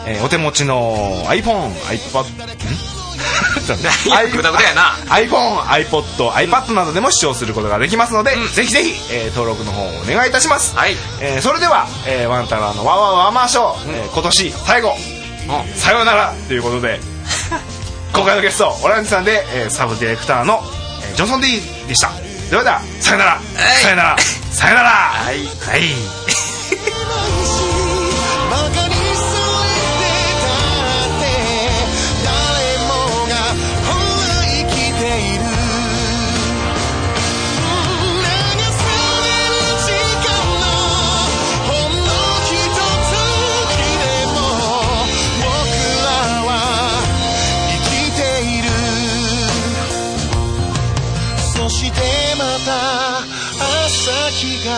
Speaker 3: えーお手持ちの iPhone、iPad、ん (laughs) ちょっと待って
Speaker 2: いやグダグダやな
Speaker 3: iPhone、iPod、iPad などでも視聴することができますので、ぜひぜひ、えー登録の方をお願いいたします。
Speaker 2: はい
Speaker 3: えーそれでは、えーワンタラーのワンワンワンマンショー、えー今年最後、
Speaker 2: う
Speaker 3: さようならということ (laughs) で、今回のゲスト、オランジさんで、えーサブディレクターの、えージョンソン D でした。ではでは、さようなら、さようなら、さようなら。はい。はい
Speaker 5: 馬鹿にされてたって誰もがほら生きている流される時間のほんのひと月でも僕らは生きているそしてまた朝日が